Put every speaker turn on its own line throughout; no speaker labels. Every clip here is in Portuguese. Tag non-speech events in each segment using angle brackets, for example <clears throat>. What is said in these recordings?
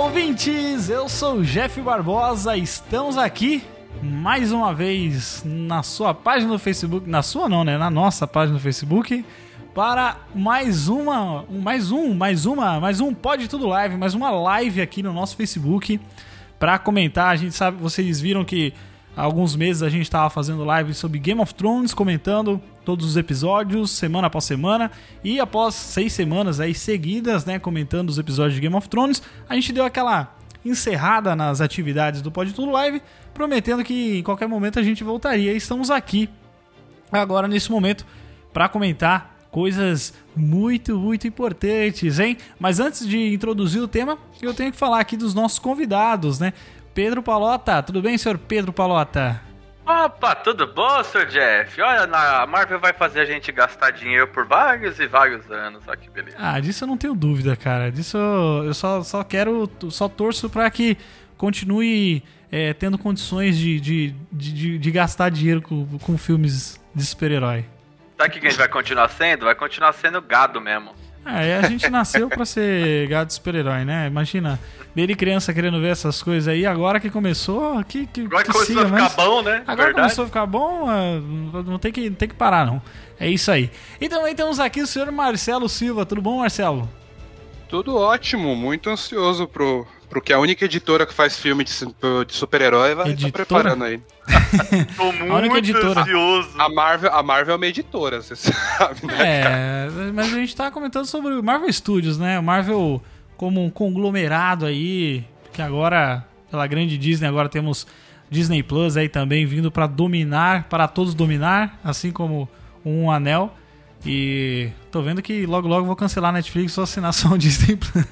ouvintes! Eu sou o Jeff Barbosa, estamos aqui mais uma vez na sua página do Facebook, na sua não, né? Na nossa página do Facebook, para mais uma, mais um, mais uma, mais um Pode Tudo Live, mais uma live aqui no nosso Facebook para comentar. A gente sabe, vocês viram que há alguns meses a gente estava fazendo live sobre Game of Thrones, comentando todos os episódios, semana após semana, e após seis semanas aí seguidas, né, comentando os episódios de Game of Thrones, a gente deu aquela encerrada nas atividades do Pod Tudo Live, prometendo que em qualquer momento a gente voltaria. E estamos aqui agora nesse momento para comentar coisas muito, muito importantes, hein? Mas antes de introduzir o tema, eu tenho que falar aqui dos nossos convidados, né? Pedro Palota, tudo bem, senhor Pedro Palota?
Opa, tudo bom, Sr. Jeff? Olha, a Marvel vai fazer a gente gastar dinheiro por vários e vários anos. Olha que beleza.
Ah, disso eu não tenho dúvida, cara. Disso eu, eu só, só quero, só torço pra que continue é, tendo condições de, de, de, de- de gastar dinheiro com, com filmes de super-herói.
Sabe o que a gente vai continuar sendo? Vai continuar sendo gado mesmo.
Ah, e a gente nasceu pra ser gato de super-herói, né? Imagina, dele criança querendo ver essas coisas aí, agora que começou, que, que,
Agora
que
começou
siga,
a ficar
mas-
bom, né?
Agora
Verdade.
começou a ficar bom, ah, não tem que, não tem que parar, não. É isso aí. E também temos aqui o senhor Marcelo Silva. Tudo bom, Marcelo?
Tudo ótimo, muito ansioso pro, pro que a única editora que faz filme de, su- de super-herói vai estar
Editora?
preparando aí.
Tô
única
muito
é editora.
ansioso.
A Marvel, a Marvel é uma editora, você <laughs> sabe, né?
É, mas a gente tá comentando sobre o Marvel Studios, né? O Marvel como um conglomerado aí, que agora, pela grande Disney, agora temos Disney Plus aí também vindo pra dominar, para todos dominar, assim como um anel. E tô vendo que logo logo vou cancelar a Netflix ou assinar só o <laughs> Disney Plus.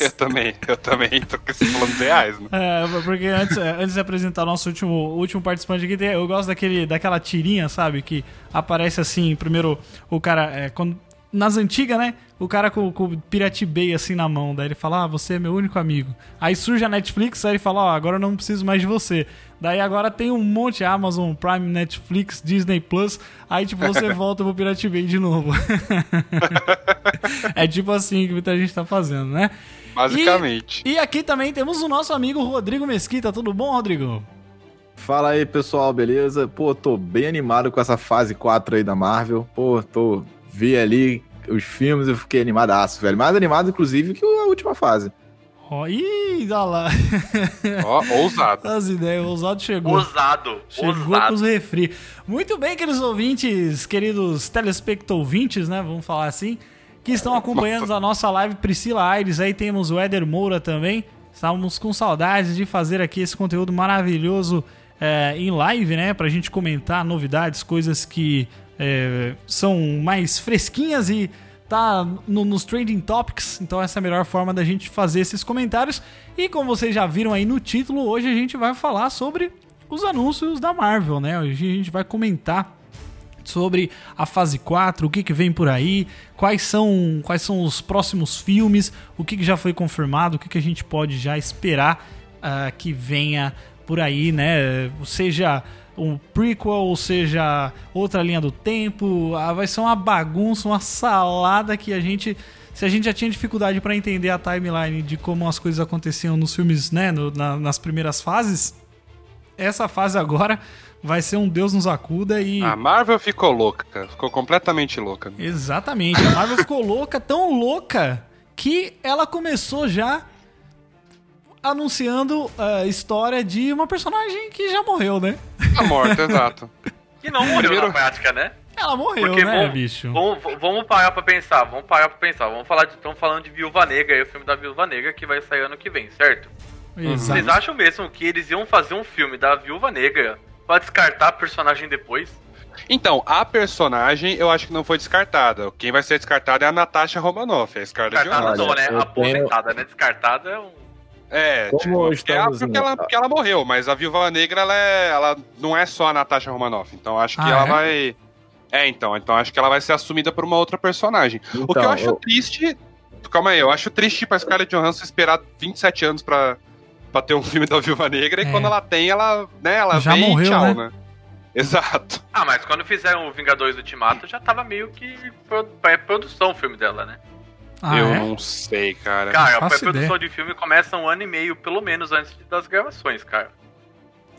Eu também, eu também tô com esses planos reais, né?
É, porque antes, é, antes de apresentar o nosso último, último participante aqui, tem- eu gosto daquele, daquela tirinha, sabe? Que aparece assim, primeiro o cara. é, quando, nas antigas, né? O cara com, com o Pirate Bay assim na mão. Daí ele fala, ah, você é meu único amigo. Aí surge a Netflix, aí ele fala, ó, agora eu não preciso mais de você. Daí agora tem um monte, Amazon, Prime, Netflix, Disney Plus. Aí tipo, você volta pro Pirate Bay de novo. <laughs> é tipo assim que muita gente tá fazendo, né?
Basicamente.
E aqui também temos o nosso amigo Rodrigo Mesquita. Tudo bom, Rodrigo?
Fala aí, pessoal, beleza? Pô, tô bem animado com essa fase 4 aí da Marvel. Pô, tô vi ali os filmes e fiquei animadaço, velho. Mais animado, inclusive, que a última fase.
Ó, ih, olha lá.
Ó, ousado.
As ideias, o ousado chegou.
Ousado.
Chegou com
ousado.
os refri. Muito bem, queridos ouvintes, queridos telespectouvintes, né? Vamos falar assim. Que estão acompanhando a nossa live Priscila Aires. Aí temos o Éder Moura também. Estávamos com saudades de fazer aqui esse conteúdo maravilhoso é, em live, né? Pra gente comentar novidades, coisas que é, são mais fresquinhas e tá no- nos trending topics, então essa é a melhor forma da gente fazer esses comentários. E como vocês já viram aí no título, hoje a gente vai falar sobre os anúncios da Marvel, né? Hoje a gente vai comentar sobre a fase 4, o que, que vem por aí, quais são, quais são os próximos filmes, o que, que já foi confirmado, o que, que a gente pode já esperar ah, que venha por aí, né? Seja um prequel, ou seja outra linha do tempo, ah, vai ser uma bagunça, uma salada que a gente. Se a gente já tinha dificuldade para entender a timeline de como as coisas aconteciam nos filmes, né? no- na- nas primeiras fases, essa fase agora vai ser um Deus nos acuda e.
A Marvel ficou louca, ficou completamente louca.
Exatamente. A Marvel ficou louca, tão louca, que ela começou já anunciando a história de uma personagem que já morreu, né?
Tá morta, <laughs> exato.
Que não morreu na
Primeiro-
prática, né?
Ela morreu,
Porque
né,
bom-
bicho?
Vamos, vamos parar pra pensar, vamos parar pra pensar. Vamos falar de. Estamos falando de Viúva Negra aí, o filme da Viúva Negra que vai sair ano que vem, certo? Vocês
Exato.
acham mesmo que eles iam fazer um filme da Viúva Negra pra descartar a personagem depois?
Então, a personagem eu acho que não foi descartada. Quem vai ser descartada é a Natasha Romanoff, a Scarlett
Descartada
Johansson.
Olha,
não, né?
eu
Aposentada, né? Descartada é um.
É,
Como
tipo,
estamos
é porque, ela,
em-
porque ela morreu, mas a Viúva Negra, ela, é- ela não é só a Natasha Romanoff. Então acho que
Ah,
ela
é?
vai. É, então. Então acho que ela vai ser assumida por uma outra personagem. o
Então,
que eu acho triste. Calma aí, eu acho triste pra Scarlett Johansson esperar 27 anos pra, pra ter um filme da Viúva Negra
É.
e quando ela tem, ela, né, ela
Já
vem
morreu,
e tchau,
né?
né? Exato.
Ah, mas quando fizeram o Vingadores Ultimato já tava meio que pro- pré-produção o filme dela, né?
Ah,
eu
é?
não sei, cara.
Cara, a
faço
produção de filme começa um ano e meio, pelo menos, antes das gravações, cara.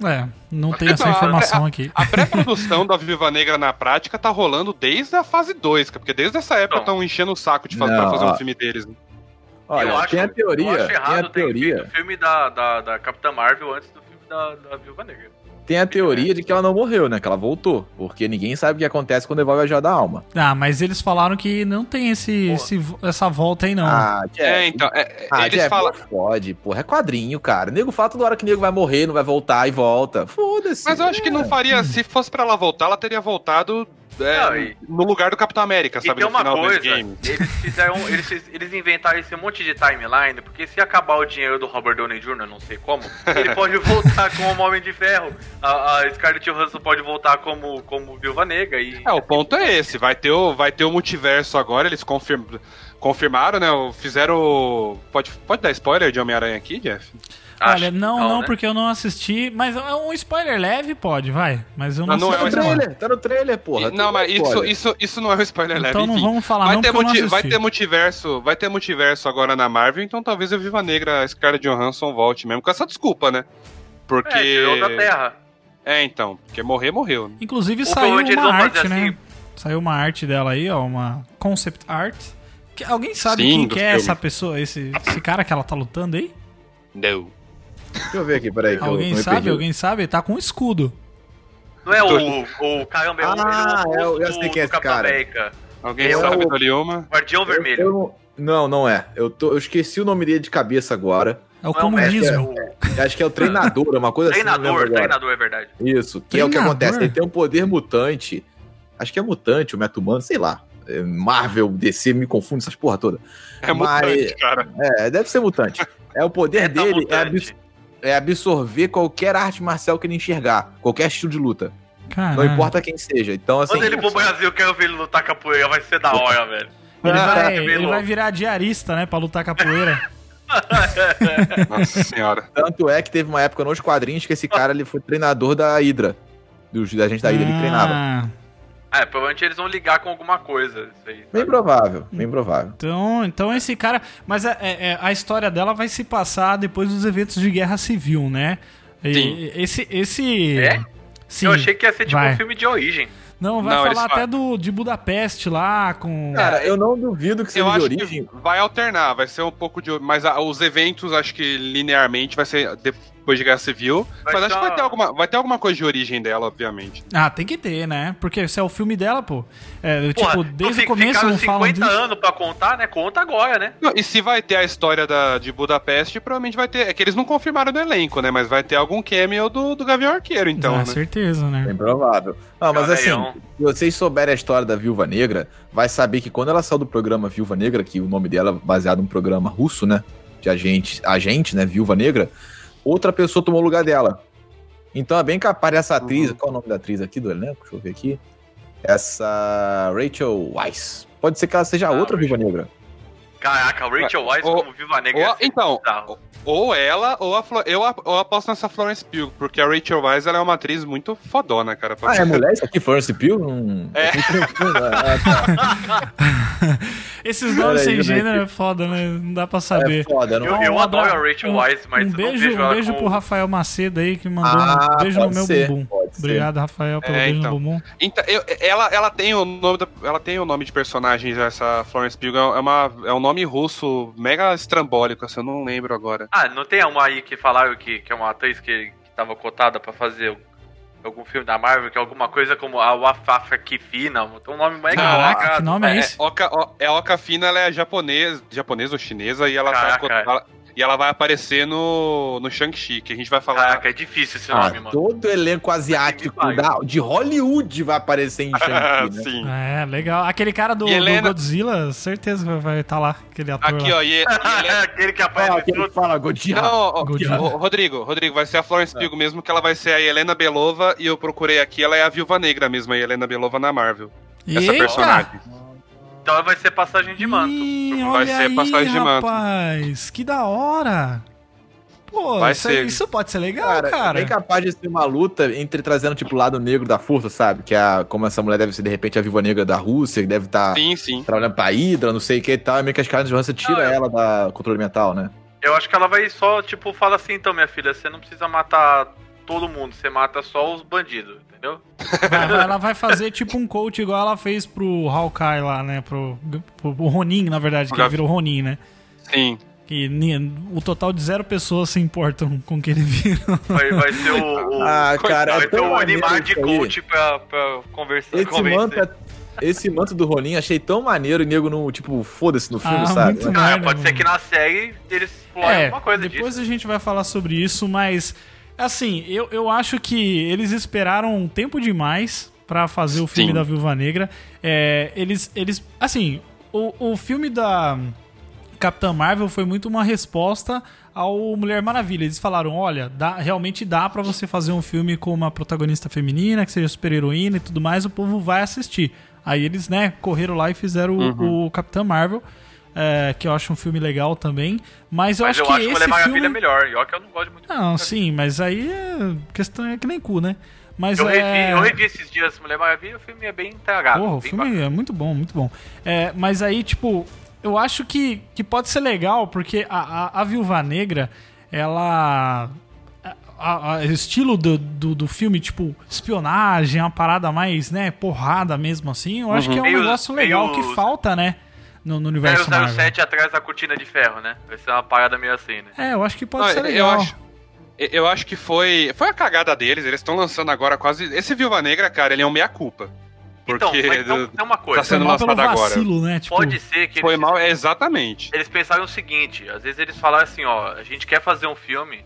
É, não
Acho
tem
que
essa
não,
informação aqui.
A pré-produção da Viva Negra na prática tá rolando desde a fase 2, cara, porque desde essa época
Não.
estão enchendo o saco de fazer,
Não,
pra fazer um
ó.
filme deles. né?
Olha,
eu acho,
tem a teoria,
eu acho
tem a
errado
teoria.
ter feito o filme da, da, da Capitã Marvel antes do filme da, da Viúva Negra.
Tem a teoria de que ela não morreu, né? Que ela voltou. Porque ninguém sabe o que acontece quando devolve a joia da alma.
Ah, mas eles falaram que não tem esse,
Boa.
esse- essa volta aí, não.
Ah,
É,
Jeff.
então, é,
Ah,
eles
Jeff,
falam.
pô, fode, porra. É quadrinho, cara. Nego fala toda hora que nego vai morrer, não vai voltar e volta. Foda-se.
Mas eu acho que não
é.
faria. Se fosse pra ela voltar, ela teria voltado é,
Não, e-
no lugar do Capitão América,
E
sabe?
tem
No
uma
final do
coisa,
game.
eles fizeram. Eles, fiz- eles inventaram esse monte de timeline, porque se acabar o dinheiro do Robert Downey Jr., não sei como, ele pode <laughs> voltar como Homem de Ferro. A, a Scarlett Johansson pode voltar como, como Viúva Negra e.
É, o ponto é esse. Vai ter o, vai ter o multiverso agora, eles confirm- confirmaram, né? o- Fizeram. o- Pode, pode dar spoiler de Homem-Aranha aqui, Jeff?
Acho
Olha,
que
não, não,
né?
porque eu não assisti. Mas é um spoiler leve, pode, vai. Mas eu não,
Ah, não
sei
é um
se eu vou.
trailer, tá no trailer, porra.
E- não, mas isso,
Olha,
isso, isso não é um spoiler leve.
Então não
enfim.
vamos falar
vai,
não,
ter
porque eu não
multi-
assisti.
vai ter multiverso, vai ter multiverso agora na Marvel, então talvez eu viva negra, a Scarlett Johansson volte mesmo com essa desculpa, né?
É,
Porque
tirou da Terra.
É, então, porque morrer morreu. né?
Inclusive
O
saiu
problema é que eles
uma
vão fazer
arte, né?
assim-
Saiu uma arte dela aí, ó, uma concept art. Que- alguém sabe
Sim,
quem
do
que é
filme.
essa pessoa, esse, esse cara que ela tá lutando aí?
Não.
Deixa eu ver aqui, peraí. que eu-
alguém
eu me
sabe?
perdi.
Alguém sabe? Ele tá com um escudo.
Não é o, o caramba, é o,
Ah,
é o,
é, eu sei
do-
quem é
do
esse
Capitão
cara.
América.
Alguém
Eu-
sabe do Lioma?
Guardião
Eu-
Vermelho.
eu não- não, não é. Eu, tô- eu esqueci o nome dele de cabeça agora.
É o
Não é o mestre, é
comunismo.
o <laughs>
Acho que é o treinador, é uma coisa assim. não
treinador,
lembro agora.
treinador, é verdade.
Isso, que é o que
Treinador?
acontece. Ele tem um poder mutante. Acho que é mutante, o meta-humano, sei lá. É, Marvel, DC, me confunde essas porra toda.
É
Mas-
mutante, cara.
É, deve ser mutante. É o
<laughs>
poder
É da
dele
mutante.
é, abs- é absorver qualquer arte marcial que ele enxergar, qualquer estilo de luta.
Caralho.
Não importa quem seja. Então, assim.
Quando ele é pro Brasil, eu quero ver ele lutar capoeira, vai ser da hora, velho. <laughs>
Ele vai,
É,
ele
meio
vai
louco.
virar diarista, né? Pra lutar capoeira.
<laughs> Nossa senhora.
Tanto é que teve uma época nos quadrinhos que esse cara ele foi treinador da Hydra. Dos, da gente da Hydra, ele treinava.
Ah,
É, provavelmente eles vão ligar com alguma coisa. Isso aí,
Bem
sabe?
provável, bem provável.
Então, então esse cara. Mas a, é- é- a história dela vai se passar depois dos eventos de guerra civil, né? E-
Sim.
Esse. esse...
É?
Sim.
Eu achei que ia ser tipo
assim, vai.
um filme de origem.
Não, vai
Não,
falar
eles
até
falam.
do, de Budapeste lá com.
Cara, eu não duvido que
Eu
seja de
acho
origem.
que vai alternar, vai ser um pouco de. Mas ah, os eventos, acho que linearmente vai ser depois de Guerra Civil.
Vai
mas acho
só-
que vai ter, alguma, vai ter alguma coisa de origem dela, obviamente.
Ah, tem que ter, né? Porque se é o filme dela, pô. É,
Porra,
tipo,
não
desde o
fi-
começo
ficaram
não falam
50
disso.
anos pra contar, né? Conta agora, né?
Não, e se vai ter a história da, de Budapeste, provavelmente vai ter. É que eles não confirmaram no elenco, né? Mas vai ter algum cameo do, do Gavião Arqueiro, então.
ah,
né?
certeza, né?
Bem provável. Não, mas assim,
Caralhão.
se vocês souberem a história da Viúva Negra, vai saber que quando ela saiu do programa Viúva Negra, que o nome dela é baseado num programa russo, né? De agente, agente, né? Viúva Negra, outra pessoa tomou o lugar dela. Então é bem capaz dessa atriz. Qual é o nome da atriz aqui do elenco? Deixa eu ver aqui. Essa Rachel Weisz. Pode ser que ela seja
Ah,
outra
Rachel.
Viúva Negra.
Caraca, Rachel Weisz
Ou-
como Viva Negra.
ou-
ia ser
então,
bizarro.
Ou ela, ou a Flo... eu, ap- eu aposto nessa Florence Pugh, porque a Rachel Weisz ela é uma atriz muito fodona, cara.
Ah, é mulher isso aqui? Florence Pugh? Hum,
É.
<laughs> eu me confundo, é, é, tá,
Esses nomes
Peraí,
sem
né,
gênero é foda, né? Não dá pra
é
saber.
foda, não
Eu, eu
um
adoro
abra-
a Rachel
um-
Weisz, mas
um
eu não
beijo,
vejo ela
um beijo
como...
pro Rafael Macedo aí que mandou um beijo no
Ah, pode
meu
ser,
bumbum.
pode ser.
Obrigado, Rafael, pelo
É,
beijo
então.
no bumbum.
Então, eu- ela, ela tem o nome da- ela tem o nome de personagem já, essa Florence Pugh é uma é um nome russo mega estrambólico, assim, eu não lembro agora.
Ah, não tem uma aí que falaram que, que é uma atriz que, que tava cotada pra fazer um, algum filme da Marvel, que é alguma coisa como a Wafafa Kifina, um nome mais
Caraca, que nome é,
É,
esse?
Oka, o, é Oka Fina, ela é japonesa, japonesa ou chinesa e ela tá,
Caraca.
ela- e ela vai aparecer no no Shang-Chi, que a gente vai falar.
Caraca, é difícil esse
Ah,
nome, mano.
todo elenco asiático
Vai.
da- de Hollywood vai aparecer
<laughs>
em Shang-Chi,
<laughs>
né?
Sim.
É, legal. Aquele cara do,
E Helena-
do Godzilla, certeza que vai- vai estar lá, aquele ator.
Aqui,
lá.
ó, e, e ela é-
<laughs> Aquele que
Ah,
aparece
aquele
tudo.
que fala Godzilla.
Não, ó, ó,
Godinho.
ó, Rodrigo, Rodrigo, vai ser a Florence Pugh mesmo, que ela vai ser a Helena Belova, e eu procurei aqui, ela é a Viúva Negra mesmo, a Helena Belova na Marvel. Essa
Eita!
personagem.
Então vai ser passagem de manto.
Ih,
Vai
olha
ser
aí,
passagem de manto.
rapaz, que da hora. Pô, Pô,
Vai
isso, é-
ser.
isso pode ser legal,
Cara,
cara.
é bem capaz de ser uma luta entre trazendo, tipo, o lado negro da força, sabe? Que é a, como essa mulher deve ser, de repente, a viúva negra da Rússia, que deve estar
Sim, sim.
trabalhando pra Hydra, não sei o que e tal, e meio que as caras de Johansson tira
Não, eu-
ela da controle mental, né?
Eu acho que ela vai só, tipo, fala assim, então, minha filha, você não precisa matar todo mundo, você mata só os bandidos, entendeu?
Vai- vai- Ela vai fazer tipo um coach igual ela fez pro Hawkeye lá, né? Pro, pro, pro Ronin, na verdade, que
Já-
ele virou Ronin, né?
Sim.
Que ni- o total de zero pessoas se importam com o que ele vira.
Vai, vai ser o. o-
<laughs> Ah, cara,
vai
é
ter
tão
o
maneiro
animar de
isso aí.
coach pra, pra conversar
Esse manto, é- esse manto do Ronin achei tão maneiro e nego não, tipo, foda-se no filme,
Ah,
sabe?
muito
Ah,
merda,
pode ser
mano.
que na série eles explorem
É,
alguma coisa
depois
disso.
a gente vai falar sobre isso, mas assim, eu, eu acho que eles esperaram um tempo demais pra fazer o filme
Sim.
da Viúva Negra. É, eles, eles, assim, o, o filme da Capitã Marvel foi muito uma resposta ao Mulher Maravilha. Eles falaram, olha, dá- realmente dá pra você fazer um filme com uma protagonista feminina, que seja super heroína e tudo mais, o povo vai assistir. Aí eles, né, correram lá e fizeram o-
Uhum.
o Capitã Marvel, é, que eu acho um filme legal também. Mas eu
Mas
acho
eu
que
acho que
esse
Mulher Maravilha
filme...
é melhor. E olha que eu não gosto muito.
Não, sim, mas aí é- questão é que nem cu, né? Mas
eu, revi,
é...
eu revi esses dias Mulher Maravilha o filme é bem tragado.
Porra, o
bem
filme
bacana.
é muito bom, muito bom. É, mas aí, tipo, eu acho que, que pode ser legal, porque a, a, a Viúva Negra, ela. a- a- a- o estilo do, do, do filme, tipo, espionagem, uma parada mais, né, porrada mesmo assim, eu acho que é um
Uhum. Meio-
negócio legal
meio-
que falta, né, no, no universo Marvel.
007 atrás da cortina de ferro, né? Vai ser uma parada meio assim, né?
É, eu acho que pode
Não,
ser
eu-
legal.
Eu acho, eu- eu acho que foi, foi a cagada deles. Eles estão lançando agora quase. Esse Viúva Negra, cara, ele é um meia-culpa. Porque
Então, mas então,
do-
tem uma coisa.
tá sendo
Foi mal pelo
lançado agora.
vacilo, né, tipo...
Pode ser que
foi
eles,
mal, é, exatamente.
eles pensaram o seguinte, às vezes eles falaram assim, ó, a gente quer fazer um filme,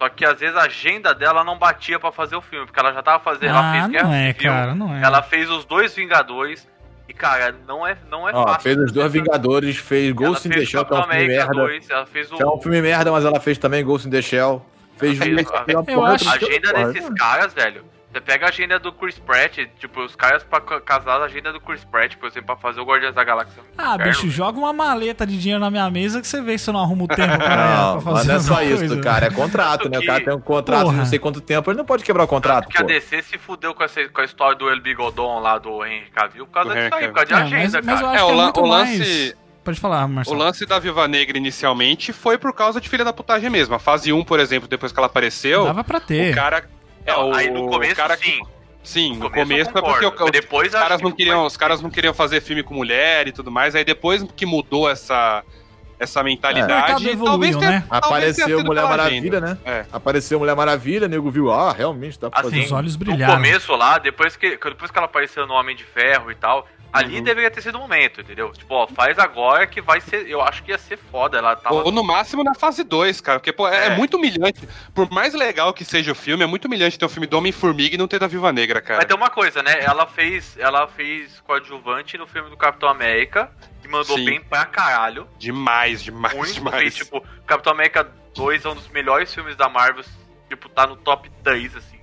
só que às vezes a agenda dela não batia pra fazer o filme, porque ela já tava fazendo, ela
Ah,
fez Guerra
não é,
Civil,
cara, não é.
ela fez os dois Vingadores, e cara, não é, não é
Ó,
fácil.
fez os dois Vingadores, fez
Ela
Ghost in
fez
the
o
Shell, que é um
Capitão
filme
América
merda.
2, ela fez o...
Que é um filme merda, mas ela fez também Ghost in the Shell. Fez um
Ela fez, ó.
fez uma
Eu
porra
acho-
A
toda,
agenda
porra.
desses caras, velho. Você pega a agenda do Chris Pratt, tipo, os caras pra ca- casar a agenda do Chris Pratt, por exemplo, pra fazer o Guardiões da Galáxia. no
Ah,
inferno.
bicho, joga uma maleta de dinheiro na minha mesa que você vê se eu não arrumo
<laughs>
o tempo pra,
Não,
pra
mas
fazer
não é só
alguma
isso,
coisa.
cara. É contrato, né? O cara tem um contrato de
Porra.
não sei quanto tempo, ele não pode quebrar o contrato,
Porque É a
pô.
DC se fudeu com, essa, com a história do El Bigodon lá do Henry Cavill por causa
Do
disso aí,
Henry
por causa de
Não, mas,
agenda,
mas eu
cara.
acho
É, o
que é
lan-
muito
o
mais...
lance-
Pode falar,
O
Marcelo.
lance da Viúva Negra inicialmente foi por causa de filha da putagem mesmo. A fase 1, por exemplo, depois que ela apareceu,
Dava pra ter.
é o cara. É,
Não,
o,
aí no começo,
o cara
sim.
Que, sim,
No
no
começo eu
começo, é porque
concordo,
o,
mas depois
os,
acho
caras
que
não
foi-
queriam, os caras não queriam fazer filme com mulher e tudo mais. Aí depois que mudou essa, essa mentalidade.
É. O mercado
talvez
evoluiu,
tenha-
né?
talvez tenha
é
Apareceu
sido
Mulher
pela
Maravilha,
agenda.
né?
É.
Apareceu Mulher Maravilha, nego viu, ah, realmente dá pra
Assim,
Os
fazer. um-
olhos
No
brilharam.
começo lá, depois que, depois que ela apareceu no Homem de Ferro e tal,
Uhum.
ali deveria ter sido o momento, entendeu? Tipo, ó, faz agora que vai ser. Eu acho que ia ser foda. Ela tava.
Ou no máximo na fase 2, cara. Porque, pô, é,
É.
muito humilhante. Por mais legal que seja o filme, é muito humilhante ter o filme do Homem-Formiga e não ter da Viúva Negra, cara.
Mas tem uma coisa, né? Ela fez, ela fez coadjuvante no filme do Capitão América, que mandou
Sim.
bem pra caralho.
Demais, demais,
Muito
demais.
bem, tipo, Capitão América 2 é um dos melhores filmes da Marvel, tipo, tá no top 10, assim.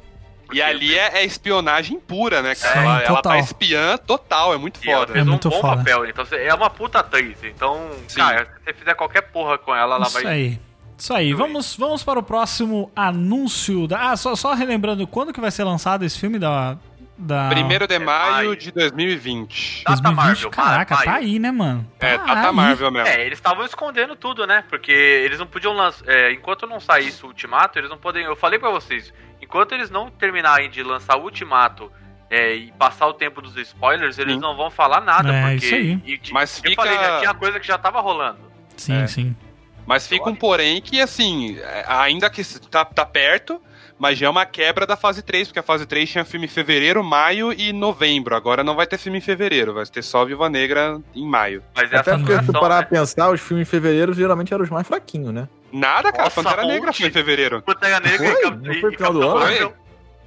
E ali é, é espionagem pura, né, cara?
Sim,
ela, ela
total.
tá espiã total, é muito
E ela
foda.
fez
É
um
muito
bom
foda.
papel, então você- é uma puta atriz. Então,
Sim.
cara, se você fizer qualquer porra com ela, ela
Isso
vai.
aí. Isso aí. Vamos, vamos para o próximo anúncio. Da... Ah, só, só relembrando, quando que vai ser lançado esse filme da... da...
1 de
É maio.
maio de 2020.
Data
2020?
Marvel,
Caraca,
maio.
tá aí, né, mano?
É, Tata
aí.
Marvel mesmo.
É, eles estavam escondendo tudo, né? Porque eles não podiam lançar. enquanto não saísse o Ultimato, eles não podem. Eu falei pra vocês, enquanto eles não terminarem de lançar o Ultimato é, e passar o tempo dos spoilers, eles
Sim.
não vão falar nada.
É,
porque.
isso aí.
e ti-
Mas
Eu falei, já
fica-
tinha coisa que já tava rolando.
Sim,
É.
sim.
Mas fica um porém que, assim, é, ainda que se- tá, tá perto, mas já é uma quebra da fase 3, porque a fase 3 tinha filme em fevereiro, maio e novembro. Agora não vai ter filme em fevereiro, vai ter só Viúva Negra em maio.
Mas é essa
Até porque se tu
situação,
parar a
né?
pensar, os filmes em fevereiro geralmente eram os mais fraquinhos, né?
Nada, cara,
Nossa,
Pantera
um
Negra
monte.
foi em fevereiro.
Pantera Negra
Foi?
e Cap-
Não
e
foi no final do
Capitão
ano?
Marvel.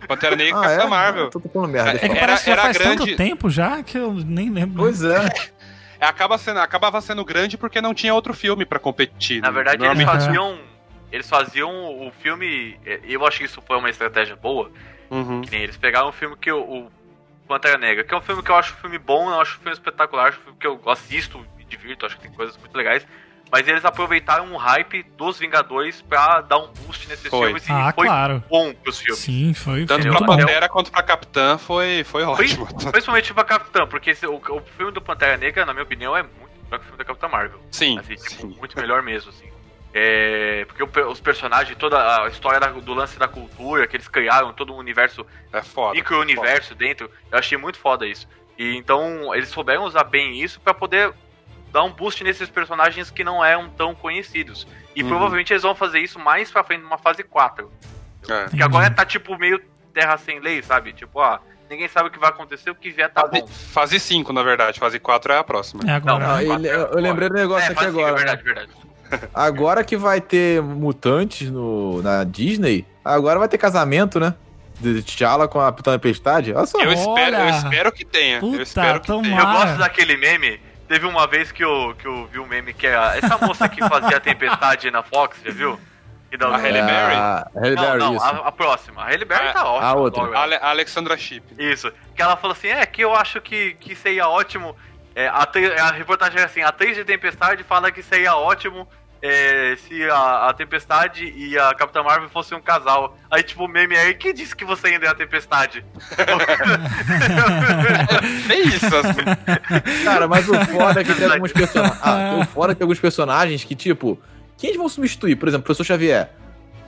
Pantera
Ah,
Negra e Capitã Marvel.
Eu é? tô falando merda. deixa
É
eu
que
Era-
falar.
parece que já
era
faz
grande-
tanto tempo já que eu nem lembro.
<laughs>
Pois é.
É, Acaba sendo, acabava sendo grande porque não tinha outro filme pra competir.
Na
né?
verdade, eles
Normalmente-
Normalmente-
faziam. Eles faziam o filme. é, Eu acho que isso foi uma estratégia boa.
Uhum.
Que nem eles pegaram um filme que eu, o Pantera Negra, que é um filme que eu acho um filme bom, eu acho um filme espetacular, acho um filme que eu assisto, me divirto, acho que tem coisas muito legais. Mas eles aproveitaram o hype dos Vingadores pra dar um boost nesses
é. Foi.
filmes
Ah,
e foi
claro.
bom pros filmes.
Sim, foi, foi
Tanto
muito
pra
bom.
Pantera quanto pra Capitã foi, foi ótimo.
Pri- Principalmente pra Capitã, porque esse- o, o filme do Pantera Negra, na minha opinião, é muito melhor que o filme da Capitã Marvel.
Sim,
Assim, tipo,
sim.
muito melhor mesmo, assim. É, porque o pe- os personagens, toda a história da- do lance da cultura, que eles criaram, todo um universo
É foda.
micro-universo dentro. Eu achei muito foda isso. E então eles souberam usar bem isso pra poder dar um boost nesses personagens que não eram tão conhecidos. E
Uhum.
provavelmente eles vão fazer isso mais pra frente numa fase 4.
É.
Porque agora tá tipo meio terra sem lei, sabe? Tipo, ó, ninguém sabe o que vai acontecer, o que vier tá bom.
Fase- Fase 5, na verdade. Fase 4 é a próxima.
É agora.
Ah, ele- eu, eu lembrei do negócio
É,
aqui
fase cinco,
agora.
é
né?
verdade, verdade.
Agora que vai ter mutantes no, na Disney, agora vai ter casamento, né? De T'Challa com a Tempestade. Olha só.
Eu espero, eu
Olha!
espero que tenha.
Puta,
eu espero que
Eu
Ah.
tenha.
gosto daquele meme. Teve uma vez que eu, que eu vi um meme que é a- essa moça que fazia a tempestade na Fox, já viu? Que dá o-
A Halle Berry.
Ah, Halle
Não,
Berry,
não,
isso.
a, a próxima. A Halle Berry
A-
tá ótima.
a outra.
adoro ela.
Ale Alexandra Chip.
Isso. Que ela falou assim, é, que eu acho que, que seria ótimo... É, a, atri- a reportagem é assim, a atriz de Tempestade fala que seria ótimo é, se a, a Tempestade e a Capitã Marvel fossem um casal. Aí, tipo, o meme aí, quem disse que você ainda é a Tempestade?
<laughs>
<laughs>
É isso, assim.
Cara, mas o foda é
<laughs>
que tem alguns personagens. Ah, o foda é que tem alguns personagens que, tipo, quem eles vão substituir? Por exemplo, o professor Xavier.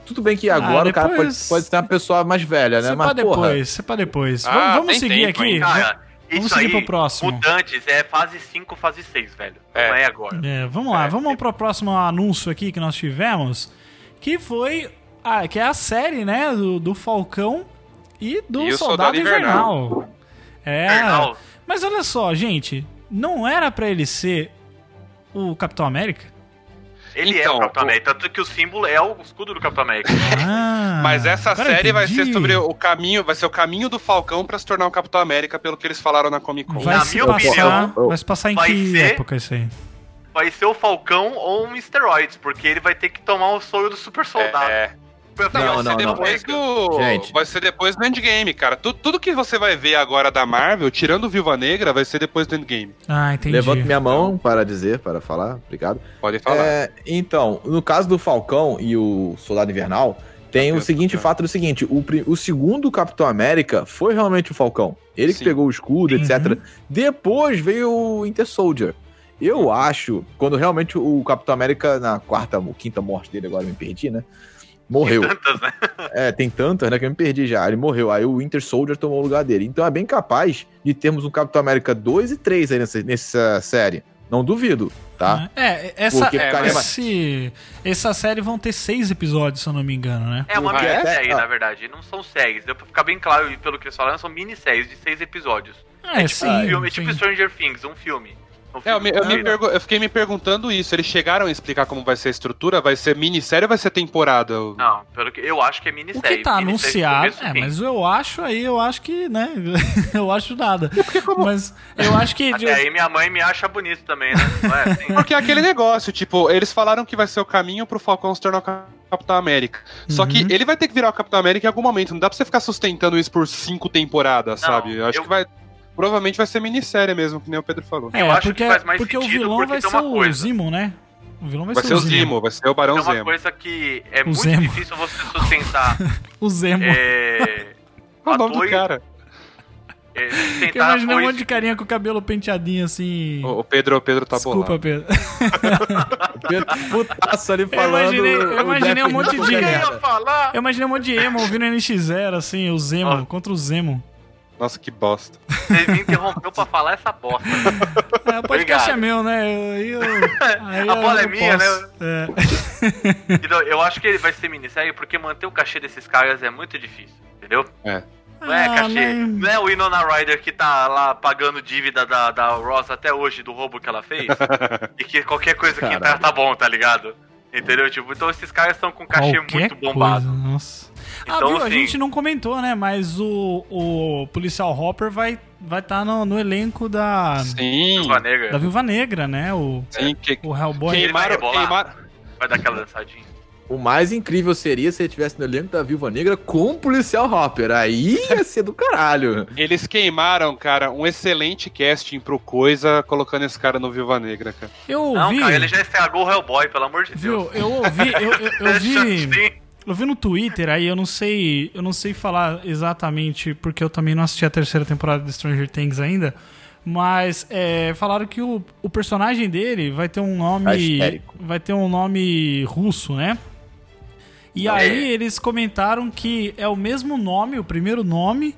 Tudo bem que agora o cara pode,
Ah, depois-
pode ser uma pessoa mais velha, né?
Você
Mas,
é pra
porra.
depois, você pra depois.
Ah,
vamos vamos
tem
seguir
tempo,
aqui.
hein,
Cara,
Vamos
isso
seguir
aí,
pro próximo.
Mutantes é fase 5, fase 6, velho. Não
É.
é agora.
É, vamos lá, vamos pro próximo anúncio aqui que nós tivemos, que foi a, que é a série, né, do, do Falcão e do
E o
Soldado,
Soldado
Invernal.
Invernal.
É,
Infernal.
mas olha só, gente, não era pra ele ser o Capitão América?
Ele é
Então,
o Capitão
o-
América, tanto que o símbolo é o escudo do
<laughs>
Capitão América.
Ah,
<laughs> Mas essa
agora eu
série vai
entendi.
ser sobre o caminho, vai ser o caminho do Falcão pra se tornar o Capitão América, pelo que eles falaram na Comic Con.
Vai
Na
se
minha
passar,
opinião,
vai se passar em
vai
que
ser-
época isso aí?
Vai ser o Falcão ou um esteroides, porque ele vai ter que tomar o soro do super soldado.
É.
Pra
Não,
virar
vai
o
não,
ser
Capitão
não.
depois
América.
do.
Gente.
Vai ser depois do Endgame, cara. Tu- tudo que você vai ver agora da Marvel, tirando Viúva Negra, vai ser depois do Endgame.
Ah, entendi.
Levanto minha mão para dizer, para falar. Obrigado.
Pode falar.
É, então, no caso do Falcão e o Soldado Invernal, tem o
Capitão,
seguinte
né?
fato: é o seguinte, o, pri- o segundo Capitão América foi realmente o Falcão. Ele que
Sim.
pegou o escudo,
Uhum.
etc. Depois veio o Inter Soldier. Eu acho, quando realmente o Capitão América, na quarta ou quinta morte dele, agora eu me perdi, né? Morreu.
<laughs> Tantas, né?
É, tem tantas, né, que eu me perdi já. Ele morreu. Aí o Winter Soldier tomou o lugar dele. Então é bem capaz de termos um Capitão América 2 e 3 aí nessa, nessa série. Não duvido, tá?
É, essa,
Porque
ficaria
esse- essa série vão ter seis episódios, se eu não me engano, né?
É uma
Ah, é?
minissérie,
Ah.
na verdade. Não são séries. Deu pra ficar bem claro e pelo que eles falaram, são minisséries de seis episódios.
É,
Um
sim,
filme, é
sim.
tipo Stranger Things, um filme. Um
É, eu, me- eu me
filme.
pergu- eu fiquei me perguntando isso. Eles chegaram a explicar como vai ser a estrutura? Vai ser minissérie ou vai ser temporada?
Não, pelo que eu acho que é
O
minissérie.
que tá
minissérie de
anunciado,
começo,
é,
fim.
mas eu acho aí, eu acho que, né, <laughs> eu acho nada.
É,
Mas eu acho que
Até aí minha mãe me acha bonito também, né? Não é
<laughs>
assim?
Porque é aquele negócio, tipo, eles falaram que vai ser o caminho pro Falcão se tornar o Cap- Capitão América. Só que
Uhum.
ele vai ter que virar o Capitão América em algum momento. Não dá pra você ficar sustentando isso por cinco temporadas,
Não,
sabe? Eu acho
eu-
que vai. Provavelmente vai ser minissérie mesmo, que nem o Pedro falou.
é,
eu acho que
porque,
faz mais
porque o
sentido,
vilão
porque
vai
tem
ser
uma
o
coisa.
Zimo, né? O vilão vai,
Vai ser o Zimo, vai ser o Barão
É uma
um Zemo.
coisa que é
O
muito
Um Zemo.
difícil você sustentar.
O Zemo.
é,
Qual o nome do
atores-
cara?
é,
Porque
sustentar
<laughs> eu imaginei um
atores
monte de carinha com o cabelo penteadinho assim.
O, o Pedro, o Pedro tá
Desculpa,
bolado.
Pedro.
Putaço ali falando.
imaginei- eu
o
imaginei
Death
um monte
Note
de-
é
Eu
merda.
ia falar.
Eu imaginei um monte de emo ouvindo NX0, assim, o Zemo,
Ó.
contra o Zemo.
Nossa, que bosta.
Você me interrompeu pra falar essa bosta.
É, o podcast
Obrigado.
é meu, né?
<laughs>
Eu, eu- aí
A
eu-
bola é
eu
minha,
posso. É.
Então, eu acho que ele vai ser minissérie porque manter o cachê desses caras é muito difícil, entendeu?
É.
Não é
Ah,
cachê.
mas-
Não é o Winona Ryder que tá lá pagando dívida da, da Ross até hoje do roubo que
<laughs>
ela fez. e que qualquer coisa que entrar
Caralho.
tá bom, tá ligado? Entendeu? Tipo, então esses caras estão com um cachê
Qualquer
muito bombado.
coisa, nossa. ah,
Então,
viu? A
assim-
gente não comentou, né? Mas o, o policial Hopper vai estar vai tá no, no elenco da,
Sim,
Viúva
da
Negra.
Viúva Negra, né? O,
sim. Que,
é.
o Hellboy.
Quem-
queimaram,
Ele vai rebolar.
queimaram,
Vai dar aquela dançadinha.
O mais incrível seria se ele tivesse no elenco da Viúva Negra com o policial Hopper. Aí ia ser do caralho.
Eles queimaram, cara, um excelente casting pro Coisa colocando esse cara no Viúva Negra, cara.
Eu ouvi.
Não, cara, ele já estragou o Hellboy, pelo amor de assim.
Viu,
Deus.
eu ouvi, eu,
<laughs>
eu, eu vi.
Sim.
Eu vi no Twitter aí, eu não sei. Eu não sei falar exatamente, porque eu também não assisti a terceira temporada de Stranger Things ainda. Mas é, falaram que o, o personagem dele vai ter um
Tá
nome.
Asterico.
Vai ter um nome russo, né? E
É.
aí eles comentaram que é o mesmo nome, o primeiro nome,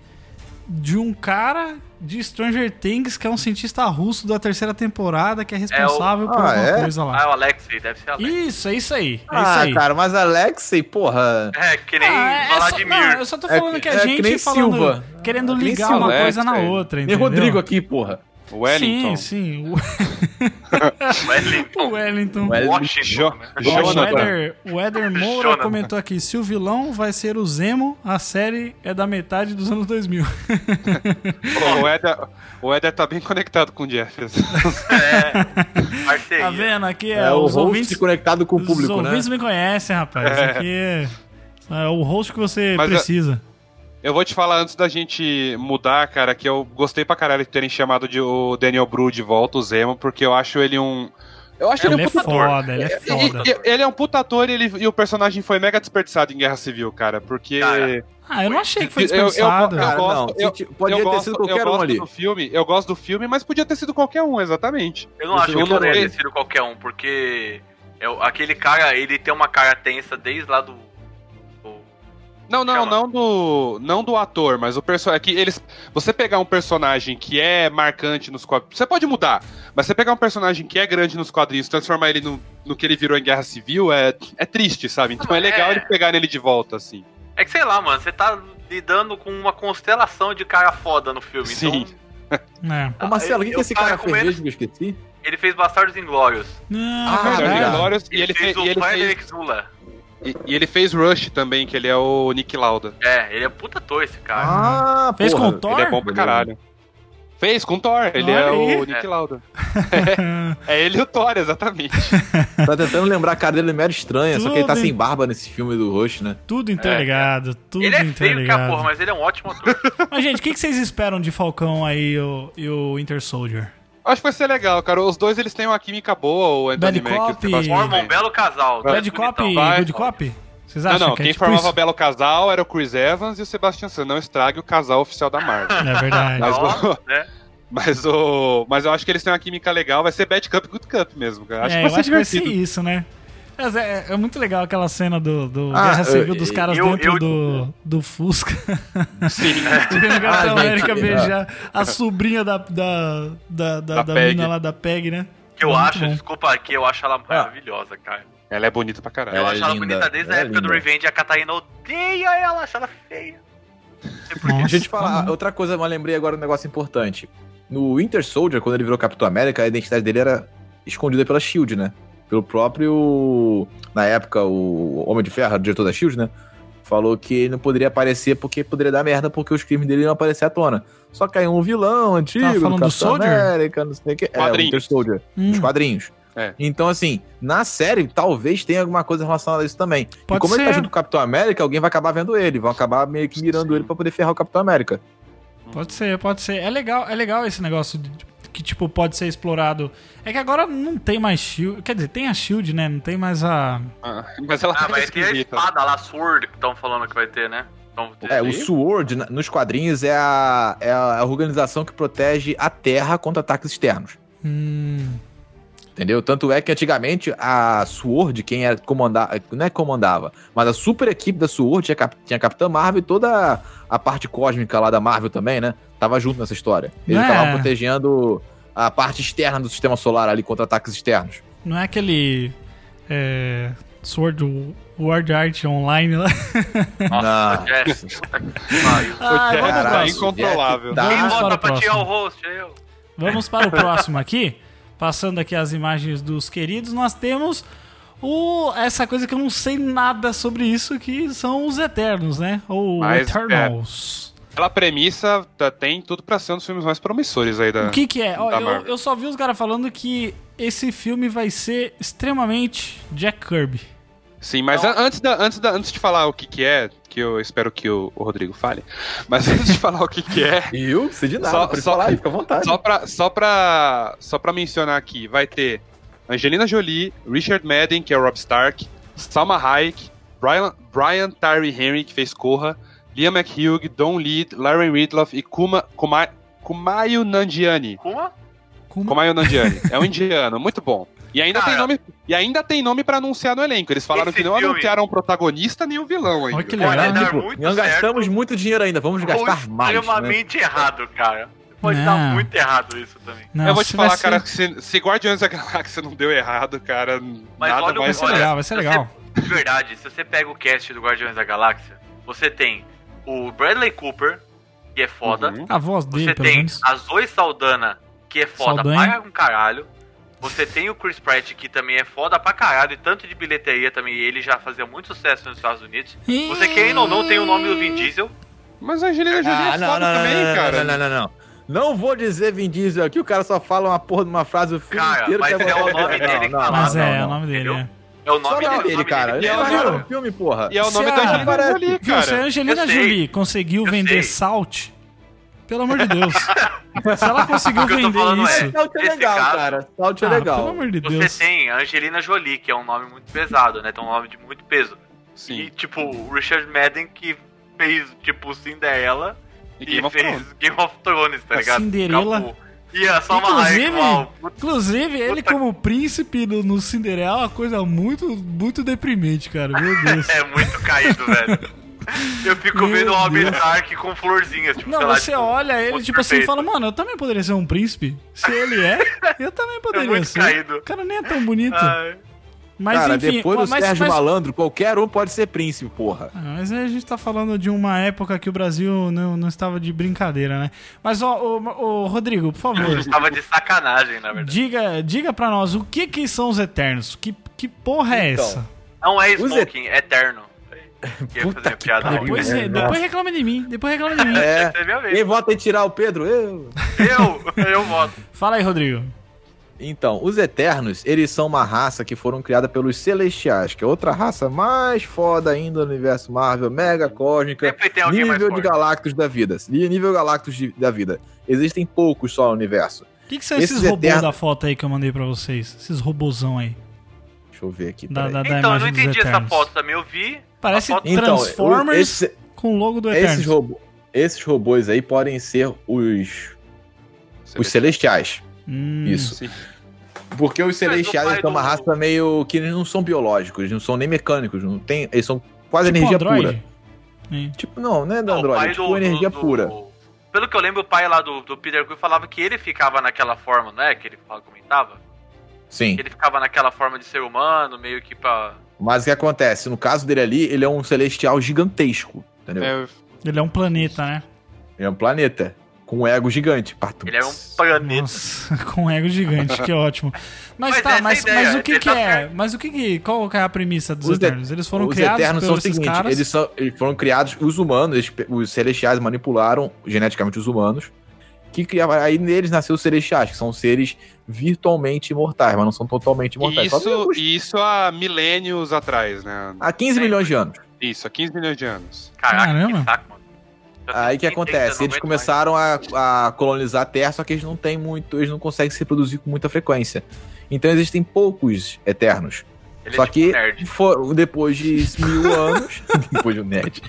de um cara de Stranger Things, que é um cientista russo da terceira temporada, que é responsável por
Ah,
alguma
é?
coisa lá.
Ah, o Alexei, deve ser Alexei.
Isso, é isso aí. É isso
ah,
aí.
cara, mas Alexei, porra.
É, que nem
Ah, é só,
Vladimir.
não, eu só tô falando
É-
que
é
a
que
gente
nem
falando,
Silva.
querendo
É que nem
ligar
Silva,
uma
é,
coisa na
é.
outra,
Nem
entendeu?
Rodrigo aqui, porra.
Wellington.
Sim, sim. O- <laughs>
Wellington.
O é Wellington.
Wellington.
Jo
Washington. né?
O
Jonathan.
Eder, o Eder Moura
Jonathan.
comentou aqui, se o vilão vai ser o Zemo, a série é da metade dos anos 2000.
Pô, o, Eder, o Eder tá bem conectado com o Jefferson.
<laughs>
né? É, parceria.
Tá vendo? Aqui é,
É, o
os
host
ouvintes...
conectado com o
os
público, né?
ouvintes me conhecem, rapaz. Isso aqui é... é o host que você
Mas é- a-
precisa.
Eu vou te falar antes da gente mudar, cara, que eu gostei pra caralho de terem chamado de, o Daniel Bru de volta, o Zemo, porque eu acho ele um. Eu acho ele,
Ele
um
é
puta
foda, ele é foda.
E- e- ele é um puta ator e, ele- e o personagem foi mega desperdiçado em Guerra Civil, cara, porque.
Cara,
Ah, eu não achei que foi
Eu- eu- eu-
dispensado.
eu-
Cara,
gosto-
não, se ti- podia ter sido qualquer
eu gosto
um ali.
Do filme, eu gosto do filme, mas podia ter sido qualquer um, exatamente.
Eu não
Esse
acho que
jogo
poderia
é-
ter sido qualquer um, porque é o- aquele cara, ele tem uma cara tensa desde lá do. do-
Não, não,
Chama.
não do, não do ator, mas o personagem. É que eles. Você pegar um personagem que é marcante nos quadrinhos. Você pode mudar, mas você pegar um personagem que é grande nos quadrinhos, transformar ele no, no que ele virou em Guerra Civil, é, é triste, sabe? Então é
Ah,
legal
é.
eles pegarem ele de volta, assim.
É que sei lá, mano, você tá lidando com uma constelação de cara foda no filme.
Sim.
Então,
É.
Ô, Marcelo, o que,
Eu-
que esse
eu tava
cara
com
fez
medo-
mesmo que eu esqueci?
ele fez Bastardos Inglórios.
Não,
Ah,
caralho.
verdade.
Ele é glórias, e, ele
fez
fez,
o
e, ele fez,
Frederick Zula.
e, e ele fez Rush também, que ele é o Nick Lauda.
É, ele é puta ator esse cara.
Ah,
Fez
porra.
com o Thor?
Ele é bom pra caralho. Fez com o Thor, ele
Olha
é
aí.
o Nick
É.
Lauda. É ele e o Thor, exatamente.
Tá tentando lembrar a cara dele é meio estranha, só que ele tá
Tudo, hein?
sem barba nesse filme do Rush, né?
É.
Tudo interligado, tudo tá
ele é feio que a
interligado.
porra, mas ele é um ótimo ator.
Mas, gente, o que que vocês esperam de Falcão aí e o- e o Winter Soldier?
Acho que vai ser legal, cara. Os dois eles têm uma química boa, o
Bad
Anthony Mack e
Cop.
o Sebastian
Forma um
Stan.
belo casal. Então,
Vai.
Bad
então,
bonitão.
Cop e
vai.
Good Cop? Vocês
Não,
acham
não,
que
quem
é tipo
formava
isso?
belo casal era o Chris Evans e o Sebastian Stan. Não estrague o casal oficial da Marvel.
É verdade.
Mas-
Ó, né?
<laughs> mas o, mas eu acho que eles têm uma química legal. Vai ser Bad Cup e Good Cup mesmo, cara. Acho
é,
que
eu
vai
acho
ser
que vai ser
divertido.
isso, né? Mas é, é muito legal aquela cena do, do
Ah,
Guerra Civil
eu-
dos caras
eu-
dentro
eu-
do, do Fusca. <laughs>
Sim.
Chegando o Capitão
gente,
América
é.
beijar a sobrinha da, da, da, da,
Da
da
Peg.
mina lá da PEG, né?
Que eu
Muito
acho,
bom. Ah.
desculpa aqui, eu acho ela maravilhosa, cara.
Ela é bonita pra caralho.
Eu
Ela é
acho ela
linda,
bonita desde a
ela é
época do
linda.
Revenge. A Catarina odeia ela, acha ela feia. Não sei
<laughs>
por quê.
Nossa,
Deixa eu te
tá
falar,
bom.
outra coisa, mas lembrei agora um negócio importante. No Winter Soldier, quando ele virou Capitão América, a identidade dele era escondida pela SHIELD, né? Pelo próprio... Na época, o Homem de Ferro, o diretor da SHIELD, né? Falou que ele não poderia aparecer porque poderia dar merda, porque os crimes dele iam aparecer à tona. Só que aí um vilão antigo,
Tava Tá falando do
Capitão
Soldier?
América, não sei o que. É, o
Quadrinhos.
Winter Soldier
Hum,
nos quadrinhos.
É.
Então, assim, na série, talvez tenha alguma coisa relacionada a isso também.
Pode
e como ele tá
ser.
junto com o Capitão América, alguém vai acabar vendo ele, vão acabar meio que mirando
Sim.
ele pra poder ferrar o Capitão América.
Pode ser, pode ser. É legal, é legal esse negócio de- que, tipo, pode ser explorado. É que agora não tem mais shield. Quer dizer, tem a shield, né? Não tem mais a.
Ah, <laughs> mas ela
Ah,
tá
vai ter a
esquisita.
espada lá, Sword, que estão falando que vai ter, né? Então,
É, o
aí?
SWORD na- nos quadrinhos é a, é a organização que protege a Terra contra ataques externos.
Hum,
Entendeu? Tanto é que antigamente a SWORD, quem era comandava, não é comandava, mas a super equipe da SWORD tinha, cap, tinha Capitã Marvel e toda a parte cósmica lá da Marvel também, né? Tava junto nessa história. Eles
É.
estavam protegendo a parte externa do sistema solar ali contra ataques externos.
não é aquele. É, Sword Word Art Online lá.
Não.
Nossa, Jess, puta
<laughs>
que pariu.
Ah, vamos,
Caraca,
para,
Caralho, é
incontrolável.
Jack
Quem
Vamos para
volta
o
pra tirar
próximo.
o host? Eu.
vamos para o próximo aqui. Passando aqui as imagens dos queridos, nós temos o, essa coisa que eu não sei nada sobre isso, que são os Eternos, né? Ou
Mas,
Eternals.
Pela premissa, tá- tem tudo pra ser um dos filmes mais promissores aí da.
O que que é? Ó,
da
eu,
Marvel.
eu só vi os caras falando que esse filme vai ser extremamente Jack Kirby.
Sim, mas
Então-
an- antes, da, antes, da, antes de falar o que, que é, que eu espero que o, o Rodrigo fale, mas <laughs> antes de falar o que, que é,
E eu, sei de nada,
Só-
só, pode
só-
falar aí, fica à vontade.
Só pra, só, pra, só pra mencionar aqui, vai ter Angelina Jolie, Richard Madden, que é o Rob Stark, Salma Hayek, Brian, Brian Tyree Henry, que fez Corra, Liam McHugh, Don Lee, Larry Ridloff e Kuma, Kuma, Kumail Nanjiani.
Kuma?
Kuma-
Kumail Nanjiani. É um indiano, muito bom. E ainda,
Hum? Cara.
tem nome, e ainda tem nome pra anunciar no elenco. Eles falaram
Esse
que não
filme-
anunciaram um protagonista nem um vilão ainda.
Olha que
Olha,
legal.
dá
né?
Tipo,
muito
não
certo.
gastamos muito dinheiro ainda, vamos
Ou
gastar mais. Né?
extremamente errado, cara. Pode
Não.
dar muito errado isso também.
Não,
eu vou te
se
falar,
vai ser-
né?
cara, que se, se Guardiões da Galáxia não deu errado, cara,
Mas
nada
olha o-
Vai
é
mais é.
ser
olha,
legal, vai ser
se
é legal.
De verdade, se você pega o cast do Guardiões da Galáxia, você tem o Bradley Cooper, que é foda.
Uhum.
A voz dele,
Você
pelo
tem
menos.
a Zoe Saldana, que é foda
Saldanha.
pra um caralho. Você tem o Chris Pratt, que também é foda pra caralho, e tanto de bilheteria também, e ele já fazia muito sucesso nos Estados Unidos. Você, querendo ou não, tem o nome do Vin Diesel.
Mas a Angelina Jolie
Ah,
é foda também, cara.
não, não, não, não. Não vou dizer Vin Diesel aqui, o cara só fala uma porra de uma frase o filme
Cara,
inteiro.
mas
que
é o nome
Não,
dele que
não,
tá lá,
Mas
não,
é,
não.
o nome dele.
Entendeu?
é.
É o nome
Só o
dele,
nome dele, cara. Ele
é
é
o
o
nome dele.
vilão do filme, porra.
E é o nome
Se
da
a-
Angelina
Parece-
Jolie,
Viu, se a
cara.
Angelina
eu sei.
Jolie conseguiu
Eu
vender
sei.
Salt, pelo amor de Deus. se ela conseguiu
<laughs> O que eu tô
vender
falando
isso.
é,
Mas Salt é
Esse
legal,
caso-
cara. Salt é
Ah,
legal.
Pelo amor de
Você
Deus.
tem a Angelina Jolie, que é um nome muito pesado, né? Tem um nome de muito peso. E,
Sim.
tipo, o Richard Madden, que fez, tipo, Cinderela
E
e,
Game of
fez
Thrones.
Game of Thrones, tá
A
ligado?
Cinderela.
Acabou. E a Salma
Inclusive-
Hayek, uau, puta
Inclusive, ele
Puta-
como príncipe no, no Cinderela é uma coisa muito, muito deprimente, cara. Meu Deus.
É muito caído, velho. Eu fico
Meu
vendo o Robin
Deus.
Stark com florzinhas, tipo,
Não,
sei lá,
você
tipo,
olha ele,
muito
tipo assim, e
perfeito.
fala, mano, eu também poderia ser um príncipe. Se ele é, eu
<laughs>
também poderia
muito
ser.
caído. Ah.
O cara nem é tão bonito.
Ai,
mas
cara,
enfim,
depois do
mas, mas,
Sérgio Malandro, qualquer um pode ser príncipe, porra.
Ah, mas aí a gente tá falando de uma época que o Brasil não, não estava de brincadeira, né? Mas, ó, ô, ô, Rodrigo, por
<laughs>
favor,
eu tava de sacanagem, na É verdade.
diga, diga pra nós o que que são os Eternos? Que, que porra é
Então,
essa?
Não é
Os
smoking, é eterno. Eu ia
Puta
fazer
que
piada
pariu,
ruim.
Depois,
é,
depois reclama de mim, depois reclama de mim.
<laughs> É.
Você viu
Quem
mesmo?
vota em tirar o Pedro? Eu.
Eu, eu voto.
Fala aí, Rodrigo.
Então, os Eternos, eles são uma raça que foram criada pelos Celestiais, que é outra raça mais foda ainda no universo Marvel, mega cósmica,
Sempre tem alguém mais
nível de
forte.
Galactus da vida. Nível Galactus de- da vida. Existem poucos só no universo.
O que, que são
Esses
esses robôs
Eternos-
da foto aí que eu mandei pra vocês? Esses robôzão aí.
Deixa eu ver aqui.
Da,
peraí.
da, da
Então, eu não
imagem dos
entendi essa
Eternos.
foto também. Eu vi.
Parece
A foto-
Então,
Transformers
o- esse-
com o logo do
esses,
Eterno.
robô- esses robôs aí podem ser os, os Celestiais.
Hum. Tipo
Isso.
Sim.
Porque os
Mas o
Celestiais
pai
são uma
do-
raça meio que eles não são biológicos, eles não são nem mecânicos, não tem, eles são quase
Tipo
energia
Android.
pura. Tipo, não, não é do
Não,
Android, é tipo energia
do-
pura.
Pelo que eu lembro, o pai lá do, do Peter Quill falava que ele ficava naquela forma, não é? Que ele fala- comentava.
Sim.
Que ele ficava naquela forma de ser humano, meio que pra...
Mas o que acontece? No caso dele ali, ele é um celestial gigantesco, entendeu?
É,
Ele é um planeta, né?
Ele é um planeta com um ego gigante. Patum.
Ele era um planeta.
Nossa, <laughs> com um ego gigante, que ótimo. Mas,
Mas
tá,
essa é a
mas,
ideia,
mas o que
essa
que
é a
é?
ideia.
Mas o que que... Qual que é a premissa dos
Os de-
Eternos? Eles foram
Os
criados
Eternos são o
pelos esses
seguinte,
caras...
eles, são, eles foram criados, os humanos, eles pe- os celestiais manipularam geneticamente os humanos, que criavam, aí neles nasceu os celestiais, que são seres virtualmente imortais, mas não são totalmente imortais. Só tem
Isso,
alguns-
isso há milênios atrás, né?
há 15
é.
milhões de anos.
Isso, há 15 milhões de anos.
Caraca,
Caramba.
que saco, mano. Já tem
Aí que
30,
acontece,
eu não
eles
aguento
começaram a, a colonizar a Terra, só que eles não têm muito, eles não conseguem se reproduzir com muita frequência. Então existem poucos eternos.
mais. Ele é
só
tipo
que
nerd.
foram- depois de
<laughs>
mil anos, depois de um nerd,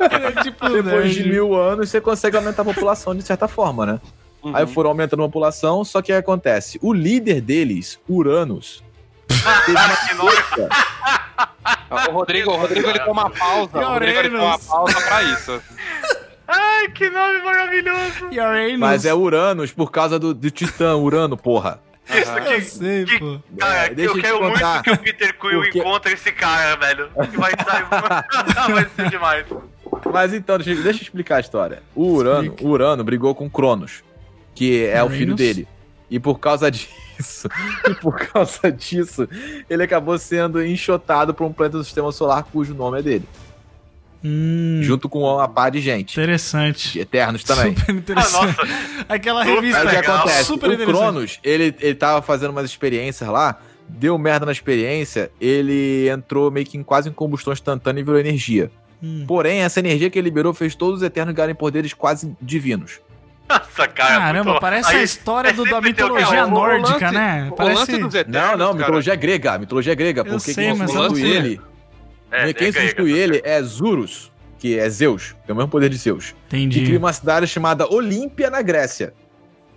<laughs> É tipo,
depois de
né,
mil anos você consegue aumentar a população de certa forma, né?
Uhum.
Uhum.
Aí foram aumentando a população, só que aí acontece, o líder deles, Uranus, teve uma
Que nome-
Ah, O Rodrigo, o Rodrigo ele deu uma pausa. O Rodrigo ele deu uma
Uranus.
pausa pra isso.
Ai, <laughs> que nome maravilhoso.
e Uranus.
mas é Uranus por causa do, do Titã Urano, porra.
Isso
Aham.
Eu
que...
sei,
que-
pô.
Cara,
É, deixa eu
Ah, eu
te
quero
contar,
muito que o Peter Quill
porque-
encontre esse cara, velho. Que vai
<laughs>
sair... <laughs> vai ser demais. Ah,
Mas então, deixa eu- deixa eu explicar a história. O Urano, o Urano brigou com Cronos, que é o
Uranus.
filho dele. E por causa <laughs> disso, e por causa disso, ele acabou sendo enxotado por um planeta do sistema solar cujo nome é dele.
Hum,
Junto com uma par de gente.
interessante.
de Eternos também.
Super
Ah,
interessante.
nossa,
Aquela
Super
revista
Aí o que
legal.
acontece?
super
o
interessante.
Cronos, ele, ele tava fazendo umas experiências lá deu merda na experiência, ele entrou meio que em quase em combustão instantânea e virou energia.
Hum.
Porém, essa energia que ele liberou fez todos os Eternos ganharem poderes quase divinos.
Nossa, cara.
Caramba,
Ah, é muito-
parece a
Aí,
história
é
do, da
sempre tem o que é
mitologia
o- o
nórdica,
lance-
né?
O
Parece.
lance dos Eternos,
Não, não,
cara,
mitologia grega, mitologia grega.
Eu
Porque
sei,
quem
mas
substitui
eu-
ele, né,
é,
quem
é grega,
substitui ele é Zurus, que é Zeus, tem o mesmo poder de Zeus. que
Entendi.
cria uma cidade chamada Olímpia na Grécia.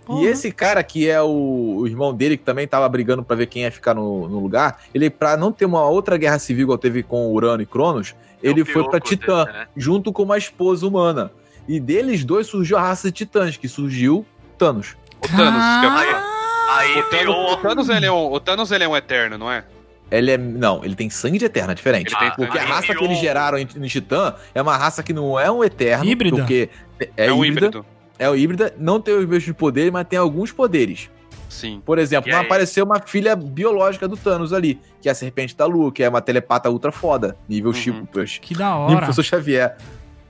Porra.
E esse cara, que é o, o irmão dele, que também tava brigando pra ver quem ia ficar no, no lugar, ele, pra não ter uma outra guerra civil igual teve com Urano e Cronos,
É o
ele foi pra
Piocos
Titã,
desse, né?
junto com uma esposa humana. E deles dois surgiu a raça de titãs, que surgiu Thanos.
O Thanos, que é o-
Aí
o Thanos, o
virou.
Thanos, ele é um, o Thanos ele é um eterno, não é?
Ele é. Não, ele tem sangue de eterno, é diferente.
Ele tem
Ah,
Porque a
aí
raça que
virou-
eles geraram em, em Titã é uma raça que não é um eterno.
Híbrida.
Porque é,
um
híbrida,
híbrido.
É o híbrida, não tem os mesmos poderes, mas tem alguns poderes.
Sim.
Por exemplo,
E
não
aí?
apareceu uma filha biológica do Thanos ali, que é a Serpente da Lua, que é uma telepata ultra foda, nível
Uhum.
Chico, Chico,
Que da
nível
hora.
tipo,
<laughs>
professor Xavier.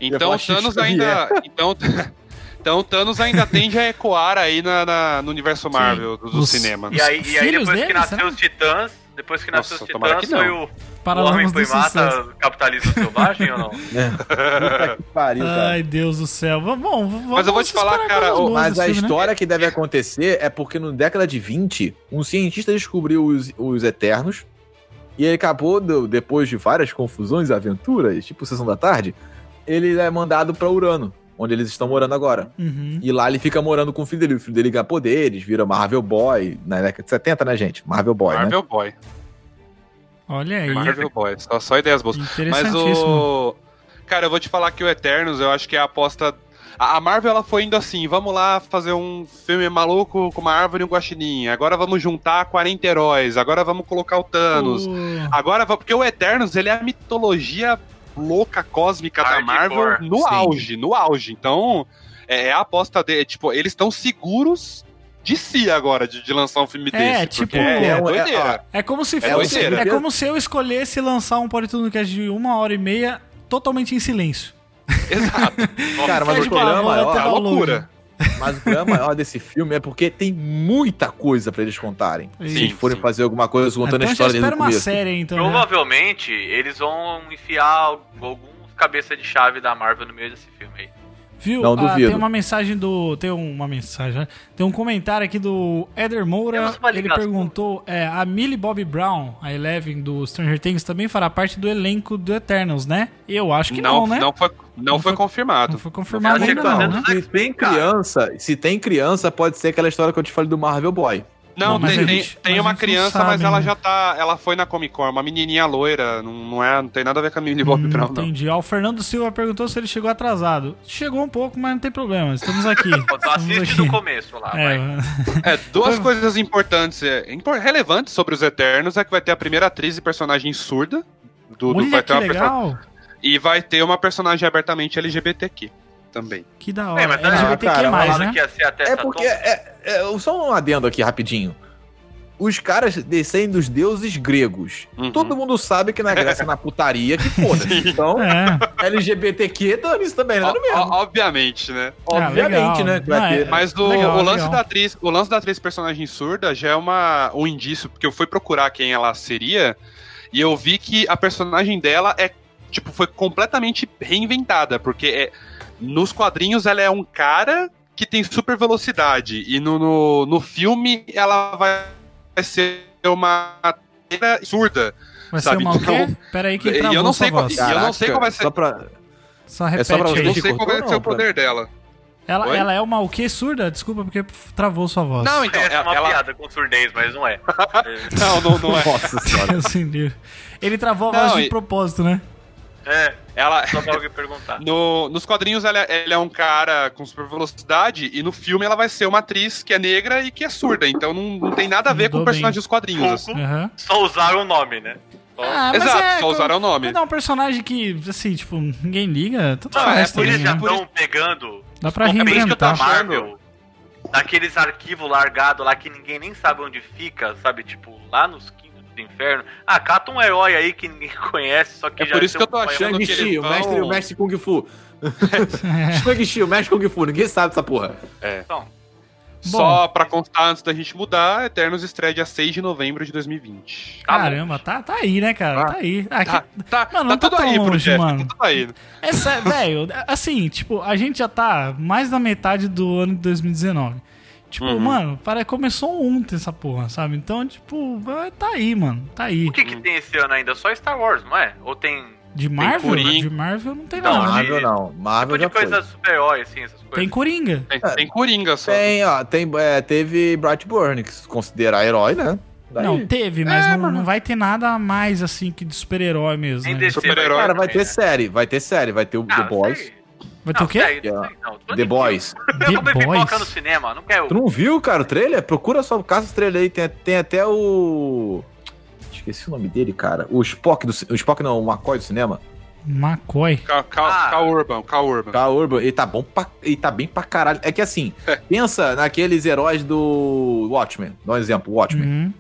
Então
falar
o Thanos
Chico
ainda. Então, <laughs> então o Thanos ainda tende a ecoar aí na, na- no universo Marvel do, do
Os-
cinema.
E aí, e aí
Filhos
depois que
dele,
nasceu
será?
os titãs, depois que nasceu
Nossa,
os
tomara
titãs,
que não.
foi o, o homem
Paralamas do
foi mata
sucesso.
o capitalismo selvagem ou não?
Puta que pariu, cara.
Ai, Deus do céu. Bom, vamos
tá Mas eu vou te falar,
esperar
cara,
coisas
o-
boas
Mas
desse
a
filme, né?
história que deve acontecer é porque na década de 20, um cientista descobriu os, os Eternos e ele acabou, do- depois de várias confusões e aventuras, tipo Sessão da Tarde, ele é mandado pra Urano, onde eles estão morando agora.
Uhum.
E lá ele fica morando com o filho dele. O filho dele ganha poderes, vira Marvel Boy. Na década de 70, né, gente? Marvel Boy, né?
Marvel Boy.
Olha aí.
Marvel Boy. Só, só ideias boas. Mas
Interessantíssimo.
o. Cara, eu vou te falar que o Eternos, eu acho que é a aposta. A a Marvel ela foi indo assim, vamos lá fazer um filme maluco com uma árvore e um guaxinim. Agora vamos juntar 40 heróis. Agora vamos colocar o Thanos.
Pô.
Agora, va- porque o Eternos, ele é a mitologia louca, cósmica da
Hardcore.
Marvel no
Sim.
auge, no auge. Então, é, é a aposta dele. Tipo, eles estão seguros de si agora, de, de lançar um filme
É,
desse.
tipo,
porque é,
é um- é-
doideira.
É como se
É
fosse.
doideira.
É como se eu escolhesse lançar um Pode Tudo no Cast de uma hora e meia totalmente em silêncio.
<laughs>
tá
Exato.
<laughs>
Cara, mas
Cast
o problema
Bavola
maior,
até
é uma
download.
loucura.
Mas o problema maior desse filme é porque tem muita coisa pra eles contarem. Se
Sim,
eles forem
sim.
fazer alguma coisa contando
então
a
já
história desde
espera
o
uma
começo.
série aí, então. né?
Provavelmente eles vão enfiar alguns cabeça de chave da Marvel no meio desse filme aí.
Viu?
Não
Ah,
duvido.
Tem uma mensagem do. Tem uma mensagem, né? Tem um comentário aqui do Eder Moura.
Temos uma
Ele
ligação.
perguntou: é, a Millie Bobby Brown, a Eleven do Stranger Things, também fará parte do elenco do Eternals, né? Eu acho que não,
Não,
né?
não foi, não foi
foi-
confirmado.
Não foi confirmado
Ela
ainda,
chegou
não,
fazendo
né?
se tem criança, se tem criança, pode ser aquela história que eu te falei do Marvel Boy.
Não,
Não,
mas
tem,
a
tem-
gente-
tem
mas a
uma
gente não
criança,
sabe né?
mas ela
ainda.
já tá. Ela foi na Comic Con, uma menininha loira, não, não é, não tem nada a ver com a Millie Bob
Hum,
Brown, não.
entendi. Ó, o Fernando Silva perguntou se ele chegou atrasado. Chegou um pouco, mas não tem problema. Estamos aqui.
Só assiste do
Estamos aqui.
começo lá,
É,
vai.
É, duas coisas importantes, é, impor- relevantes sobre os Eternos é que vai ter a primeira atriz e personagem surda. Do, do-
olha
vai ter
que
uma person-
legal.
E vai ter uma personagem abertamente LGBTQ também.
Que da
É,
hora.
mas tá na-
LGBTQ+,
cara,
mais,
Falaram
né?
que ia ser até
É
tá
porque. É, é- só um adendo aqui rapidinho. Os caras descem dos deuses gregos.
Uhum.
Todo mundo sabe que na Grécia é na putaria
<laughs>
que foda-se. Então,
É.
LGBTQ, dane isso também, não é
O-
no mesmo.
o- obviamente, né?
Obviamente,
legal.
né? que vai
Ah,
ter-
é.
Mas o,
Legal,
o lance
legal.
da atriz, o lance da atriz personagem surda já é uma, um indício, porque eu fui procurar quem ela seria e eu vi que a personagem dela é tipo foi completamente reinventada, porque é- nos quadrinhos ela é um cara que tem super velocidade e no, no, no filme ela vai ser uma negra surda.
Vai ser
Sabe,
uma o quê?
então-
Pera aí que
E eu
travou
não
sua
sei qual-
voz.
é.
e eu não sei como vai ser.
Só pra...
Só
é
repete
só pra
Eu
vocês
aí.
não
Gente,
sei qual
cortou
vai ser
não,
o poder dela.
Ela,
Oi?
ela é uma o quê? Surda? Desculpa, porque pf, travou sua voz. <laughs>
Não, então,
Parece é uma
ela-
piada com surdez, mas <laughs> não é.
<laughs> não, não, não é.
Nossa senhora.
Deus me livre. Ele travou a voz
Não,
de
e-
propósito, né?
É,
Ela,
só pra alguém perguntar.
No- nos quadrinhos ela, ela é um cara com super velocidade e no filme ela vai ser uma atriz que é negra e que é surda, então não, não tem nada a ver
Mudou
com o personagem
bem.
dos quadrinhos. assim.
Pouco,
Aham.
só usaram o nome, né? Só-
Ah, mas
Exato,
é,
só usaram o nome.
Quando é um personagem que, assim, tipo, ninguém liga, tanto
Não, é
faz
por
também,
isso que
né?
já estão pegando
Dá pra tá?
o da
<laughs> reinventar.
Marvel, daqueles arquivos largados lá que ninguém nem sabe onde fica, sabe? Tipo, lá nos quintos do inferno. Ah, cata um herói aí que ninguém <laughs> conhece, só que
É
já
por isso
tem
que eu
um
tô
pai-
achando- que
Shang-Chi,
eles
o mestre,
vão-
o mestre
É.
Kung Fu. Shang-Chi, o mestre Kung Fu. Ninguém sabe essa porra.
é. Então,
Bom.
Só pra constar antes da gente mudar, Eternos estreia dia 6 de novembro de 2020. Tá
Caramba, tá, tá aí, né, cara?
Ah.
Tá aí. Aqui-
Tá, tá,
Mano,
tá
não tá
tudo
tão
aí pro
longe,
Jeff,
mano.
tá tudo aí.
É
<laughs>
sé- velho, assim, tipo, a gente já tá mais da metade do ano de 2019. Tipo,
Uhum.
mano, para, começou ontem essa porra, sabe? Então, tipo, é, tá aí, mano. Tá aí.
O que que tem esse ano ainda? Só Star Wars, não é? Ou tem...
De Marvel?
Coringa.
de Marvel não tem
Não,
nada. né?
Marvel não. Marvel
Tipo
já
de
foi.
coisa super-herói, assim, essas coisas.
Tem Coringa.
Tem, tem Coringa só.
Tem, ó, tem, é, teve Brightburn, que se considera herói, né? Daí-
Não, teve, mas não, não vai ter nada a mais, assim, que de super-herói mesmo.
Tem
né?
DC,
Super-herói
Cara, vai
também,
ter
né?
série, vai ter série, vai ter o
Ah,
The Boys.
sei.
Vai ter
Não,
o quê?
sei,
Que é
sei, não. Tô
The
nem-
Boys.
<laughs> Eu
The
comprei pipoca
Boys?
no cinema, não quero.
Tu não viu, cara, o trailer? Procura só, caça os trailer aí, tem, tem até o... Esqueci o nome dele, cara. O Spock do... ci- O Spock não, o McCoy do cinema.
McCoy.
Cal, Cal,
Ah.
Cal Urban, Cal Urban.
Tá, Urban, ele tá bom pra... Ele tá bem pra caralho. É que assim, pensa naqueles heróis do Watchmen. Dá um exemplo, Watchmen.
Uhum.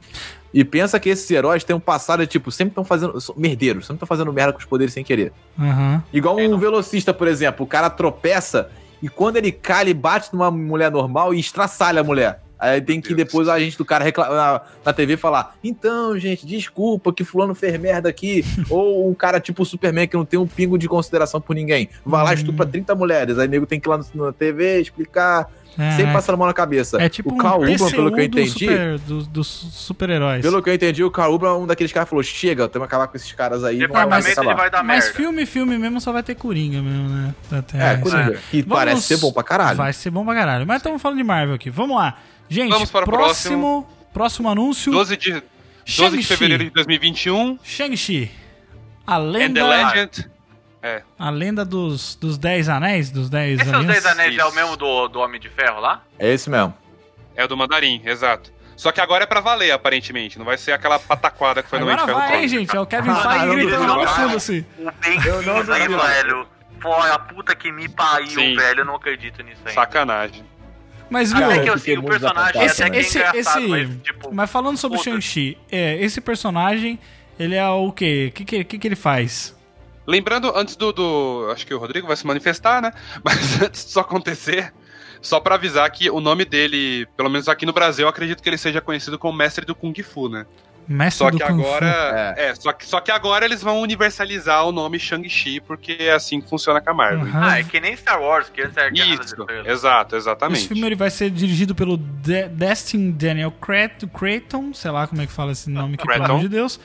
E pensa que esses heróis têm um passado, tipo, sempre estão fazendo... são Merdeiros, sempre estão fazendo merda com os poderes sem querer.
Aham.
Igual um velocista, por exemplo, o cara tropeça e quando ele cai, ele bate numa mulher normal e estraçalha a mulher. Aí tem que
Deus.
depois a gente do cara reclamar na, na TV falar: então, gente, desculpa que fulano fez merda aqui.
<laughs>
Ou um cara tipo o Superman que não tem um pingo de consideração por ninguém. Vai lá
Hum.
e estupra 30 mulheres. Aí nego tem que ir lá no- na TV explicar,
É,
sempre passando a mão na cabeça.
é tipo
o Carl
um
Urban,
TCU
pelo que eu
do
entendi.
super- do- dos super-heróis.
Pelo que eu entendi, o Carl Urban é um daqueles caras que falou: chega, temos que acabar com esses caras aí. vamos
Ah, mas-
Departamento ele
acabar."
vai dar
Mas
tá merda.
filme, filme mesmo só vai ter Coringa mesmo, né? Até
É, Coringa. Que
Vamos-
parece ser bom pra caralho.
Vai ser bom pra caralho. Mas estamos falando de Marvel aqui. Vamos lá. Gente,
Vamos para o
próximo, próximo. anúncio.
12 de, 12 de fevereiro de 2021.
Shang-Chi. A
And um, the
lenda,
Legend.
a lenda dos, dos Dez Anéis, dos Dez
Esse é os
Anéis.
10 anéis é o
Isso.
mesmo do, do Homem de Ferro lá?
É esse mesmo.
É o do Mandarim, exato. Só que agora é pra valer, aparentemente. Não vai ser aquela pataquada que foi no
Agora
Homem de Ferro
vai, hein,
três.
gente. É o Kevin
Ah,
Feige
não,
gritando lá
não,
no
não.
fundo, assim.
O Bem-vindo aí, velho. Fora, puta que me pariu,
Sim.
velho. Eu não acredito nisso aí.
Sacanagem.
Mas, viu,
Até que eu
Porque
sei, o
muda
personagem
a
é
esse,
até que é
esse,
engraçado,
esse-
mas, tipo...
mas falando sobre o
foda-se.
Shang-Chi, é, esse personagem, ele é o quê? O que, que, que, que ele faz?
Lembrando, antes do, do- Acho que o Rodrigo vai se manifestar, né? <laughs> Mas antes disso acontecer, só pra avisar que o nome dele, pelo menos aqui no Brasil, eu acredito que ele seja conhecido como Mestre do Kung Fu, né?
Mestre
Só
do
que
Kung Fu.
agora. É, só, que, só que agora eles vão universalizar o nome Shang-Chi, porque é assim que funciona com a Marvel.
Aham.
Ah, é que nem Star Wars, que antes era Guerra das
Isso,
Estrelas.
exato,
Uhum. Esse
exatamente.
filme ele vai ser dirigido pelo De- Destin Daniel Cret- Creighton, sei lá como é que fala esse nome aqui, pelo
Creighton.
amor de Deus.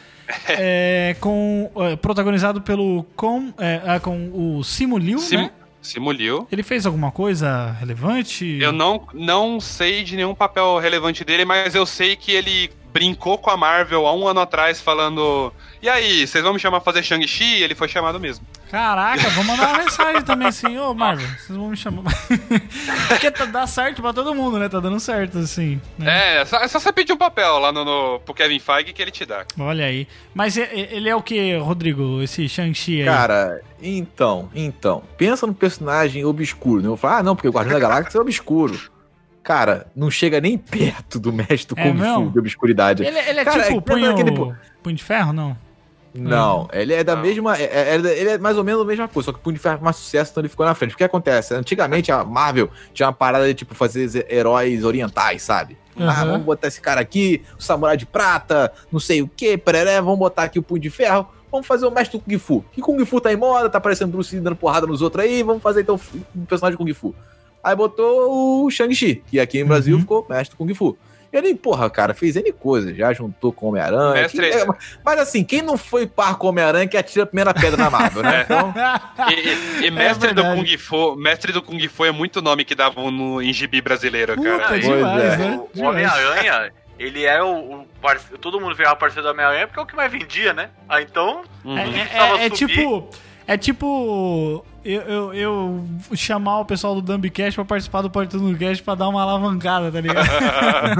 É, com, é, protagonizado pelo com, é, ah, com o Simu Liu,
Sim-
né?
Simuliu.
Ele fez alguma coisa relevante?
Eu não, não sei de nenhum papel relevante dele, mas eu sei que ele brincou com a Marvel há um ano atrás falando. E aí, vocês vão me chamar pra fazer Shang-Chi? E Ele foi chamado mesmo.
Caraca, vou mandar uma mensagem também assim, ô Marvel, vocês vão me chamar. <laughs> Porque tá, dá certo pra todo mundo, né? Tá dando certo, assim. né?
É, é só, é só você pedir um papel lá no, no- pro Kevin Feige que ele te dá.
Olha aí. Mas e- e- ele é o que, Rodrigo? Esse Shang-Chi aí?
Cara, então, então. Pensa num personagem obscuro. Né? Eu vou falar, ah, não, porque o Guardião da Galáxia é obscuro. Cara, não chega nem perto do mestre do
É
Kung
mesmo?
Fu de obscuridade.
ele, ele é
Cara,
tipo
é-
punho,
aquele pu-
punho de ferro, não? Uhum.
Não, ele é da
Não.
mesma. é- é- é da- ele é mais ou menos a mesma coisa, só que o Punho de Ferro faz mais sucesso, então ele ficou na frente. O que acontece? Antigamente a Marvel tinha uma parada de tipo fazer ze- heróis orientais, sabe? Ah,
Uhum.
vamos botar esse cara aqui, o samurai de prata, não sei o que, pereré, vamos botar aqui o punho de ferro, vamos fazer o mestre do Kung Fu. Que Kung Fu tá em moda, tá aparecendo Bruce Lee dando porrada nos outros aí, vamos fazer então um personagem de Kung Fu. Aí botou o Shang-Chi, que aqui no Brasil
Uhum.
ficou mestre do Kung Fu. Ele, porra, cara, fez N coisa, já juntou com o Homem-Aranha.
Mestre-
que- é, mas assim, quem não foi par com o Homem-Aranha que atira a primeira pedra na Marvel,
<laughs> É.
né? Então,
<laughs> E, e- e mestre do
verdade.
Kung Fu, mestre do Kung Fu é muito nome que davam no em gibi brasileiro, cara.
Puta,
de-
demais,
é.
né?
tipo, O, o Homem-Aranha, ele é o, o parce- todo mundo virava parceiro do Homem-Aranha porque é o que mais vendia, né? Ah, então,
Uhum.
É, é-
Precisava
é- é
subir.
tipo. É tipo. Eu, eu, eu chamar o pessoal do Dumbcast pra participar do Partido do Cast pra dar uma alavancada, tá
<laughs>
ligado?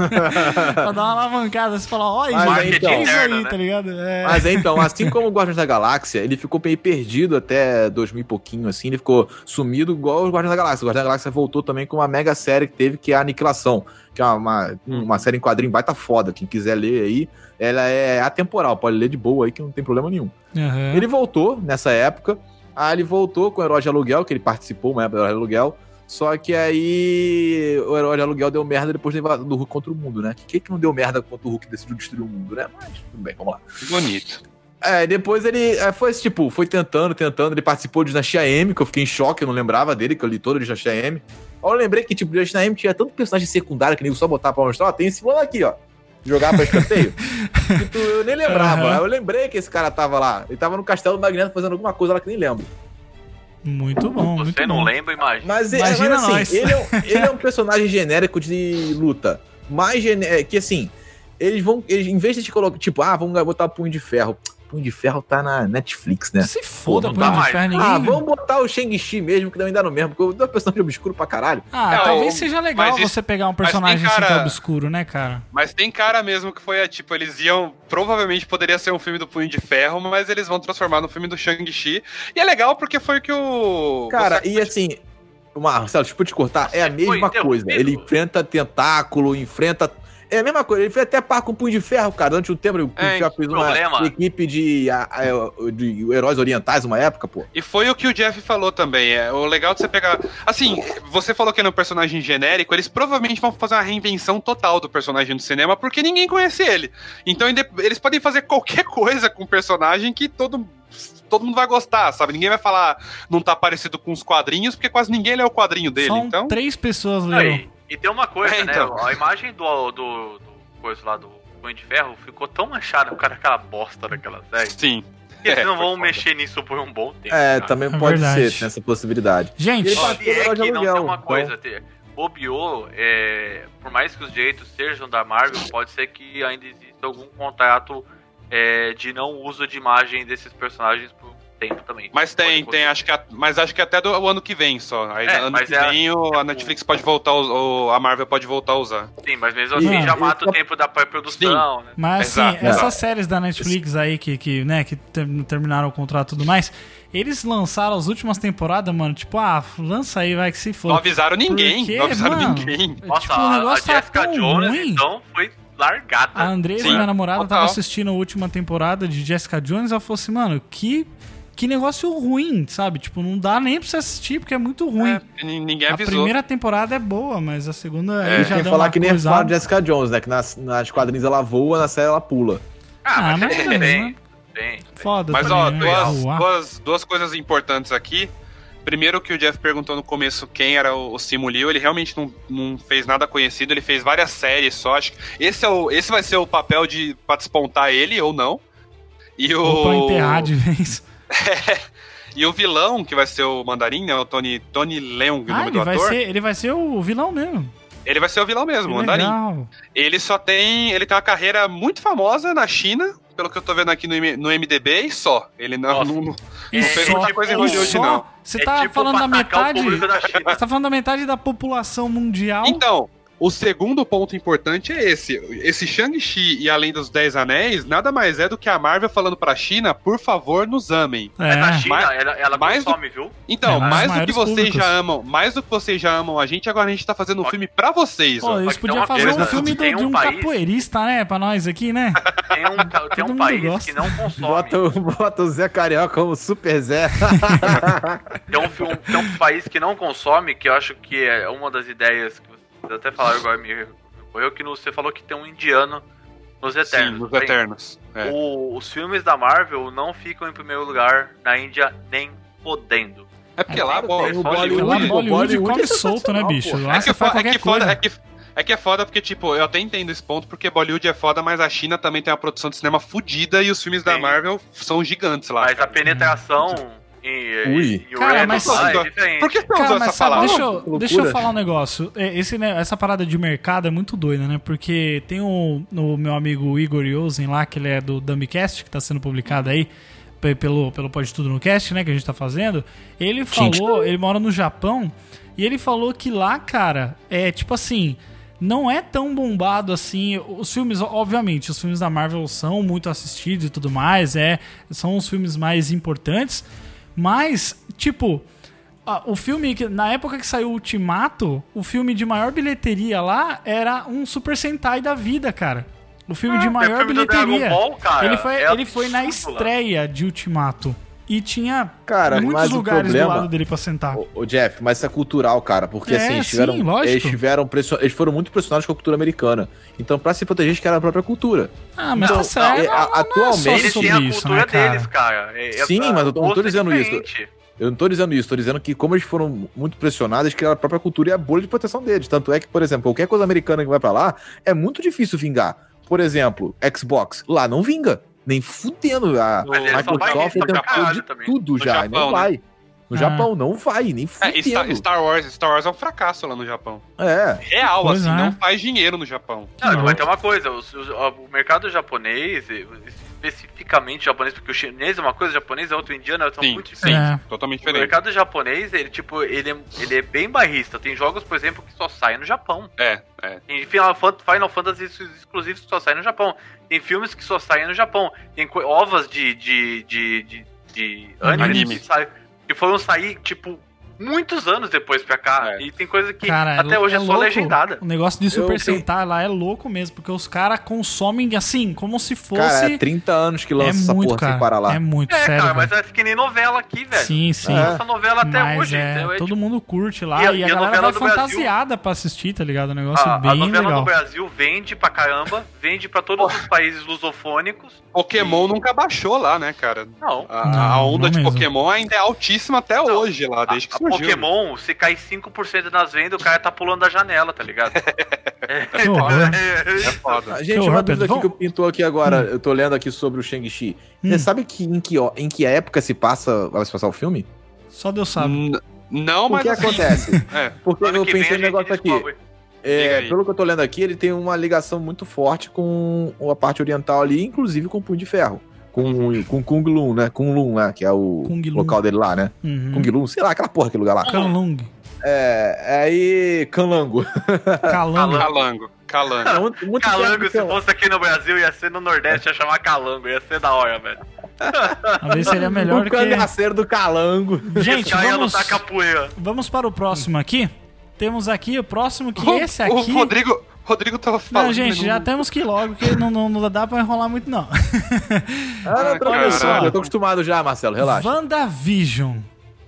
pra dar uma alavancada, você falar, ó,
Mas
gente,
então-
é isso aí,
Interna, né?
tá ligado? É.
Mas é, então, assim como o Guardiões da Galáxia, ele ficou meio perdido até 2000 e pouquinho, assim, ele ficou sumido igual o Guardiões da Galáxia. O Guardiões da Galáxia voltou também com uma mega série que teve, que é a Aniquilação, que é uma, uma série em quadrinho baita foda. Quem quiser ler aí, ela é atemporal, pode ler de boa aí que não tem problema nenhum.
Aham.
Ah, Ele voltou nessa época. Aí ele voltou com o Herói de Aluguel, que ele participou uma época né, do Herói de Aluguel. Só que aí o herói de aluguel deu merda depois da invasão do Hulk contra o mundo, né? Que que não deu merda contra o Hulk decidiu destruir o mundo, né? Mas tudo bem, vamos lá.
Bonito.
É, depois ele é, foi esse tipo, foi tentando, tentando. Ele participou de Dinastia M, que eu fiquei em choque, eu não lembrava dele, que eu li todo de Dinastia M. Aí eu lembrei que, tipo, Dinastia M tinha tanto personagem secundário que nego só botar pra mostrar, ó, tem esse fulano aqui, ó. Jogar pra
<laughs>
escanteio. Que tu- eu nem lembrava.
Aham.
Aí Eu lembrei que esse cara tava lá. Ele tava no castelo do Magneto fazendo alguma coisa lá que nem lembro.
Muito bom, muito
Você não
bom.
lembra, imagina.
Mas, é-
Imagina
mas, assim,
nós.
Ele, é
<laughs>
um, ele é um personagem genérico de luta. Mais genérico. Que assim, eles vão. Eles, em vez de te colocar, tipo, ah, vamos botar punho de ferro. Punho de ferro tá na Netflix, né?
Se foda,
Pô, não
Punho
dá
de
mais.
Ferro, ninguém...
Ah, vamos botar o Shang-Chi mesmo, que também dá no mesmo, porque eu dou um personagem obscuro pra caralho.
Ah,
É,
talvez
o-
seja legal
mas isso-
você pegar um
tem
personagem assim que é
cara-
obscuro, né, cara?
Mas tem cara mesmo que foi, é, tipo, eles iam. Provavelmente poderia ser um filme do Punho de Ferro, mas eles vão transformar no filme do Shang-Chi. E é legal porque foi o que o.
Cara,
você-
e assim, Marcelo, desculpa te cortar, é a
Você foi
mesma coisa.
interrompido.
Ele enfrenta tentáculo, enfrenta. É a mesma coisa, ele fez até par com o punho de ferro, cara. Durante um tempo, o punho
É,
de ferro fez uma
problema.
equipe de, a- a- de heróis orientais, uma época, pô.
E foi o que o Jeff falou também. É o legal de você pegar. Assim, você falou que é um personagem genérico, eles provavelmente vão fazer uma reinvenção total do personagem do cinema, porque ninguém conhece ele. Então inde- eles podem fazer qualquer <laughs> coisa com o personagem que todo. Todo mundo vai gostar, sabe? Ninguém vai falar não tá parecido com os quadrinhos, porque quase ninguém lê o quadrinho dele.
São
então,
um três pessoas leram.
Aí, e tem uma coisa,
É, então.
né? A imagem do, do, do coisa lá do Punho de Ferro ficou tão manchada por causa daquela bosta daquela série.
sim.
Que eles
É,
não
foi
vão
foda.
mexer nisso por um bom tempo.
É,
cara.
também
É
pode
verdade.
ser, tem essa possibilidade.
Gente,
Ele-
Ó,
bateu
se
no
é
herói
que
de
não tem
aluguel,
uma
então.
coisa, Tê. bobeou, é, por mais que os direitos sejam da Marvel, pode ser que ainda exista algum contrato é, de não uso de imagem desses personagens por um tempo também.
Mas tem,
Pode acontecer.
tem, acho que. a- mas acho que até do, o ano que vem só. Aí,
É,
ano
mas
que
é a-
vem o- a Netflix pode voltar, a us- o, a Marvel pode voltar a usar.
Sim, mas mesmo assim
Não,
já
eu
mata
só-
o tempo da pré-produção, né?
Mas assim,
Exato.
essas séries da Netflix aí que, que, né, que ter- terminaram o contrato e tudo mais, eles lançaram as últimas temporadas, mano, tipo, ah, lança aí, vai que se
Não
for.
avisaram ninguém,
Porque,
não avisaram
mano,
ninguém.
Nossa,
tipo, o
a- a
negócio tá
Jessica
tão
Jones,
ruim. Ah,
então, foi largada.
A Andressa,
Sim.
minha namorada, tava
Total.
assistindo a última temporada de Jessica Jones, ela falou assim, mano, que, que negócio ruim, sabe? Tipo, não dá nem pra você assistir, porque é muito ruim.
É, porque nin- ninguém
a
avisou. É.
primeira temporada é boa, mas a segunda aí
E
já
sem
deu
falar
uma
que nem é
coisada.
fala de Jessica Jones, né? Que nas, nas quadrinhas ela voa, na série ela pula.
Ah,
mas
mas
tem,
é,
tem,
né?
tem.
Foda
Mas
também,
ó, é
né?
duas,
Voar.
duas, duas coisas importantes aqui. Primeiro que o Jeff perguntou no começo quem era o, o Simu Liu, ele realmente não, não fez nada conhecido, ele fez várias séries só, acho que esse, é o, esse vai ser o papel de pra despontar ele ou não. E o,
Ou pra enterrar de vez.
e o vilão, que vai ser o Mandarim, né, o Tony, Tony Leung, o
Ah,
nome
ele
do
vai,
ator,
ser, ele vai ser o vilão mesmo.
ele vai ser o vilão mesmo, o
Que
Mandarim.
legal.
Ele só tem. Ele tem uma carreira muito famosa na China, pelo que eu tô vendo aqui no, M- no MDB, e só. Ele não,
Nossa.
não, não-
E
É, não fez
só,
muita coisa em
e
Hollywood,
só-
não.
Você
É
tá
tipo
falando
pra
da
atacar o
metade.
público da China.
Você tá falando da metade da população mundial.
Então, o segundo ponto importante é esse. Esse Shang-Chi e Além dos Dez Anéis nada mais é do que a Marvel falando pra China, por favor, nos amem.
Mas
é.
na China,
mas-
ela, ela
mas-
consome, viu?
Então,
É, um dos
mais do que
maiores
vocês
públicos.
já amam, mais do que vocês já amam a gente, agora a gente tá fazendo um filme pra vocês.
Pô,
ó.
eles
Mas
podiam
então,
fazer
eles
um
não-
filme do-
tem
de
um
um
país-
capoeirista, né? Pra nós aqui, né?
Tem um, ca- tem um
mundo
país
gosta.
que não consome.
Bota, o- <laughs> bota o Zé Carioca como Super Zé.
Tem um, fi- um- tem um país que não consome, que eu acho que é uma das ideias que vocês até falaram agora, me me ocorreu, que no- você falou que tem um indiano nos Eternos.
Sim, os
não tem?
Eternos. É.
O- os filmes da Marvel não ficam em primeiro lugar na Índia nem podendo.
É porque lá,
tem
pô,
o
Porque Lá
Bollywood,
Bollywood, come
é
solto, né,
sensacional,
bicho?
pô.
Lá
É que,
você
é
faz
foda, é,
qualquer
que foda,
coisa.
é, que, é que é foda porque, tipo, eu até entendo esse ponto, porque Bollywood é foda, mas a China também tem uma produção de cinema fodida e os filmes da
Sim.
Marvel são gigantes lá.
Mas a
cara.
penetração em,
Hum. Ui.
em, em
Cara,
Urano
mas-
lá é
Por
diferente.
Por que você
Cara,
usou
mas
essa
sabe,
palavra?
deixa
Que
eu,
loucura.
deixa eu falar um negócio. É, Esse, ne- essa parada de mercado é muito doida, né? Porque tem o, o meu amigo Igor Yosen lá, que ele é do Dumbcast, que tá sendo publicado aí pe- pelo, pelo Pode Tudo no Cast, né? Que a gente tá fazendo. Ele falou, ele mora no Japão, e ele falou que lá, cara, é tipo assim. Não é tão bombado assim. Os filmes, obviamente, os filmes da Marvel são muito assistidos e tudo mais, é, são os filmes mais importantes. Mas, tipo, ah, o filme, que, na época que saiu Ultimato, o filme de maior bilheteria lá era um Super Sentai da vida, cara. O filme de
é o
maior
filme do
bilheteria.
Dragon Ball, cara.
Ele foi,
É
ele foi na
absurdo,
estreia de Ultimato. E tinha
Cara,
muitos
mas
lugares
o problema...
do lado dele pra sentar.
Ô, ô, Jeff, mas isso é cultural, cara, porque
É,
assim, eles
sim,
tiveram,
lógico.
eles tiveram pressio- eles foram muito pressionados com a cultura americana. Então, pra se proteger, eles criaram a própria cultura.
Ah, mas
Não,
tá certo.
é,
não,
a-
não é
atualmente-
só
Eles
sobre
têm a
isso,
cultura
né, cara?
deles, cara. É- é-
Sim, mas eu tô- eu não tô
gosto é
dizendo isso.
diferente.
Eu não tô dizendo isso, tô dizendo que como eles foram muito pressionados, eles criaram a própria cultura e a bolha de proteção deles. Tanto é que, por exemplo, qualquer coisa americana que vai pra lá, é muito difícil vingar. Por exemplo, Xbox, lá não vinga. Nem fudendo. A
Mas eles só vai-
Microsoft
eles só pra
tentou de
caralho também.
tudo
No
já, e
Japão,
não
né?
vai. No
Ah.
Japão não vai, nem fudendo.
É, Star, Star Wars, Star Wars é um fracasso lá no Japão.
É.
Real,
Pois
assim,
é.
não faz dinheiro no Japão.
Não, então,
Não.
vai ter uma coisa, os- os- ó, o, mercado japonês, e- especificamente japonês, porque o chinês é uma coisa, o japonês é outro, o indiano é outro, são
Sim,
muito
sim,
diferentes.
É.
totalmente
O
diferente.
mercado japonês, ele tipo, ele é, ele é bem barrista. Tem jogos, por exemplo, que só saem no Japão.
É, é.
Tem Final, Fan- Final Fantasy ex- exclusivos que só saem no Japão. Tem filmes que só saem no Japão. Tem co- ovas de de de, de, de
Uhum.
animes
Anime.
que, sa- que foram sair tipo muitos anos depois pra cá.
É.
E tem coisa que
Cara,
até hoje é, só
louco.
legendada.
O negócio de Super
Eu-
Sentai lá é louco mesmo, porque os caras consomem assim, como se fosse.
Cara, é 30 anos que lança
é
essa
muito,
porra
cara.
sem parar lá.
É muito,
É,
sério.
cara, mas
velho.
é que nem novela aqui, velho.
Sim, sim.
É.
Essa novela até
Mas
hoje.
é,
então, é,
todo
tipo,
mundo curte lá
E a-
e, a,
e a
galera vai
novela do Brasil? Ah,
fantasiada pra assistir, tá ligado? É um negócio
a, a
bem
novela
legal.
do Brasil vende pra caramba, vende pra todos os países lusofônicos.
Pokémon nunca baixou lá, né, cara?
Não.
A,
Não,
a onda
não
de
mesmo.
Pokémon ainda é altíssima até hoje lá,
Ah,
desde que
a, a
surgiu.
Pokémon, se cai 5% nas vendas, o cara tá pulando da janela, tá
<laughs>
ligado?
Que horror.
É foda.
Ah,
Que
Gente,
horror,
uma
Pedro.
dúvida aqui que eu
Vamos-
pintou aqui agora, eu tô lendo aqui sobre o Shang-Chi.
Hum.
Você sabe que em, que ó- em que época se passa, vai se passar o filme?
Só Deus sabe.
N- Não,
o
mas
que
<laughs>
assim,
acontece?
é.
Porque
Ano
eu
que vem a
pensei
gente
no negócio aqui.
descobre.
É,
Diga aí.
pelo que eu tô lendo aqui, ele tem uma ligação muito forte com a parte oriental ali, inclusive com o Punho de Ferro. Com, com Kung Lun, né? Kung Lun, né? Que é o
Kung Lun.
local dele lá, né?
Uhum.
Kung Lun, sei lá, aquela porra, aquele lugar lá.
Kalung.
É, aí... Canlango.
Kalanga.
Calango, calango.
<laughs> muito, muito
Calango,
perto,
se
sei lá.
fosse aqui no Brasil, ia ser no Nordeste, ia chamar Calango, ia ser da hora, velho.
Talvez seria melhor
<laughs> O é
que.
cangaceiro do Calango.
Gente,
Esse cara ia
vamos,
lutar capoeira.
vamos para o próximo aqui. Temos aqui o próximo, <laughs> que
O-
esse aqui.
O Rodrigo, Rodrigo tava falando.
Não, gente,
né,
já
no-
temos que ir logo, que não, não, não dá pra enrolar muito, não.
Ah,
Ah,
não,
olha
olha
só.
Eu tô acostumado já, Marcelo, <laughs> relaxa.
WandaVision.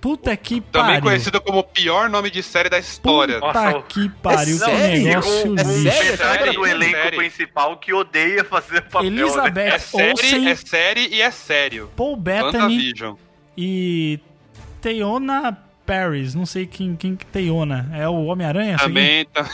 Puta que
Também
pariu.
conhecido como o pior nome de série da história.
Puta
Nossa,
que pariu, que
sério?
negócio
um,
É
lixo.
sério?
metade do
Sério?
elenco
Sério?
principal que odeia fazer o papel. né?
Elizabeth
É
Olsen,
série, é série e é sério.
Paul Bettany
WandaVision.
e Teona Paris. Não sei quem, quem que Teona. É o Homem-Aranha? essa aqui?
Também, tá-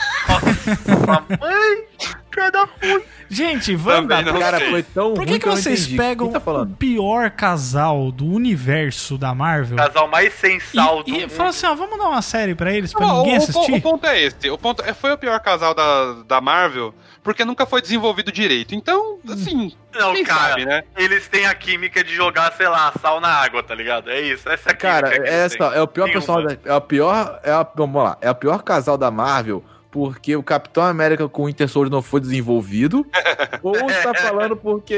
Nossa, mãe, cada puta.
Gente, Wanda,
Também não.
por,
Cara,
sei.
foi tão
por
ruim
que, que
eu não
vocês
entendi.
pegam
Quem tá
o
falando?
pior casal do universo da Marvel
Casal mais sem sal do
e, e
mundo.
falam assim, ó, vamos dar uma série pra eles, pra
Não,
ninguém
o, pon- o
assistir?
ponto é esse. O ponto é, foi o pior casal da, da Marvel porque nunca foi desenvolvido direito. Então, assim,
Não,
quem
cara.
sabe, né?
Eles têm a química de jogar, sei lá, sal na água, tá ligado? É isso, essa é a química.
Cara,
que eles
essa
têm.
é o pior
Nenhuma.
pessoal da, é o pior, é a, vamos lá, é o pior casal da Marvel, porque o Capitão América com o Winter Soldier não
<laughs>
foi desenvolvido, ou você tá falando porque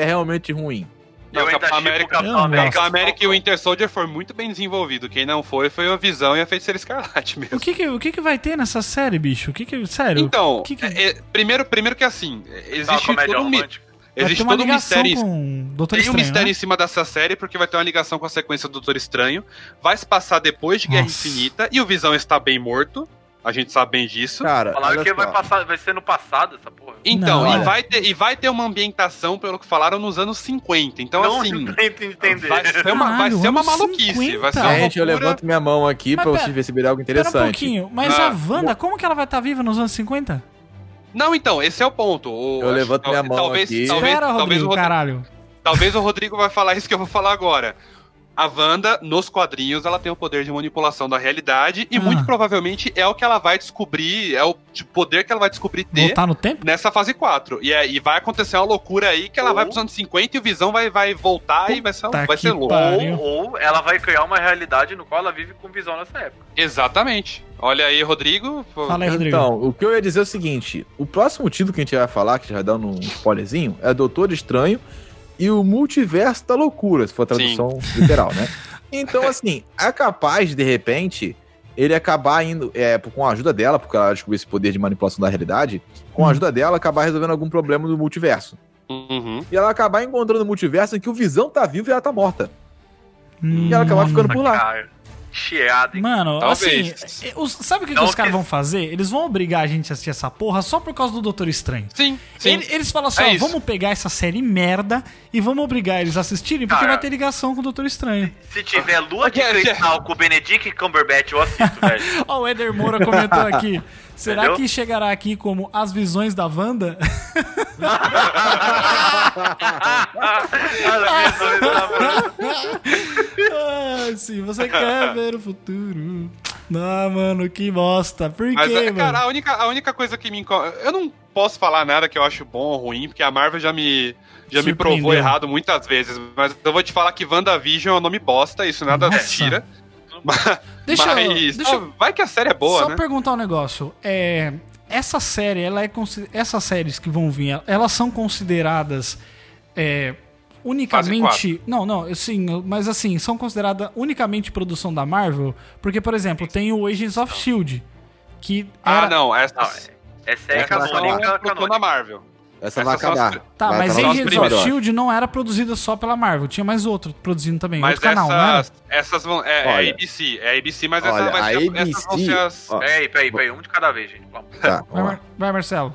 é realmente ruim?
Não,
Eu ainda
Capitão
chipo
América-
o Capitão
Eu não
América.
gosto.
Capitão América e o Winter Soldier foi muito bem desenvolvido. Quem não foi foi a Visão e a Feiticeira Escarlate mesmo.
O que que, o que que vai ter nessa série, bicho? O que que, sério?
Então,
que que-
é- é- primeiro, primeiro que assim,
Tá, uma
existe
comédia
todo um, mi-
romântica.
Vai
existe
ter uma
todo um
ligação
mistério. em-
com o Doutor
Tem um
Estranho,
mistério
né?
em cima dessa série, porque vai ter uma ligação com a sequência do Doutor Estranho. Vai se passar depois de Guerra
Nossa.
Infinita e o Visão está bem morto. A gente sabe bem disso.
Cara,
Falaram
olha
que
só.
vai, passar, vai ser no passado essa porra.
Então,
Não,
e,
olha.
vai ter, e vai ter uma ambientação, pelo que falaram, nos anos 50.
<laughs>
Então,
não
assim.
tento entender.
Vai ser uma, vai
Caralho,
ser uma
anos
maluquice. Vai
50.
ser uma
Gente, eu
loucura.
levanto minha mão aqui
Mas
pra
pera-
vocês perceberem algo
Pera um
interessante.
pouquinho, mas
Ah.
a Wanda, como que ela vai estar viva nos anos 50?
Não, então, esse é o ponto. O-
Eu levanto
tal-
minha mão
talvez,
aqui.
Talvez,
Espera,
talvez,
Rodrigo,
o Rodrigo,
caralho.
talvez o Rodrigo vai falar isso que eu vou falar agora. A Wanda, nos quadrinhos, ela tem o poder de manipulação da realidade e
Ah.
muito provavelmente é o que ela vai descobrir, é o tipo, poder que ela vai descobrir ter
Voltar no tempo?
nessa fase 4. E, aí vai acontecer uma loucura aí que ela vai pros anos 50 e o Visão vai, vai voltar e vai ser,
Puta
vai ser
que
louco.
pariu.
<laughs> Ou, ou ela vai criar uma realidade no qual ela vive com visão nessa época.
Exatamente. Olha aí, Rodrigo.
Fala aí, Rodrigo.
Então, o que eu ia dizer é o seguinte: o próximo título que a gente vai falar, que já dá um spoilerzinho, é Doutor Estranho e o Multiverso da Loucura, se for a tradução literal, né? Então, assim, é capaz, de repente, ele acabar indo, é, com a ajuda dela, porque ela descobriu esse poder de manipulação da realidade,
Hum.
com a ajuda dela, acabar resolvendo algum problema do multiverso.
Uhum.
E ela acabar encontrando o multiverso em que o Visão tá vivo e ela tá morta. E ela
Hum.
acabava ficando por lá.
Cara, chiado, hein?
Mano,
Talvez.
assim, os- sabe o que, que
Não
os caras
que-
vão fazer? Eles vão obrigar a gente a assistir essa porra só por causa do Doutor Estranho.
Sim, sim.
Ele- Eles falam assim,
É
ó,
isso.
vamos pegar essa série merda e vamos obrigar eles a assistirem, porque
Cara.
vai ter ligação com o Doutor Estranho.
Se tiver lua de
Ok, ok.
cristal com o Benedict Cumberbatch, eu assisto,
<laughs>
velho.
<laughs> Ó, o Eder Moura comentou aqui. Será
Entendeu?
que chegará aqui como As Visões da Wanda? <laughs>
Cara, Ah, minha dúvida tá boa.
ah, sim, você quer ver o futuro. Não, mano, que bosta. Por
Mas,
quê,
é,
mano?
cara, a única, a única coisa que me incomoda. Eu não posso falar nada que eu acho bom ou ruim, porque a Marvel já me, já me
Surpreendeu.
provou errado muitas vezes. Mas eu vou te falar que WandaVision é um nome bosta, isso nada
Nossa.
tira.
Deixa eu-
mas
deixa eu-
pô, vai que a série é boa,
Só
né?
perguntar um negócio. É, essa série, ela é consi- essas séries que vão vir, elas são consideradas é, unicamente. Não, não, sim, mas assim, são consideradas unicamente produção da Marvel? Porque, por exemplo, tem o Agents of Shield. Que era...
Ah, não, essa,
Não, Essa é
essa só é
canônica,
produção da
canônica.
Marvel.
Essa,
Essas
vai
são as
acabar.
pri-
Tá,
vai
mas
as
acabar os
Agents of
primeiros.
Shield não era produzida só pela Marvel, tinha mais outro produzindo também,
Mas
outro canal, não era?
essas, essas vão. É, é
Olha.
ABC, é ABC, mas
Olha,
essa vai
a
ser, essas vão ser
ABC.
as.
ó,
Peraí, peraí, peraí. Um de cada vez, gente. Vamos.
tá, vamos
Vai,
lá.
Mar- vai, Marcelo.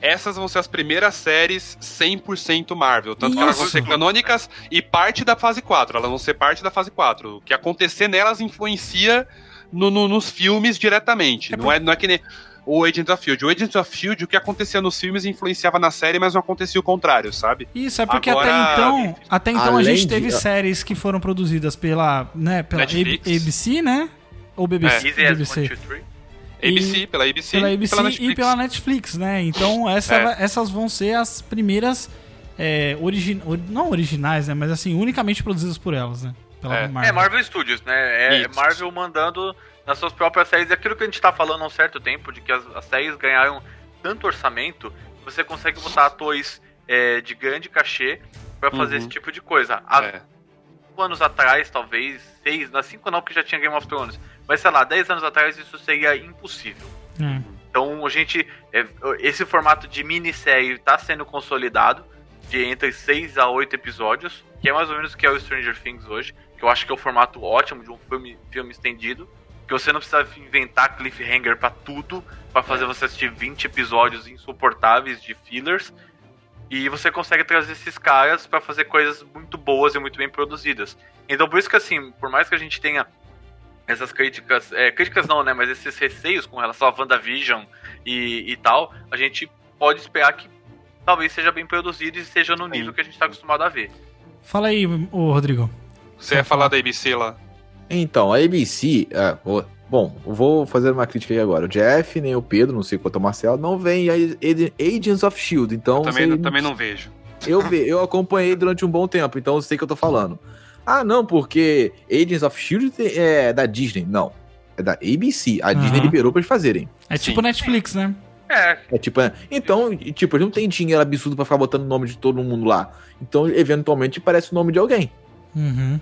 Essas vão ser as primeiras séries 100% Marvel. Tanto que elas vão
Isso.
ser canônicas e parte da fase 4. Elas vão ser parte da fase 4. O que acontecer nelas influencia no- no- nos filmes diretamente. não, é, não é que nem o Agents of Field. O Agents of Field, o que acontecia nos filmes influenciava na série, mas não acontecia o contrário, sabe?
Isso, é porque até
Agora,
então, até então a
além
gente teve
de-
séries que foram produzidas pela, né, pela
Netflix. É,
A- ABC, né? Ou BBC,
Easy as
BBC.
1, 2, 3.
E-
ABC, pela ABC,
pela ABC
Netflix.
e pela Netflix, né? Então essa
É.
va- essas vão ser as primeiras é, origi- ori- não originais, né? Mas assim, unicamente produzidas por elas, né? Pela
É.
É Marvel Studios, né? É
Isso.
Marvel mandando nas suas próprias séries. É Aquilo que a gente tá falando há um certo tempo, de que as, as séries ganharam tanto orçamento, você consegue botar atores é, de grande cachê pra fazer
Uhum.
esse tipo de coisa. Há
É.
cinco anos atrás, talvez, seis, na cinco não, porque já tinha Game of Thrones. Mas sei lá, 10 anos atrás isso seria impossível.
É.
Então a gente. é, Esse formato de minissérie tá sendo consolidado, de entre 6 a 8 episódios, que é mais ou menos o que é o Stranger Things hoje, que eu acho que é o formato ótimo de um filme, filme estendido, que você não precisa inventar cliffhanger pra tudo, pra fazer você assistir 20 episódios insuportáveis de fillers. E você consegue trazer esses caras pra fazer coisas muito boas e muito bem produzidas. Então por isso que assim, por mais que a gente tenha essas críticas, é, críticas não, né, mas esses receios com relação a WandaVision e, e tal, a gente pode esperar que talvez seja bem produzido e seja no nível que a gente tá acostumado a ver.
Fala aí, ô Rodrigo.
Você ia falar da ABC lá.
Então, a ABC. é, o- bom, eu vou fazer uma crítica aí agora. O Jeff, nem o Pedro, não sei quanto o Marcelo, não vem a Ag- Agents of Shield. Então,
Também,
você-
não- também não vejo.
Eu, vi, eu acompanhei durante um bom tempo, então eu sei o que eu tô falando. Ah, não, porque Agents of Shield é da Disney. Não. É da ABC. A
Aham.
Disney liberou pra eles fazerem.
É
Sim.
tipo Netflix, né?
É,
É tipo, é- então, e, tipo, eles não têm dinheiro absurdo pra ficar botando o nome de todo mundo lá. Então, eventualmente, parece o nome de alguém.
Uhum.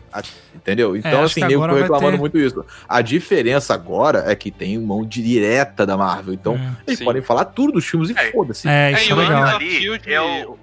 Entendeu?
acho
Então, assim,
que
eu
agora
tô
vai
reclamando
ter-
muito isso. A diferença agora é que tem mão direta da Marvel. Então,
é.
eles
Sim.
podem falar tudo dos filmes e
É.
foda-se.
É,
É,
isso
e
é
o Agents
legal.
of
Ali,
Shield.
é
<laughs>
o-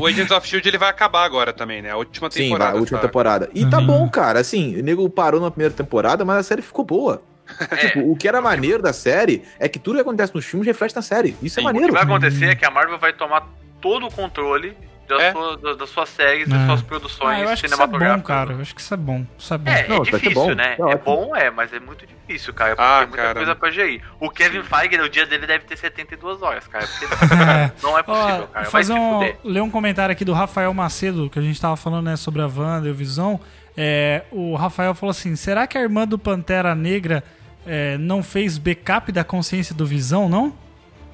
O Agents of Shield ele vai acabar agora também, né? A última
Sim, vai,
temporada.
a última
sabe?
temporada. E tá
Uhum.
bom, cara. Assim, o nego parou na primeira temporada, mas a série ficou boa.
é,
Tipo, o que era maneiro da série é que tudo que acontece nos filmes reflete na série. Isso é
Sim.
o que
maneiro.
vai acontecer é que a Marvel vai tomar todo o controle das,
É.
suas, da- das suas séries, das
É.
suas
Ah,
produções
eu acho que isso é bom,
cinematográficas. né?
cara. Eu acho que isso é bom. Isso é bom.
É,
Não,
é
tá que é
difícil,
bom.
né?
Tá
é
ótimo.
bom, é, mas é muito difícil, cara. Porque
Ah,
tem muita
cara.
coisa pra gerir. O Kevin Feige, o dia dele deve ter 72 horas, cara.
<laughs>
Porque
É.
não é possível,
Ó,
cara. Vai
fazer
se
um,
fuder.
ler um comentário aqui do Rafael Macedo, que a gente tava falando né, sobre a Wanda e o Visão. É, o Rafael falou assim: será que a irmã do Pantera Negra é, não fez backup da consciência do Visão, não?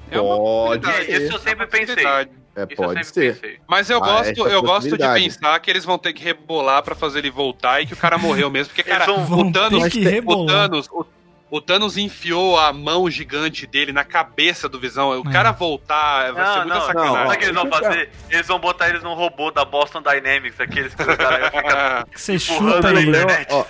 É uma
Pode
possibilidade,
ser.
isso eu sempre
É uma possibilidade.
pensei.
É,
Isso eu
pode
sempre
ser.
pensei.
Mas eu
Ah,
gosto,
essa é a
eu gosto de
possibilidade.
pensar que eles vão ter que rebolar pra fazer ele voltar e que o cara morreu mesmo,
<laughs>
porque cara,
Eles
vão
o Thanos,
ter que
o
rebolar.
Thanos, o, o Thanos enfiou a mão gigante dele na cabeça do Visão. O
É.
cara voltar vai ser
Não,
muita
não,
sacanagem.
sabe
ó,
o que eles vão
deixa eu-
fazer? Eles vão botar eles num robô da Boston
<laughs>
Dynamics, aqueles que os caras ficam
Que você
Empurrando
chuta
ele,
ele.
né?
Ó,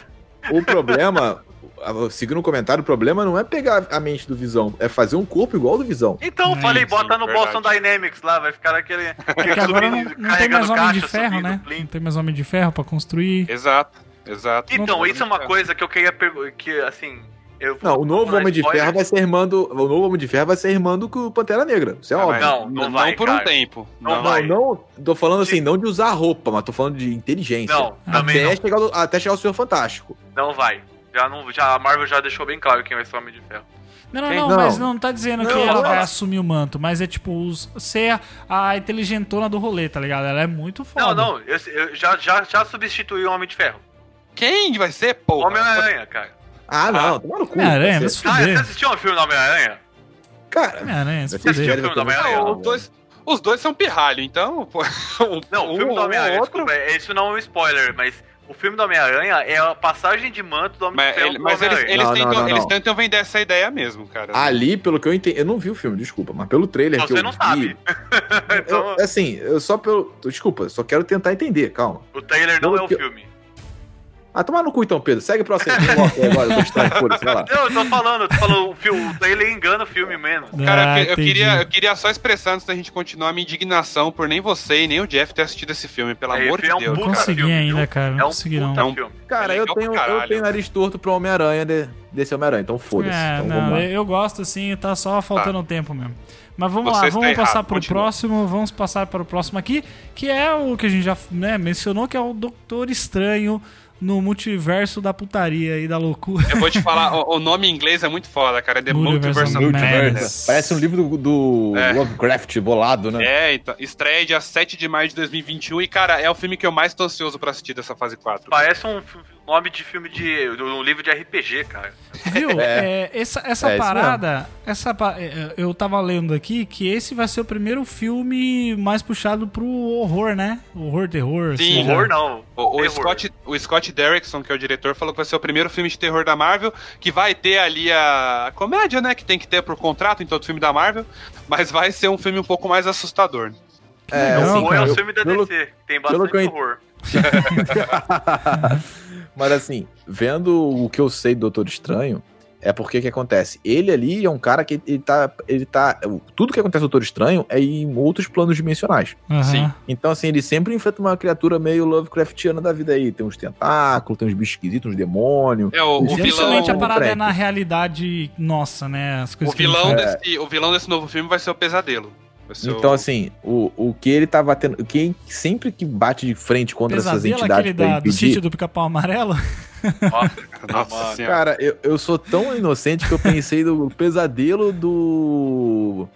ó, o problema. ah, seguindo o comentário, o problema não é pegar a mente do Visão, é fazer um corpo igual ao do Visão.
Então,
É,
falei,
sim,
bota no
verdade.
Boston Dynamics lá, vai ficar aquele.
Porque É agora não, não tem mais
carregando
homem de
caixa,
ferro,
subindo,
né?
plim.
Não tem mais homem de ferro pra construir.
Exato, exato.
Então, isso é uma
É.
coisa que eu queria perguntar. Que, assim. Eu
Não, o novo
vou dar
Homem de
spoiler.
Ferro vai ser irmão do. O novo Homem de Ferro vai ser irmão do que o Pantera Negra. Isso é
Ah, mas
óbvio.
não, não vai,
por um
cara.
tempo.
Não
Não,
vai.
Não, não, tô falando assim, não de usar roupa, mas tô falando de inteligência.
Não, também
Até
não,
chegar, ao- até chegar ao Senhor Fantástico.
não vai. Já não, já, a Marvel já deixou bem claro quem vai ser o Homem de Ferro.
Não, não,
Quem?
não,
É, Não.
mas não tá dizendo que
Não,
ela
não.
vai assumir o manto, mas é tipo os- ser a, a inteligentona do rolê, tá ligado? Ela é muito foda.
Não, não, eu, eu já, já, já substituí o Homem de Ferro.
Quem vai ser, porra?
Homem-Aranha, cara.
Ah, não, toma no cu.
Homem-Aranha,
vai
vai
ser-
se
Ah, você
fuder.
assistiu um filme do Homem-Aranha?
Cara,
Homem-Aranha, se
Vocês
fuder.
querem-
Assistiu o filme do Homem-Aranha?
Não, os dois... Os dois são pirralho, então. <laughs> pô, um-
Não, o filme
um
do
ou
Homem-Aranha,
outro.
desculpa, é- isso não é um spoiler, mas o filme do Homem-Aranha é a passagem de manto do Homem
Mas,
de Ferro
ele-
pro
mas eles,
Homem-Aranha.
eles
Não, não,
tentam,
não, Ah,
eles
não.
tentam vender essa ideia mesmo, cara.
ali, pelo que eu entendi. Eu não vi o filme, desculpa, mas pelo trailer que
Você
eu
não
vi-
sabe. <laughs>
eu-
então,
assim, eu só pelo. Desculpa, só quero tentar entender, calma.
o trailer não é o
Porque-
filme.
Ah, tomar no cu então, Pedro. Segue
<laughs>
o próximo. Vamos lá, até agora, eu tô estranho, foda-se, vai um lá.
Não, eu tô falando, eu tô falando, o, filme, o trailer engana o filme menos.
é um Cara,
Ah,
eu, que- eu
entendi.
queria, eu queria só expressar antes da gente continuar a minha indignação por nem você e nem o Jeff ter assistido esse filme, pelo
É,
amor de
é um
Deus.
Não
puta
consegui
filme,
ainda,
viu?
cara. Não
é um
consegui, não.
puta
Não.
filme.
Cara,
É
eu
legal
tenho,
pra
eu
caralho.
tenho nariz torto pro Homem-Aranha de- desse Homem-Aranha, então foda-se.
É,
então,
não,
vamos lá.
eu eu gosto assim, tá só faltando tempo mesmo. Mas vamos
Você
lá,
está
vamos
errado,
passar pro
continua.
próximo, vamos passar para o próximo aqui, que é o que a gente já né, mencionou, que é o Doutor Estranho no multiverso da putaria e da loucura.
Eu vou te falar, o, o nome em inglês é muito foda, cara. É The
Multiverse
Multiverse of
of Madness.
Madness.
Mas-
Parece um livro do, do
É.
Lovecraft bolado, né?
É, então, estreia dia 7 de maio de 2021 e, cara, é o filme que eu mais tô ansioso pra assistir dessa fase 4.
Parece um f- nome de filme de. de um livro de RPG, cara.
Viu? É, essa essa
<laughs> É, isso
parada, essa pa- é, eu tava lendo aqui que esse vai ser o primeiro filme mais puxado pro horror, né? Horror, terror.
Sim,
seja-
Horror não.
O, o
terror.
Scott, o Scott Derrickson, que é o diretor, falou que vai ser o primeiro filme de terror da Marvel, que vai ter ali a, a comédia, né, que tem que ter por contrato em todo filme da Marvel, mas vai ser um filme um pouco mais assustador.
Que
É,
legal,
assim,
Ou é
cara.
o
eu-
filme da
pelo-
DC, que tem
pelo
bastante
que eu en-
horror.
Mas assim, vendo o que eu sei do Doutor Estranho, é porque que acontece? Ele ali é um cara que ele tá. Ele tá tudo que acontece no Doutor Estranho é em outros planos dimensionais.
Aham.
Sim.
Então, assim, ele sempre enfrenta uma criatura meio Lovecraftiana da vida aí. Tem uns tentáculos, tem uns bichos esquisitos, uns demônios.
É, o, o vilão,
Dificilmente a parada é
Frank.
na realidade nossa, né? As
o
coisas que a gente
vilão,
faz.
desse, o vilão desse novo filme vai ser o Pesadelo. Vai ser o-
Então, assim, o, o que ele tava tendo. Quem sempre que bate de frente contra essas
Pesadelo é aquele
entidades pra
da, do
impedir-
sítio do pica-pau
<laughs>
amarelo?
Nossa senhora.
Cara, eu, eu sou tão inocente que eu pensei no <laughs> pesadelo do.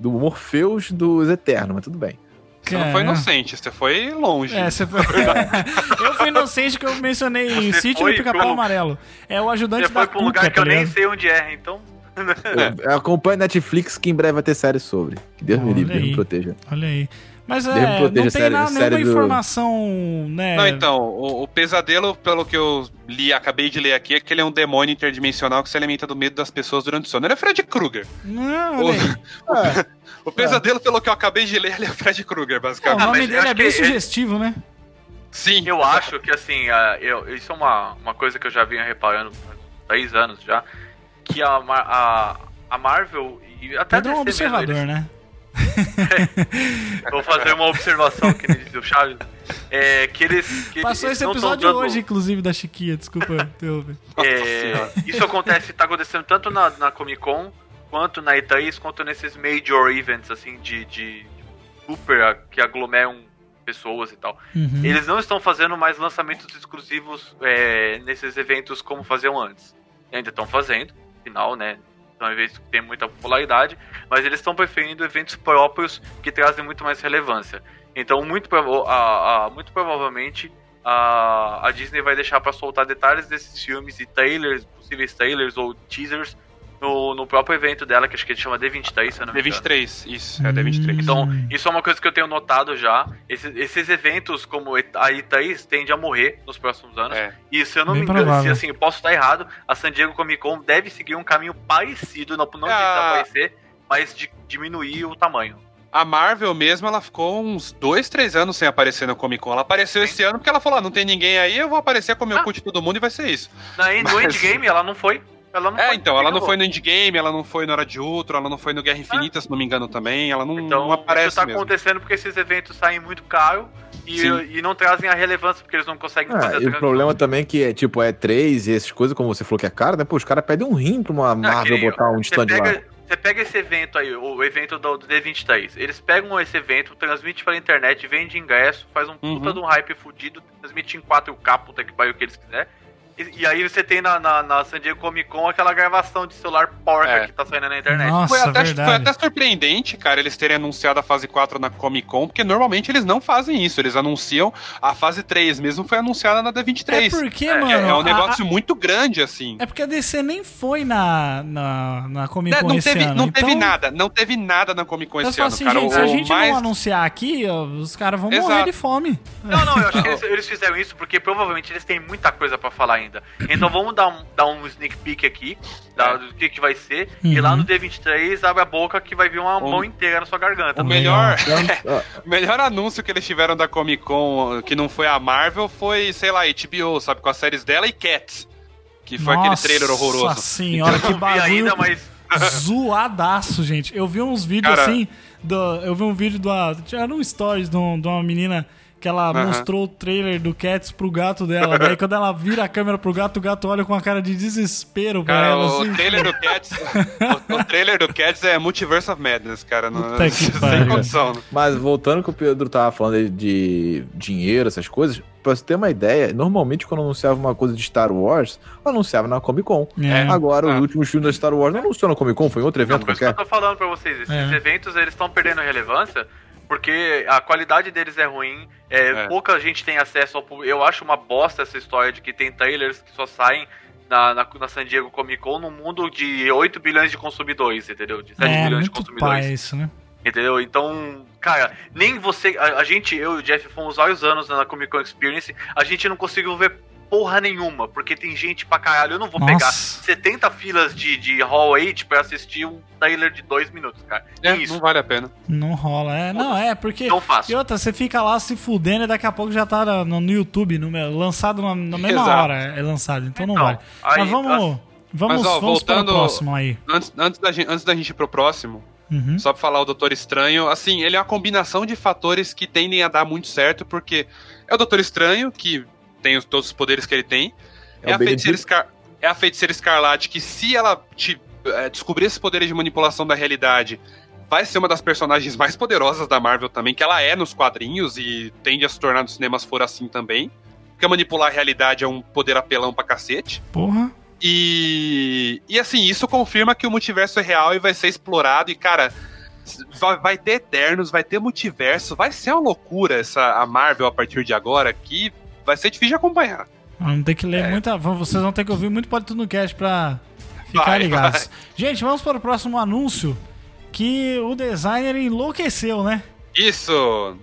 do Morpheus dos Eternos, mas
<laughs>
tudo bem.
Você não foi
Cara.
inocente, você foi longe.
É, você foi... <laughs> eu fui inocente que eu mencionei
Você
sítio
foi
do pica-pau
pro-
amarelo. É o ajudante
Você
da
foi pra um lugar
Cuca,
que eu
tá
nem
ligado?
sei onde é, então.
Eu, eu acompanho Netflix que em breve vai ter série sobre. Que Deus me
Olha
livre, Deus
aí.
me proteja.
Olha aí. Mas
Deus
é,
me
não
proteja,
tem
sério,
nada, nenhuma
sério do-
informação, né?
Não, então, o, o pesadelo, pelo que eu li, acabei de ler aqui, é que ele é um demônio interdimensional que se alimenta do medo das pessoas durante o sono. Ele é Fred Krueger.
Não,
<laughs> O,
olha aí.
Ah,
o pesadelo, pelo que eu acabei de ler, ele é Fred
É.
Krueger,
Não, o
basicamente.
mas
nome
eu
dele
acho
é bem
que ele-
sugestivo, né?
Sim.
Eu acho que assim, a- eu- isso é uma, uma coisa que eu já vinha reparando há 10 anos já. Que a, Mar- a, a Marvel e
Tá
até
Pedro é um
DC mesmo,
observador,
eles-
né?
Vou fazer uma observação que
<laughs>
nem disse o Chaves. É, que eles. Que
Passou
eles
esse
não tão
episódio
dando-
hoje, inclusive, da Chiquinha. Desculpa, interromper.
Nossa
É,
Senhora.
isso acontece, tá acontecendo tanto na, na Comic Con, quanto na E3, quanto nesses major events, assim, de, de super a- que aglomeram pessoas e tal.
Uhum.
é
Eles não estão fazendo mais lançamentos exclusivos é, nesses eventos como faziam antes. Ainda estão fazendo, afinal, né? São eventos que têm muita popularidade, mas eles estão preferindo eventos próprios que trazem muito mais relevância. Então, muito, provo- a- a- muito provavelmente, a, a Disney vai deixar para soltar detalhes desses filmes e trailers, possíveis trailers ou teasers, no, no próprio evento dela, que acho que ele chama D23, se eu não me engano.
D23, isso, é D23.
Hum.
Então, isso é uma coisa que eu tenho notado já. Esse- esses eventos como E- a E3 tende a morrer nos próximos anos.
É.
E se eu não
Bem
me engano,
provável.
se assim, eu posso estar errado, a San Diego Comic Con deve seguir um caminho parecido, não, não de
Ah.
desaparecer, mas de diminuir o tamanho.
A Marvel mesmo, ela ficou uns dois, três anos sem aparecer no Comic Con. Ela apareceu esse ano porque ela falou: ah, não tem ninguém aí, eu vou aparecer, comer o
Ah.
cu de todo mundo e vai ser isso.
Na, No
Mas-
endgame ela não foi. Ela não
É,
foi.
então, ela não
Acabou.
foi no Endgame, ela não foi no Hora de Ultron, ela não foi no Guerra Infinita, se não me engano também, ela não,
Ah. Então
não aparece
isso tá
mesmo.
acontecendo porque esses eventos saem muito caro e,
Sim.
e não trazem a relevância, porque eles não conseguem
Ah,
tá
fazer
e o
tra-
problema também é que é tipo, é três e essas coisas, como você falou que é caro, né? Pô, os caras pedem um rim pra uma Marvel
querido,
botar um
Você
stand lá.
pega, você pega esse evento aí, o evento do do D23. Eles pegam esse evento, transmite pela internet, vende ingresso, faz um puta
Uhum.
de um hype fudido, transmite em 4K, puta que pariu o que eles quiser. E, e aí você tem na, na, na San Diego Comic Con aquela gravação de celular porca
É.
que tá saindo na internet.
Nossa,
Foi até,
verdade. É
foi até surpreendente, cara, eles terem anunciado a fase 4 na Comic Con, porque normalmente eles não fazem isso, eles anunciam a fase 3 mesmo, foi anunciada na
É
D23.
porque,
É,
mano.
É, é um
a-
negócio muito grande, assim.
a- é porque a DC nem foi na, na, na Comic
Né,
Con
não
esse
teve,
ano.
não teve
então,
nada, não teve nada na Comic Con
Eu
esse
falo
ano,
assim,
cara.
gente,
o,
se a
o
gente
mais...
não anunciar aqui, ó, os caras vão morrer
Exato.
de fome.
Não, não, eu acho que eles, eles fizeram isso porque provavelmente eles têm muita coisa pra falar ainda. Então vamos dar um, dar um sneak peek aqui da- do que, que vai ser. E lá
É. Uhum.
no D23, abre a boca que vai vir uma
Um-
mão inteira na sua garganta.
O melhor, <laughs>
Então,
o melhor anúncio que eles tiveram da Comic Con, que não foi a Marvel, foi, sei lá, HBO, sabe, com as séries dela e Cats, que foi aquele trailer
Nossa
horroroso. Então,
senhora, que
Eu não vi
bagulho.
ainda, mas.
zoadaço, gente. Eu vi uns vídeos
Cara.
assim. Do, eu vi um vídeo de uma. Era um stories de, um- de uma menina que ela
Aham.
mostrou o trailer do Cats pro gato dela. Daí quando ela vira a câmera pro gato, o gato olha com uma cara de desespero pra
Cara,
ela.
o
assim.
trailer do Cats. o, o trailer do Cats é Multiverse of Madness, cara. Não,
Puta que
sem
pariu.
condição. né?
Mas voltando que o Pedro tava falando aí de dinheiro, essas coisas, pra você ter uma ideia, normalmente quando anunciava uma coisa de Star Wars, anunciava na Comic Con.
É.
Agora,
Ah.
os últimos filmes da Star Wars não anunciou na Comic Con, foi em outro
Não,
evento é
por isso que eu
qualquer.
tô falando pra vocês. Esses
É.
eventos eles estão perdendo relevância porque a qualidade deles é ruim. é,
É.
Pouca gente tem acesso ao público. Eu acho uma bosta essa história de que tem trailers que só saem. Na, na, na San Diego Comic Con, num mundo de 8 bilhões de consumidores, entendeu? De 7
É,
bilhões de
muito
consumidores.
pai isso, né?
Entendeu? Então, cara, nem você. A, a gente, eu e o Jeff fomos vários anos na Comic Con Experience, a gente não conseguiu ver porra nenhuma, porque tem gente pra caralho. Eu não vou pegar
Nossa.
70 filas de, de hall aí, tipo, pra assistir um trailer de dois minutos, cara.
É,
isso.
não vale a pena.
Não rola. É, não, é, porque.
Não faço.
E outra, você fica lá se fudendo e daqui a pouco já tá na- no, YouTube, no, lançado na, na mesma
Exato.
hora. É lançado, então não
Então,
vale.
aí,
Mas vamos. Vamos,
Mas, ó,
vamos para o
voltando-
próximo aí.
Antes, antes, da, gente, antes da gente ir pro próximo,
Uhum.
só pra falar o Doutor Estranho, assim, ele é uma combinação de fatores que tendem a dar muito certo, porque é o Doutor Estranho, que tem os- todos os poderes que ele tem, é,
o
a, feiticeira
Benedict
Escar- é a feiticeira escarlate que, se ela te, eh, descobrir esses poderes de manipulação da realidade, vai ser uma das personagens mais poderosas da Marvel também, que ela é nos quadrinhos e tende a se tornar nos cinemas se for assim também. Porque manipular a realidade é um poder apelão pra cacete.
Porra.
E, e assim, isso confirma que o multiverso é real e vai ser explorado. E, cara, vai, vai ter Eternos, vai ter multiverso, vai ser uma loucura essa a Marvel a partir de agora que vai ser difícil de acompanhar.
Vamos ter que
É.
ler muita. vão- Vocês vão ter que ouvir muito Pode Tudo no Cast pra ficar
Vai,
ligados. Gente, vamos para o próximo anúncio. Que o designer enlouqueceu, né?
Isso!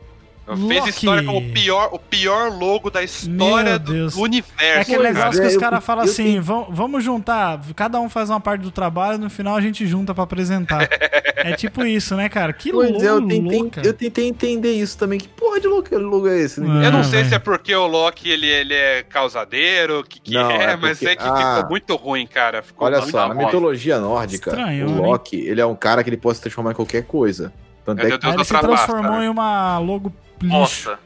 Fez
Loki.
história com o pior, o pior logo da história
Meu
do
Deus.
universo.
É aquele
cara.
negócio que os
Eu-
caras falam
eu
assim: "Vam- vamos juntar, cada um faz uma parte do trabalho, no final a gente junta pra
<laughs>
apresentar. é tipo isso, né, cara? Que
Pois
louco,
é, eu tentei,
louca.
eu tentei entender isso também. Que porra de louco, louco é esse?
Ah.
Eu não sei
velho.
se é porque o Loki ele, ele é causadeiro, o que, que
Não,
é,
é
mas
porque-
é que
ah.
ficou muito ruim, cara. Ficou
Olha
muito
só, na
ruim.
mitologia nórdica,
Estranho,
o
né?
Loki, ele é um cara que ele pode se transformar em qualquer coisa. Tanto
Meu
é que,
Aí
Deus né?
ele
do
se
trabalho,
transformou
cara.
em uma logo lixo.
Nossa.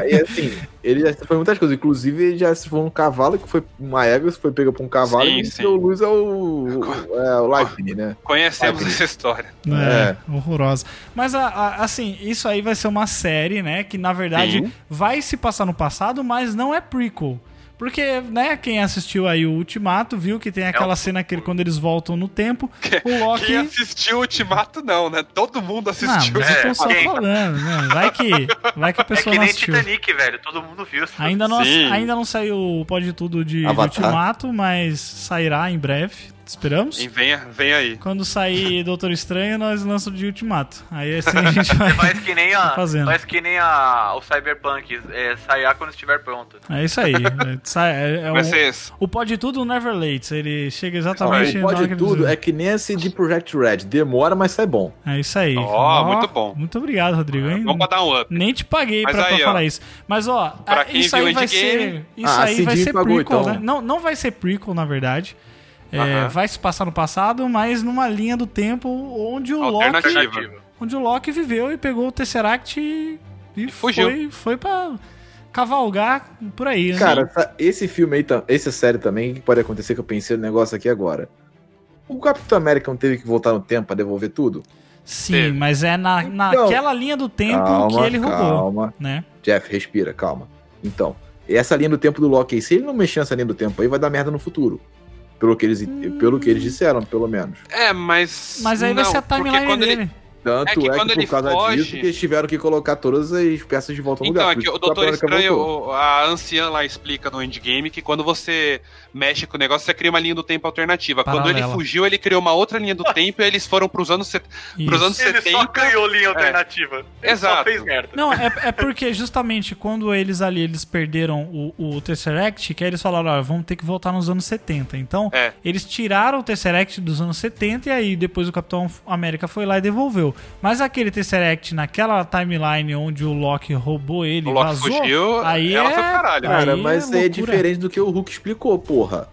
é, e assim, ele já foi muitas coisas. Inclusive, ele já se transformou num cavalo, que foi uma Eagles, foi pega pra um cavalo
Sim,
e
sim.
deu luz ao, é, o Lightning, né?
Conhecemos
Vai,
essa história.
É, horrorosa. Mas, a- a- assim, isso aí vai ser uma série, né? Que, na verdade,
Sim.
vai se passar no passado, mas não é prequel. Porque, né, quem assistiu aí o Ultimato viu que tem aquela cena que ele- quando eles voltam no tempo, o Loki...
Quem assistiu o Ultimato, não, né? Todo mundo
Não, mas
assistiu.
eu tô
é,
só
quem-
falando, né? Vai que, vai que a
É
pessoa
que
não
nem
assistiu.
Titanic, velho. Todo mundo viu.
Ainda não, ass-
Sim.
ainda não saiu o Pode Tudo de, de
Avatar.
Ultimato, mas sairá em breve. Esperamos.
E venha, vem aí.
Quando sair Doutor Estranho, nós lançamos de Ultimato. Aí assim a gente vai.
Você <laughs> faz que nem
<laughs>
a.
Tá Fazendo.
Faz que nem a. O Cyberpunk. É, sairá quando estiver pronto.
É isso
<laughs>
aí. É, sai- é- é
Vai
o-
ser esse.
O Pode Tudo Never Late. Ele chega
Olha,
exatamente
o
na hora
pode
que
tudo
ele
é que nem esse de Project Red. Demora, mas sai bom.
é... isso aí.
Ó, muito bom.
Muito obrigado, Rodrigo. hein?
Vamos pra dar um up.
Nem te paguei
Mas
pra, pra
aí, ó.
falar isso. Mas ó,
Pra
a-
quem
isso
viu
aí vai
Endgame-
ser. Isso
Ah,
aí vai
Cidinho
ser
pagou,
prequel,
então.
né? Não, não vai ser prequel, na verdade. É,
Aham.
Vai se passar no passado, mas numa linha do tempo onde o Loki
Alternativa.
onde o Loki viveu e pegou o Tesseract e, e
fugiu.
Foi, foi pra cavalgar por aí. né?
Cara, tá- esse filme aí, tá- essa série também, que pode acontecer que eu pensei no negócio aqui agora. O Capitão América não teve que voltar no tempo pra devolver tudo?
Sim,
teve.
mas é na, naquela linha do tempo que ele roubou,
calma.
né?
Jeff, respira, calma. Então, essa linha do tempo do Loki aí, se ele não mexer nessa linha do tempo aí, vai dar merda no futuro. Pelo que eles,
Hum.
pelo que eles disseram, pelo menos.
É, mas.
Mas aí vai
não,
ser a
porque
timeline
quando ele-
dele.
Tanto
É
é
que
que,
quando ele
por causa
foge-
disso que eles tiveram que colocar todas as peças de volta no
Então,
lugar.
é
por
que
isso
o
Capitão
Doutor
América
Estranho,
voltou.
o- a anciã lá explica no Endgame que quando você mexe com o negócio, você cria uma linha do tempo alternativa. Quando
Paralela.
ele fugiu, ele criou uma outra
<laughs>
linha do tempo e eles foram pros anos, set... pros
Isso.
anos
Ele só
70.
criou linha alternativa. Ele Só
Exato.
fez merda.
Não, é, é porque justamente quando eles ali eles perderam o, o Tesseract, que aí eles falaram, olha, vamos ter que voltar nos anos 70. Então,
É.
eles tiraram o Tesseract dos anos 70 e aí depois o Capitão América foi lá e devolveu. Mas aquele Tesseract naquela timeline onde o Loki roubou ele,
O Loki
vazou,
fugiu,
aí
ela
é...
foi pro caralho.
Cara,
aí
mas é,
loucura.
diferente do que o Hulk explicou, porra.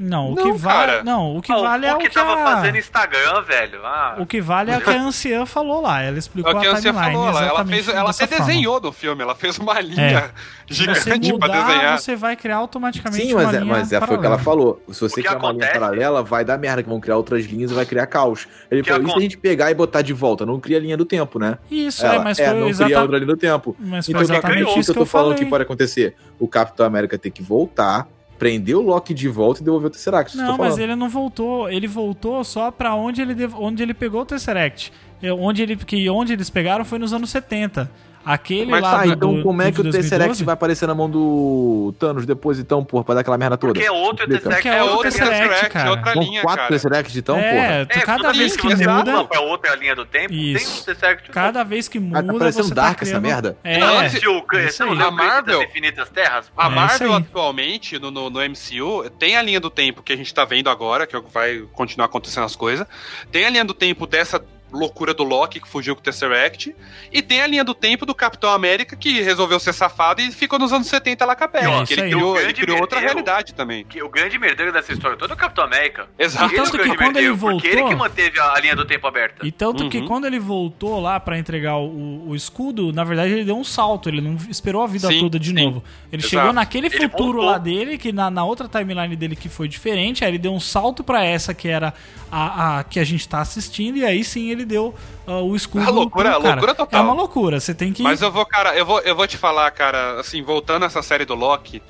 Não, o
Não,
que vale,
cara.
não, o que
Ah,
vale é o
que
que
tava
a-
fazendo Instagram, velho. Ah,
O que vale é o que a anciã falou lá. Ela explicou
É o que
a
a
timeline.
anciã falou lá. Ela,
exatamente
fez, ela
dessa
até
forma. É.
desenhou no filme, ela fez uma linha
Se você
<laughs> gigante pra
mudar,
desenhar.
você vai criar automaticamente
Sim,
uma
mas é,
linha
mas é foi o que
paralela.
ela falou. Se você
que
criar uma linha
acontece-
paralela, vai dar merda, que vão criar outras linhas e vai criar caos. Ele
O que
falou, e se a
aconte-
gente pegar e botar de volta? Não cria a linha do tempo, né?
Isso, é,
Ela,
mas
é,
foi
não cria
exata-
outra linha do tempo.
mas foi
Então, o que
exatamente
acredito
isso
que eu
que eu
tô falando
falei.
que pode acontecer? O Capitão América ter que voltar, prender o Loki de volta e devolver o Tesseract. isso que eu
Não,
tô falando.
mas ele não voltou. Ele voltou só pra onde ele, dev- onde ele pegou o Tesseract. É, Onde, ele... que onde eles pegaram foi nos anos 70. Aquele
Mas
lá
Tá,
do,
então
do-
como é
do
que o
2012,
Tesseract vai aparecer na mão do Thanos depois, então, porra, pra dar aquela merda toda?
Porque é outro
Explica.
Porque
Tesseract.
é outro Tesseract, cara.
outra
São
linha,
quatro
cara.
Tesseracts, então,
um
É,
porra?
tu- cada
toda
vez
vez
que
você assim,
muda...
pula pra é outra linha do tempo, tem
Isso.
um Tesseract.
Cada vez que muda,
Ah, tá parecendo
você tá
Dark essa
criando-
merda.
É,
Antes o
é
Cre-
isso
não,
aí.
lembra
A Marvel-
das Infinitas Terras?
A
É
Marvel
isso aí.
atualmente, no, no, no MCU, tem a linha do tempo que a gente tá vendo agora, que vai continuar acontecendo as coisas. Tem a linha do tempo dessa loucura do Loki que fugiu com o Tesseract. E tem a linha do tempo do Capitão América que resolveu ser safado e ficou nos anos 70 lá com a
É,
Pele.
isso
que ele
aí.
criou,
O
ele
grande
criou outra
merdeiro.
realidade também.
Que o grande merdeiro dessa história toda é o Capitão América.
Exato.
E
é
Tá.
o
tanto que
grande
quando ele
merdeiro, Porque ele
voltou-
que manteve a a linha do tempo aberta.
E tanto que
Uhum.
quando ele voltou lá pra entregar o, o escudo, na verdade ele deu um salto, ele não esperou a vida
Sim,
toda de
sim.
novo. Ele
Exato.
chegou naquele
Ele
futuro
voltou.
lá dele, que na, na outra timeline dele que foi diferente, aí ele deu um salto pra essa que era a, a que a gente tá assistindo, e aí sim ele deu ah, o escudo.
A É loucura-
pro
a
cara.
loucura total.
É uma loucura, você tem que.
Mas eu vou, cara, eu vou, eu vou te falar, cara, assim, voltando a essa série do Loki,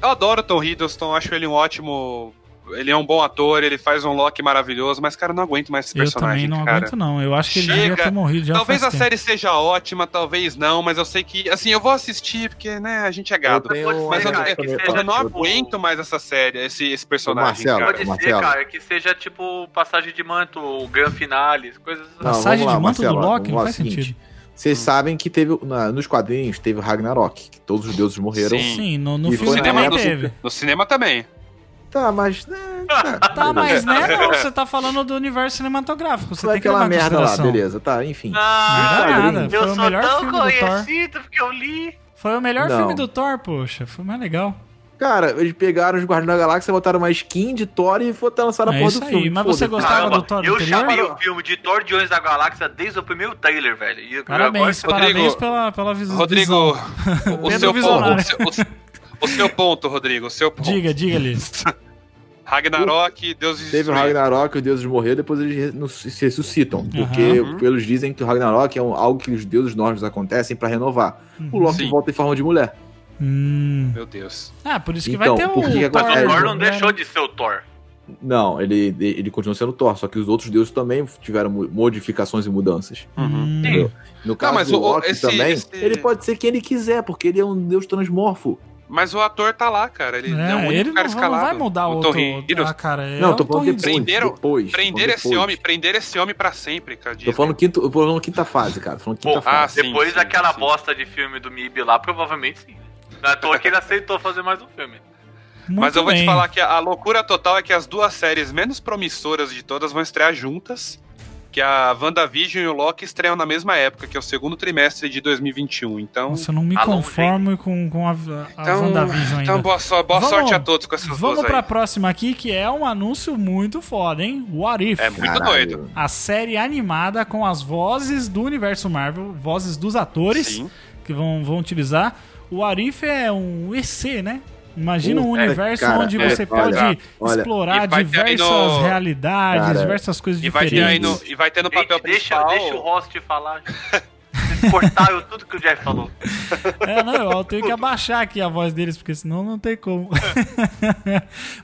eu adoro o Tom Hiddleston, acho ele um ótimo. Ele é um bom ator, ele faz um Loki maravilhoso, mas, cara, eu não aguento mais esse
eu
personagem,
também não
cara.
aguento, não. Eu acho que ele
Chega.
devia ter morrido já.
talvez a
faz tempo.
série seja ótima, talvez não, mas eu sei que. Assim, eu vou assistir, porque, né, a gente é gado.
tenho
Pode ser,
Mas eu,
cara,
é-
que
eu
seja
não
tipo-
aguento mais essa série, esse, esse personagem,
né, Marcelo,
cara.
Pode ser,
Marcelo.
cara, que seja tipo passagem de manto, o Gran Finale, coisas assim.
Não,
Passagem
vamos lá,
de manto
Marcelo,
do Loki
vamos
não
lá,
faz
seguinte.
sentido.
Hum.
Vocês sabem que teve, na- nos quadrinhos, teve o Ragnarok, que todos os deuses morreram.
Sim.
Sim, no, no
E
No
foi
filme
na
também
cinema,
época-
teve.
no, no cinema também.
Tá, mas...
<laughs>
Né, tá,
Tá,
beleza.
mas
é.
né, não, você tá falando do universo cinematográfico. Você
Foi
tem que levar
é aquela
em
merda lá,
consideração.
beleza, tá, enfim.
Ah,
Não era nada. Foi o melhor filme do Thor.
porque eu li.
Foi o melhor
Não.
filme do Thor, poxa. Foi mais legal.
Cara, eles pegaram os Guardiões da Galáxia, botaram uma skin de Thor e botaram lançar a
É
porra
isso
do
aí,
filme.
mas
foda-se.
você gostava
Caramba,
do Thor
eu
anterior?
chamei o filme de Thor de Guardiões da Galáxia desde o primeiro trailer, velho. E agora-
Parabéns,
Rodrigo-
parabéns pela, pela visão.
Rodrigo,
visão.
o, o
Pedro
seu ponto, o,
Visionário.
seu, o seu- o seu ponto, Rodrigo, o seu ponto.
Diga, diga ali.
Ragnarok, Deus
Teve o
Destruído.
Ragnarok, os deuses morreram, depois eles re- nos- se ressuscitam. Porque
Uhum.
eles dizem que o Ragnarok é um- algo que os deuses nórdicos acontecem pra renovar. O
Uhum.
Loki
Sim.
volta em forma de mulher.
Hum.
Meu Deus.
Ah, por isso que
Então,
vai ter o.
por que que
Mas
É,
o Thor não
né?
deixou de ser o Thor.
Não, ele, ele continua sendo Thor, só que os outros deuses também tiveram mu- modificações e mudanças.
Hum.
Entendeu? No caso
mas
do
o- o-
Loki
esse-
também,
esse-
ele pode ser quem ele quiser, porque ele é um deus transmorfo.
Mas o ator tá lá, cara. Ele é, o único
ele
cara
não, vai- não
escalado.
vai mudar o,
o
outro,
Tom Hiddleston.
ah, cara. é
Não,
o
tô
Tom
falando depois,
Hiddleston.
Prenderam,
depois,
prender
depois.
esse homem, prender esse homem pra sempre, cara. né?
Tô
Disney.
falando, quinto, tô falando quinta fase, cara. Tô falando quinta
Pô, ah,
fase.
sim,
Depois
sim,
daquela
sim.
bosta de filme do MIB lá, provavelmente sim. né? Não é à toa que ele aceitou fazer mais um filme.
Muito
Mas eu vou te
bem.
falar que a, a loucura total é que as duas séries menos promissoras de todas vão estrear juntas. Que é a WandaVision e o Loki estreiam na mesma época, que é o segundo trimestre de 2021. Então,
Nossa, eu não me
Alonge.
conformo com, com a, a
então,
WandaVision ainda.
então boa, so- boa
Vamos-
sorte a todos com essas
Vamos
duas
pra
aí.
próxima aqui, que é um anúncio muito foda, hein? What If?
É muito
Caralho.
doido.
A série animada com as vozes do universo Marvel, vozes dos atores
Sim.
que vão, vão utilizar. O Arif é um EC, né? Imagina um
Puta,
universo
cara,
onde
é,
você
olha,
pode
olha.
explorar
E vai ter aí
diversas
no-
realidades,
Cara,
diversas coisas
E vai, ter aí no,
diferentes.
e vai ter no papel
Gente, deixa,
principal.
deixa o host falar. gente. Cortaram tudo que o Jeff falou.
É, não, eu tenho que abaixar aqui a voz deles, porque senão não tem como. <laughs>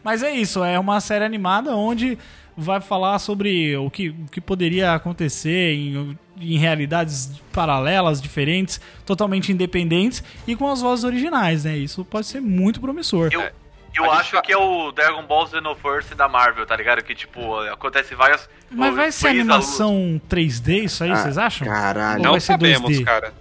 Mas é isso, é uma série animada onde vai falar sobre o que, o que poderia acontecer em, em realidades paralelas, diferentes, totalmente independentes e com as vozes originais, né? Isso pode ser muito promissor.
Eu,
A
eu
gente
acho
fa-
que é o Dragon Ball Xenoverse da Marvel, tá ligado? Que, tipo, acontece várias...
Mas vai ser
Freeza,
animação 3D isso aí,
Ah,
vocês acham?
Caralho.
Ou
Não
vai ser
sabemos,
2D?
cara.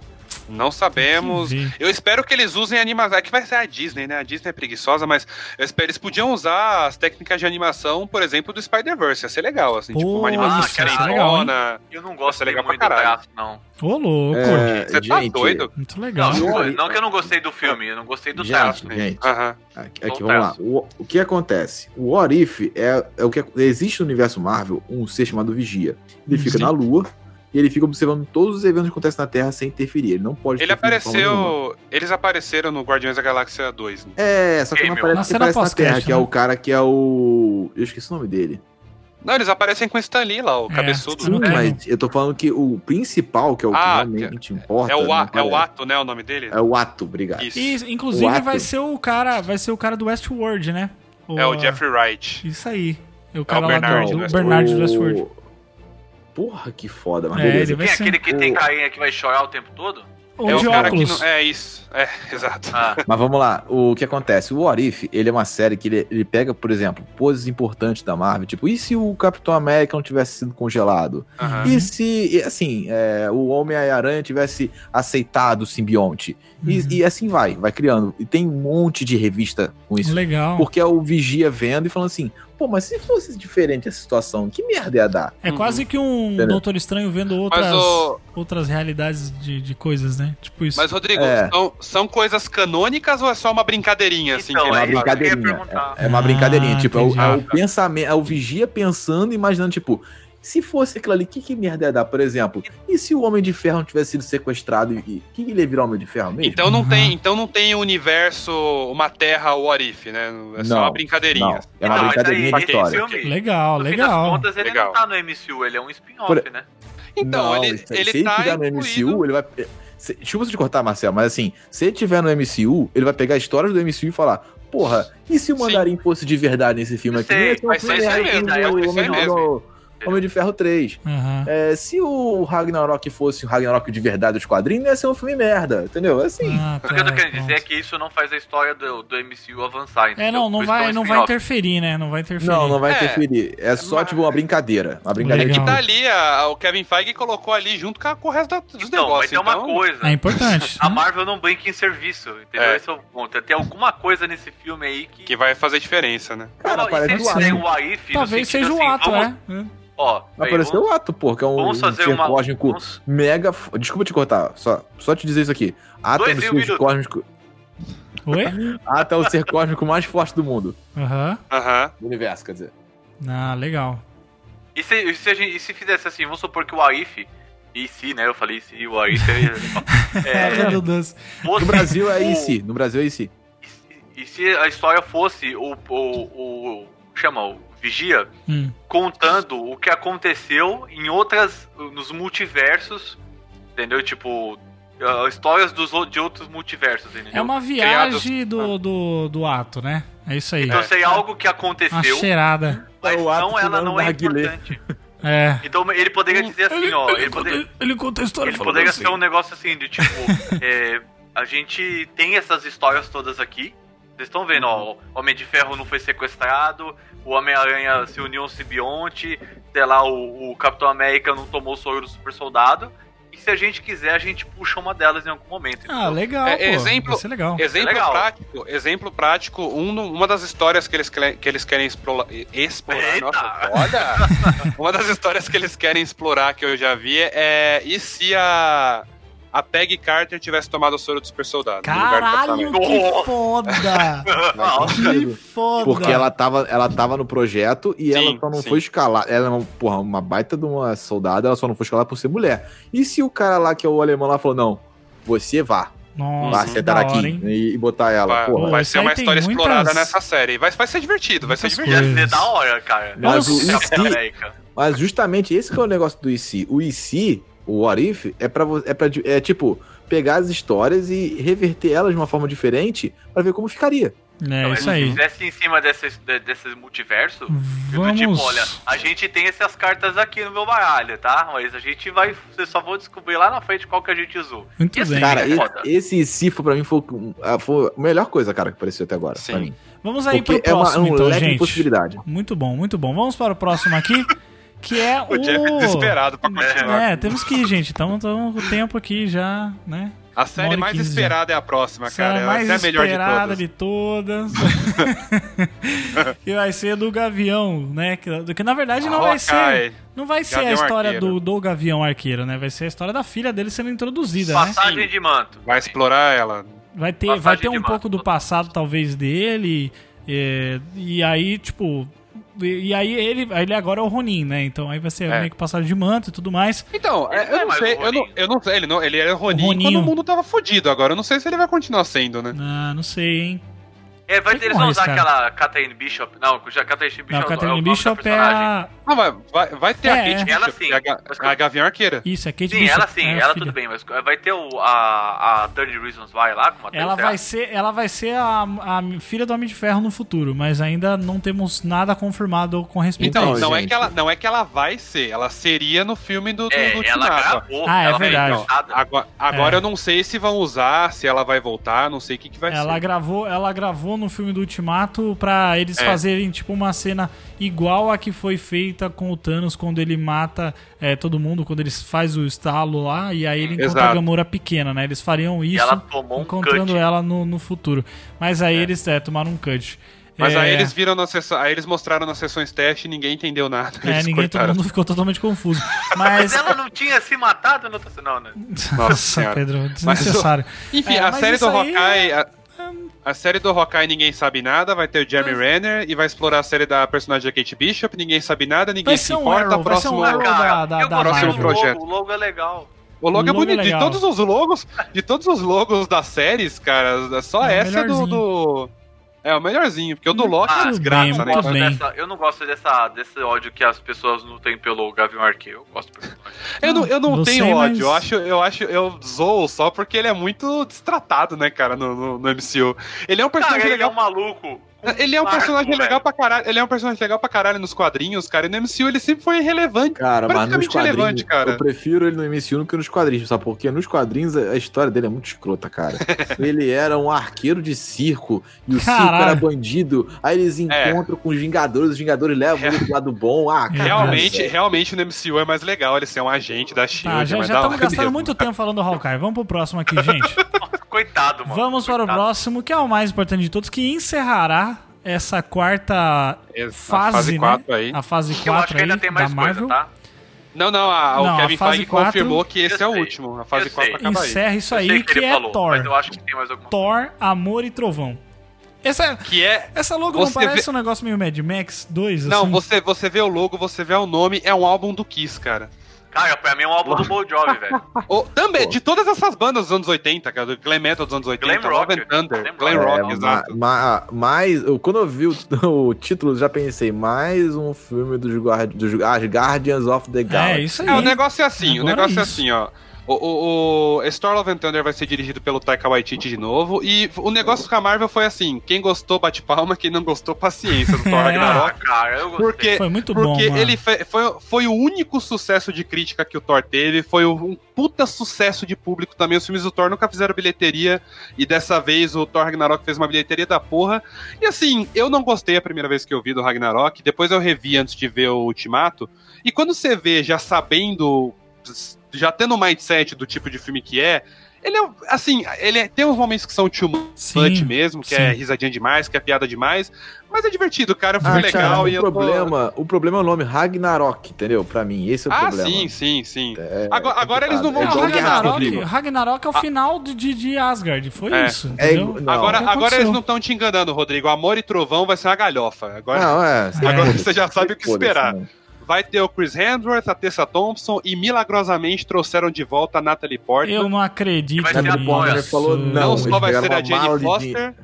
Não sabemos.
Entendi.
Eu espero que eles usem animação. É que vai ser a Disney, né? A Disney é preguiçosa, mas eu espero eles podiam usar as técnicas de animação, por exemplo, do Spider-Verse. Ia ser legal, assim, tipo,
Pô,
uma animação
isso, cara,
diferentona.
Eu não gosto
Vai ser é legal
muito
pra
do
caralho.
braço, não.
Ô, louco!
É,
Você tá
gente,
doido?
Muito
Não,
legal.
tipo, não que eu não gostei do filme, eu não gostei do traço.
Gente, gente,
Aham.
Aqui, aqui, vamos lá.
tá.
Acontece.
O, o que acontece? O What If é, é o que existe no universo Marvel um ser chamado Vigia. Ele fica
Sim.
na Lua e ele fica observando todos os eventos que acontecem na Terra sem interferir. Ele não pode.
Ele
interferir de forma nenhuma.
apareceu. Eles apareceram no Guardiões da Galáxia 2. né?
É, só que não
na
Game,
aparece, quem
cena
aparece na
pós-crédito,
Terra, que é
né?
o cara que é o. Eu esqueci o nome dele.
Não, eles aparecem com o Stan Lee lá, o
É.
cabeçudo.
Não
Sim,
lembro.
mas eu tô falando que o principal, que é o
Ah,
que realmente importa.
É o,
não
a, é o
aparece.
Ato, né? O nome dele?
É o ato, obrigado.
Isso.
E,
O
inclusive
ato.
vai ser o cara, vai ser o cara do Westworld, né?
É o
ah,
Jeffrey Wright.
Isso aí. É o cara lá
Bernard
do,
do
do Bernard do Westworld.
O- Porra, que foda, mas
É,
beleza.
ele vai
Quem é
ser-
aquele que tem
O-
carinha que vai chorar o tempo todo?
Ou
é
um de
o cara que
óculos.
não. É isso. É, <laughs> exato.
Ah,
Mas vamos lá, o que acontece? O Orif, ele é uma série que ele, ele pega, por exemplo, poses importantes da Marvel, tipo, e se o Capitão América não tivesse sido congelado?
Aham.
Uhum.
E se, e assim, é, o Homem-Aranha tivesse aceitado o simbionte? E,
Uhum.
e assim vai, vai criando. E tem um monte de revista com isso.
Legal.
Porque é o Vigia vendo e falando assim, pô, mas se fosse diferente a situação, que merda ia dar?
É quase que um
Entendeu?
Doutor Estranho vendo outras,
o-
outras realidades de, de coisas, né? Tipo isso.
Mas, Rodrigo,
É.
são, são coisas canônicas ou é só uma brincadeirinha, assim?
então,
que
é
eles
isso que
fazem?
eu ia
brincadeirinha,
perguntar.
É uma
Ah,
brincadeirinha, tipo, é o, é o
entendi.
pensamento, é o vigia pensando e imaginando, tipo, se fosse aquilo ali, que, que merda ia dar, por exemplo? E se o Homem de Ferro não tivesse sido sequestrado e- e que que ele ia virar Homem de Ferro mesmo?
Então não
Uhum.
tem, então não tem universo, uma terra, o Arif, né? É só
Não,
uma
não,
brincadeirinha.
é uma
Não, mas
brincadeirinha
aí,
de
esse
história.
filme-
Legal,
assim, No fim das
legal.
contas, ele
Legal.
não tá no MCU, ele é um spin-off,
Por-
né?
Então,
Não,
ele,
se-
ele
se ele
tá
tiver no
incluído.
MCU, ele vai... Se, desculpa se te cortar, Marcelo, mas assim, se ele tiver no MCU, ele vai pegar a história do MCU e falar, porra, e se o
Sim.
Mandarim fosse de verdade nesse filme
Eu
aqui?
sei,
Ia ser um
vai ser
filme
isso aí
aí
mesmo,
do
é o que
Homem de
isso aí
Ferro- Homem de Ferro 3.
Aham.
É, se o Ragnarok fosse o Ragnarok de verdade dos quadrinhos, ia ser um filme merda, entendeu?
É
Assim.
Ah,
O que eu tô querendo
pronto.
dizer é que isso não faz a história do, do MCU avançar.
É,
entendeu?
não, não
Por isso que é um
vai, não vai
spin-off.
interferir, né? Não vai interferir.
Não, não vai
É.
interferir. É só,
Mas-
tipo, uma brincadeira. Uma
É
brincadeira.
que
Legal.
tá ali, a- o Kevin Feige colocou ali junto com, a- com o resto da- dos
Então, vai
negócios.
ter uma
então-
coisa.
É importante.
A
né?
Marvel não banca em serviço, entendeu?
É.
Esse é o ponto. Tem alguma coisa nesse filme aí que.
Que vai fazer diferença, né?
Cara,
Não, e
aparece
se
o
eles fizerem
ato.
o Arif,
Talvez seja o ato,
assim, vamos,
é.
Ó, aí, vamos,
Apareceu o ato, pô, que é um, um
vamos fazer
ser
uma.
cósmico
vamos-
mega. f- Desculpa te cortar, só, só te dizer isso aqui. Ato é,
Dois
um
mil
ser
minutos.
cósmico,
Oi?
ato é o ser cósmico mais forte do mundo.
Aham.
Aham.
Do universo, quer dizer.
Ah, legal.
E se, e se a gente- e se fizesse assim, vamos supor que o Arif. E se, né? Eu falei e se, o Arif.
<laughs>
Tá
é, é,
Redundância.
No
fosse
Brasil é
o-
IC. No Brasil é IC.
E se a história fosse o. o, o chama, o Vigia
Hum.
contando o que aconteceu em outras. nos multiversos. Entendeu? Tipo. ah, Histórias dos, ou- de outros multiversos, entendeu?
É uma viagem do, do, do ato, né? É isso aí.
Então seria algo que
Uma
aconteceu,
cheirada.
mas
É o ato
não, ela
fumando
não é
narguilé.
importante.
É.
Então ele poderia um dizer assim, ó. Ele poderia,
ele conta a história
ele poderia ser um negócio assim, de tipo. é, a gente tem essas histórias todas aqui. Vocês estão vendo, ó, o Homem de Ferro não foi sequestrado, o Homem-Aranha se uniu a um simbionte, sei lá, o, o Capitão América não tomou o soro do super soldado. E se a gente quiser, a gente puxa uma delas em algum momento.
Ah,
entendeu?
legal,
É,
pô.
exemplo-
Vai ser legal.
Exemplo
É legal.
prático, exemplo prático um no- uma das histórias que eles, cle- que eles querem explorar. explorar
Eita!
nossa,
<laughs>
olha! uma das histórias que eles querem explorar que eu já vi é. E se a, a Peggy Carter tivesse tomado o soro do super soldado? no lugar do Capitão
Caralho,
América?
que foda! que foda!
Porque ela tava, ela tava no projeto e
Sim,
ela só não
sim.
foi escalada. Ela é uma, porra, uma baita de uma soldada, ela só não foi escalada por ser mulher. E se o cara lá, que é o alemão lá, falou, não, você vá,
Nossa,
vá
que
sentar
da hora,
aqui
hein?
e, e botar ela.
Vai,
porra.
vai
Pô,
ser uma
isso aí tem
história explorada
muitas-
nessa série. Vai, vai ser divertido, vai ser
muitas
divertido.
Ia ser da hora, cara.
Mas o
Nossa,
Capitão
IC,
América.
mas justamente esse que é o negócio do IC. O IC, o What If, é para é para é tipo pegar as histórias e reverter elas de uma forma diferente pra ver como ficaria.
É
Não,
isso
Então, se
aí.
fizesse em cima desses, de- desses multiverso, eu do
Vamos.
tipo, olha, a gente tem essas cartas aqui no meu baralho, tá? Mas a gente vai. Vocês só vão descobrir lá na frente qual que a gente usou.
Muito
Esse
bem.
Cara,
é
e-
foda.
esse IC foi, pra mim foi, a- foi a melhor coisa, cara, que apareceu até agora.
Sim.
pra mim.
Vamos aí
Porque
pro
é uma,
próximo,
um
então,
leque de
gente.
possibilidade.
Muito bom, muito bom. Vamos para o próximo aqui, que é o...
O Jeff é desesperado pra continuar.
É, temos que ir, gente. Estamos com o tempo aqui já, né?
A
Uma hora
série
e
mais
15 já.
esperada é a próxima, cara.
Será
Essa
mais
é a melhor de
esperada
todas.
de
<laughs>
todas. que vai ser do Gavião, né? Que, que na verdade não vai ser.
Hawkeye.
Não vai ser a
Gavião
história
Arqueiro.
do, do Gavião Arqueiro, né? Vai ser a história da filha dele sendo introduzida, né?
Passagem
Sim.
de manto.
Vai explorar ela.
Vai ter,
Passagem
vai ter
de
um
massa.
pouco do passado, talvez, dele. é, e aí, tipo. E, e aí ele, ele agora é o Ronin, né? Então aí vai ser
É.
meio que passagem de manto e tudo mais.
Então, é,
Ele não é
eu não
mais o
sei, eu não,
Ronin.
eu não sei, ele, não, ele era o Ronin,
O Roninho.
quando o mundo tava fodido agora. Eu não sei se ele vai continuar sendo, né?
Ah, não sei, hein?
É, vai,
Tem que
eles vão
morrer
usar
esse cara.
aquela Catherine Bishop. Não, já Catherine Bishop
Não,
é
a
o-
Catherine
é o nome da
Bishop é
personagem.
a.
Ah, vai, vai, vai ter
É,
a Kate
é.
Ela
Bishop,
sim.
que é a, ga- a Gavião Arqueira.
Isso, é Kate
Sim,
Bishop,
ela sim,
é a
ela
filha.
tudo bem, mas vai ter o, a, a 30 Reasons Why lá com uma
é.
Ela
terceira.
vai ser, ela vai ser a, a filha do Homem de Ferro no futuro, mas ainda não temos nada confirmado com respeito
Então,
a isso.
não, é
gente.
que ela, não é que ela vai ser, ela seria no filme do, do,
É,
do
ela
Ultimato.
gravou.
Ah, é
ela foi
verdade.
engraçada.
Agora, agora
É.
eu não sei se vão usar, se ela vai voltar, não sei o que, que vai
Ela
ser.
gravou, ela gravou no filme do Ultimato pra eles
É.
fazerem tipo uma cena igual a que foi feita com o Thanos quando ele mata é, todo mundo, quando eles faz o estalo lá e aí ele encontra a
Exato.
Gamora pequena, né? Eles fariam isso
ela tomou um
encontrando
cut.
ela no, no futuro. Mas aí eles é, tomaram um cut.
Mas
É,
aí eles viram na sessão, aí eles mostraram nas sessões teste e ninguém entendeu nada.
é,
<laughs> eles
ninguém, todo
cortaram.
mundo ficou totalmente confuso. Mas.
<laughs>
Mas ela não tinha se matado no outro- Não, né?
Nossa, <laughs>
Senhora.
Pedro, desnecessário.
Enfim,
É,
a
mas
série
isso
do
aí
Hawkeye.
é-
A, a série do Hawkeye ninguém sabe nada, vai ter o Jeremy Renner e vai explorar a série da personagem da Kate Bishop, ninguém sabe nada, ninguém
Vai
se
ser um
importa.
Arrow, vai ser um
próximo.
Arrow. da-
Cara,
da-
eu
da
gostei do
Marvel. Projeto.
logo, o logo é legal.
O logo
O
é
logo é
bonito. de
legal.
todos os logos, de todos os logos das séries, cara, só
É o
essa é do, do- É o melhorzinho, porque o do Loki é
Ah,
bem,
desgraça,
muito
né?
bom.
cara?
gosto
bem.
dessa- eu não gosto dessa, desse ódio que as pessoas não têm pelo Gavião Arqueiro. Eu gosto pelo
Eu não, eu não
Não
tenho
sei,
ódio,
mas-
eu acho, eu acho, eu zoo só porque ele é muito destratado, né, cara, no, no, no MCU. Ele é um personagem
Cara, ele é
legal
um maluco.
Ele é um
Marco,
personagem
velho.
legal pra caralho. Ele é um personagem legal pra caralho nos quadrinhos, cara. E no MCU ele sempre foi irrelevante.
Cara, mas nos
Praticamente
quadrinhos,
relevante, cara.
eu prefiro ele no MCU do que nos quadrinhos, sabe por quê? Nos quadrinhos a a história dele é muito escrota, cara. ele era um arqueiro de circo, e o circo
Caralho.
era bandido, aí eles encontram com os Vingadores, os Vingadores levam ele pro lado bom. Ah, cara,
Realmente, realmente no MCU é mais legal ele ser um agente da SHIELD.
Tá, já
mas
já
da <laughs>
estamos
hora
gastando
mesmo.
muito tempo falando do Hawkeye. Vamos pro próximo aqui, gente.
Coitado, mano.
Vamos para o
Coitado.
próximo, que é o mais importante de todos, que encerrará essa quarta
Essa
fase,
fase
né?
quatro aí.
A fase 4
Eu acho que ainda
aí
tem mais
da
coisa,
Marvel.
tá?
Não, não, a-
Não,
o
a
Kevin
fase
Feige
quatro-
confirmou que esse
Eu
é o
sei.
último. A fase
Eu
4
sei.
acaba aí.
Encerra isso
Eu sei
aí, que,
ele
é
falou,
Thor.
Mas eu acho que tem mais alguma coisa.
Thor, Amor e Trovão. Essa,
Que é.
essa logo
Você
não parece um negócio meio Mad Max 2?
Não,
assim?
você, você vê o logo, você vê o nome, é um álbum do Kiss, cara.
Cara, pra mim é um álbum do Bon Jovi, velho.
<laughs>
Ou, também, de todas essas bandas dos anos 80, cara, do Glam Metal dos anos 80,
Glam
Love
Rock.
and Thunder,
Glam
Glam
Rock.
Rock,
É,
exato.
ma- ma- mas eu- quando eu vi o, <laughs> o título, já pensei, mais um filme dos, guard, dos as Guardians of the
É,
Galaxy.
isso aí.
É, o negócio é assim,
Agora
o negócio
é
é
isso.
assim, ó. O, o, o Storm of Thunder vai ser dirigido pelo Taika Waititi de novo. E o negócio com a Marvel foi assim: quem gostou, bate palma, quem não gostou, paciência do Thor
Ah,
É.
Ragnarok.
cara, eu gostei.
Porque,
Foi muito bom,
porque
mano.
ele fe- foi, foi o único sucesso de crítica que o Thor teve, foi um puta sucesso de público também. Os filmes do Thor nunca fizeram bilheteria, e dessa vez o Thor Ragnarok fez uma bilheteria da porra. E assim, eu não gostei a primeira vez que eu vi do Ragnarok, depois eu revi antes de ver o Ultimato, e quando você vê já sabendo, já tendo o mindset do tipo de filme que é, ele é, um- assim, ele é- tem uns momentos que são too much
Sim.
mesmo, que
sim.
é risadinha demais, que é piada demais, mas é divertido, cara, foi
Ah,
legal
cara,
e
o
eu tô-
problema, o problema é o nome Ragnarok, entendeu? Pra mim, esse é o
ah,
problema.
sim, sim, sim.
É
agora, agora eles não vão
complicado.
Não,
igual
fazer
Guerra
nada,
dos
Ragnarok,
Rodrigo.
Ragnarok é o
Ah.
final de, de, de Asgard. Foi
É.
isso.
É,
entendeu?
igual- não.
Agora,
O que
agora
aconteceu?
eles não estão te enganando, Rodrigo. Amor e Trovão vai ser uma galhofa. Agora,
Não, é.
agora
É.
você já sabe o que
Foda-se,
esperar.
mano.
Vai ter o Chris Hemsworth, a Tessa Thompson e milagrosamente trouxeram de volta a Natalie Portman.
Eu não acredito
Vai ser a
nisso.
Bonner,
ele falou
Não
não,
só
eles
vai ser
pegaram
a
uma
Jane
mala de
Foster,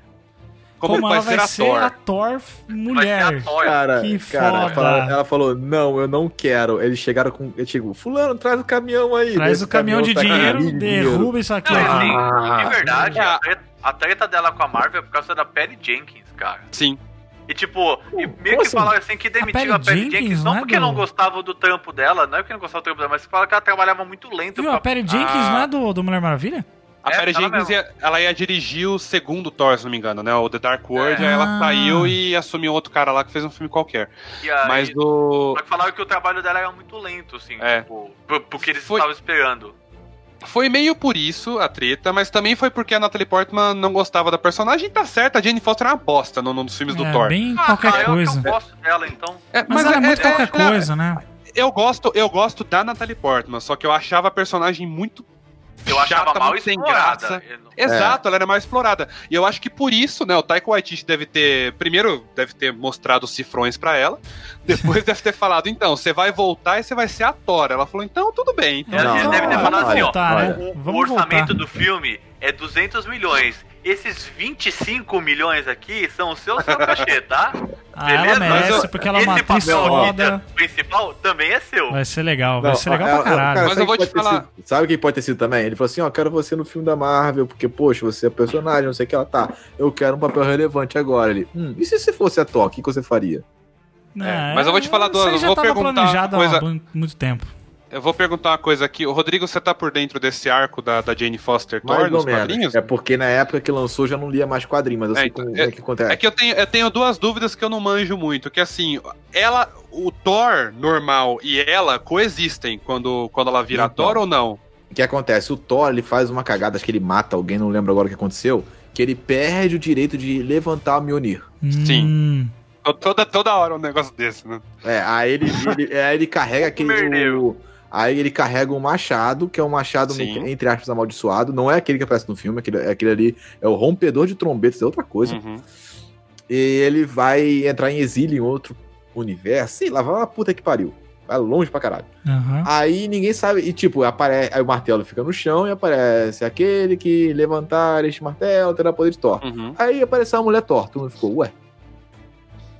como,
Como
vai
ela
ser a Thor.
Thor
Vai ser
mulher.
a Thor.
Cara,
Que
cara
foda.
fala- ela falou, não, eu não quero. Eles chegaram com. Eu digo, Fulano, traz o caminhão aí.
Traz
Esse
o caminhão de
tá com
dinheiro,
dinheiro.
derruba isso aqui.
Não,
ó.
assim,
Ah.
de verdade,
Ah.
a treta, a treta dela com a Marvel é por causa da Perry Jenkins, cara.
Sim.
E tipo, e meio
como
que
assim?
falaram assim que demitiram
A
a
Patty
Perry
Jenkins,
Jenkins,
não
não
é
porque não
do-
gostava do trampo dela, não é porque não gostava do trampo dela, mas fala que ela trabalhava muito lento.
Viu,
pra-
a Perry Jenkins
Ah.
não é do, do Mulher Maravilha?
A
É,
Perry
ela
Jenkins,
mesma.
ia, ela ia dirigir o segundo Thor, se não me engano, né? O The Dark World,
É.
aí
Ah.
ela saiu e assumiu outro cara lá que fez um filme qualquer.
e aí-
Mas o...
Só que falaram que o trabalho dela era muito lento, assim,
É.
tipo, pro- porque eles
Foi-
estavam esperando.
Foi meio por isso a treta, mas também foi porque a Natalie Portman não gostava da personagem. Tá certo, a Jane Foster é uma bosta num, num dos filmes
é,
do Thor.
bem
Ah,
qualquer
cara,
coisa.
eu que eu gosto dela, então.
É,
Mas, ela é, muito qualquer
ela-
coisa, né?
Eu gosto, eu gosto da Natalie Portman, só que eu achava a personagem muito
Eu achava
chata,
mal
muito sem
explorada.
graça.
Eu não-
Exato, ela era mais explorada. E eu acho que por isso, né, o Taika Waititi deve ter, primeiro, deve ter mostrado os cifrões pra ela, depois <laughs> deve ter falado, então, você vai voltar e você vai ser a Tora. Ela falou, então, tudo bem. Então,
Ela
Não,
deve ter
não,
falado
vamos
assim, ó,
voltar, né?
O, o
Vamos
orçamento
voltar.
do filme é 200 milhões. Esses 25 milhões aqui são
<laughs>
o seu, seu cachê, tá?
Ah, ela
Beleza, mas
merece,
eu-
porque ela é
Esse
uma atriz
papel aqui,
foda.
o principal, também é seu.
Vai ser legal, vai
Não, é,
ser legal
ela-
pra
ela-
caralho.
cara,
Mas
sabe
eu vou
quem
te
pode ter
falar-
sido- sabe quem pode ter sido também? Ele falou assim: ó, quero você no filme da Marvel, porque, poxa, você é personagem, não sei o que ela tá. Eu quero um papel relevante agora. Ele, hum, e se você fosse a Thor, o que, que você faria?
É,
mas eu vou te falar
isso aí
duas-
já
vou
tava
perguntar
planejado há
coisa-
bu- muito tempo.
eu vou perguntar uma coisa aqui. O Rodrigo, você tá por dentro desse arco da, da Jane Foster Thor
Mais
nos
ou
quadrinhos?
menos. É porque na época que lançou eu já não lia mais quadrinho, mas eu
É,
sei
então,
como é que acontece.
É que eu tenho, eu tenho duas dúvidas que eu não manjo muito. Que assim, ela, o Thor normal e ela coexistem quando, quando ela vira
Então.
Thor ou não?
O que acontece? O Thor ele faz uma cagada, acho que ele mata alguém, não lembro agora o que aconteceu, que ele perde o direito de levantar o Mjolnir.
Sim.
To- Toda, toda hora um negócio desse, né?
É, aí ele, ele- é, aí ele carrega aquele.
merdeiro.
o- aí ele carrega um machado, que é um machado,
Sim.
no- entre aspas, amaldiçoado. Não é aquele que aparece no filme, aquele, aquele ali é o rompedor de trombetas, é outra coisa.
Uhum.
E ele vai entrar em exílio em outro universo, sei lá, vai lá puta que pariu. Vai longe pra caralho.
Aham.
Aí ninguém sabe. E tipo, aparece, aí o martelo fica no chão e aparece aquele que levantar este martelo terá poder de Thor.
Uhum.
Aí apareceu uma mulher Thor. Todo mundo ficou, ué?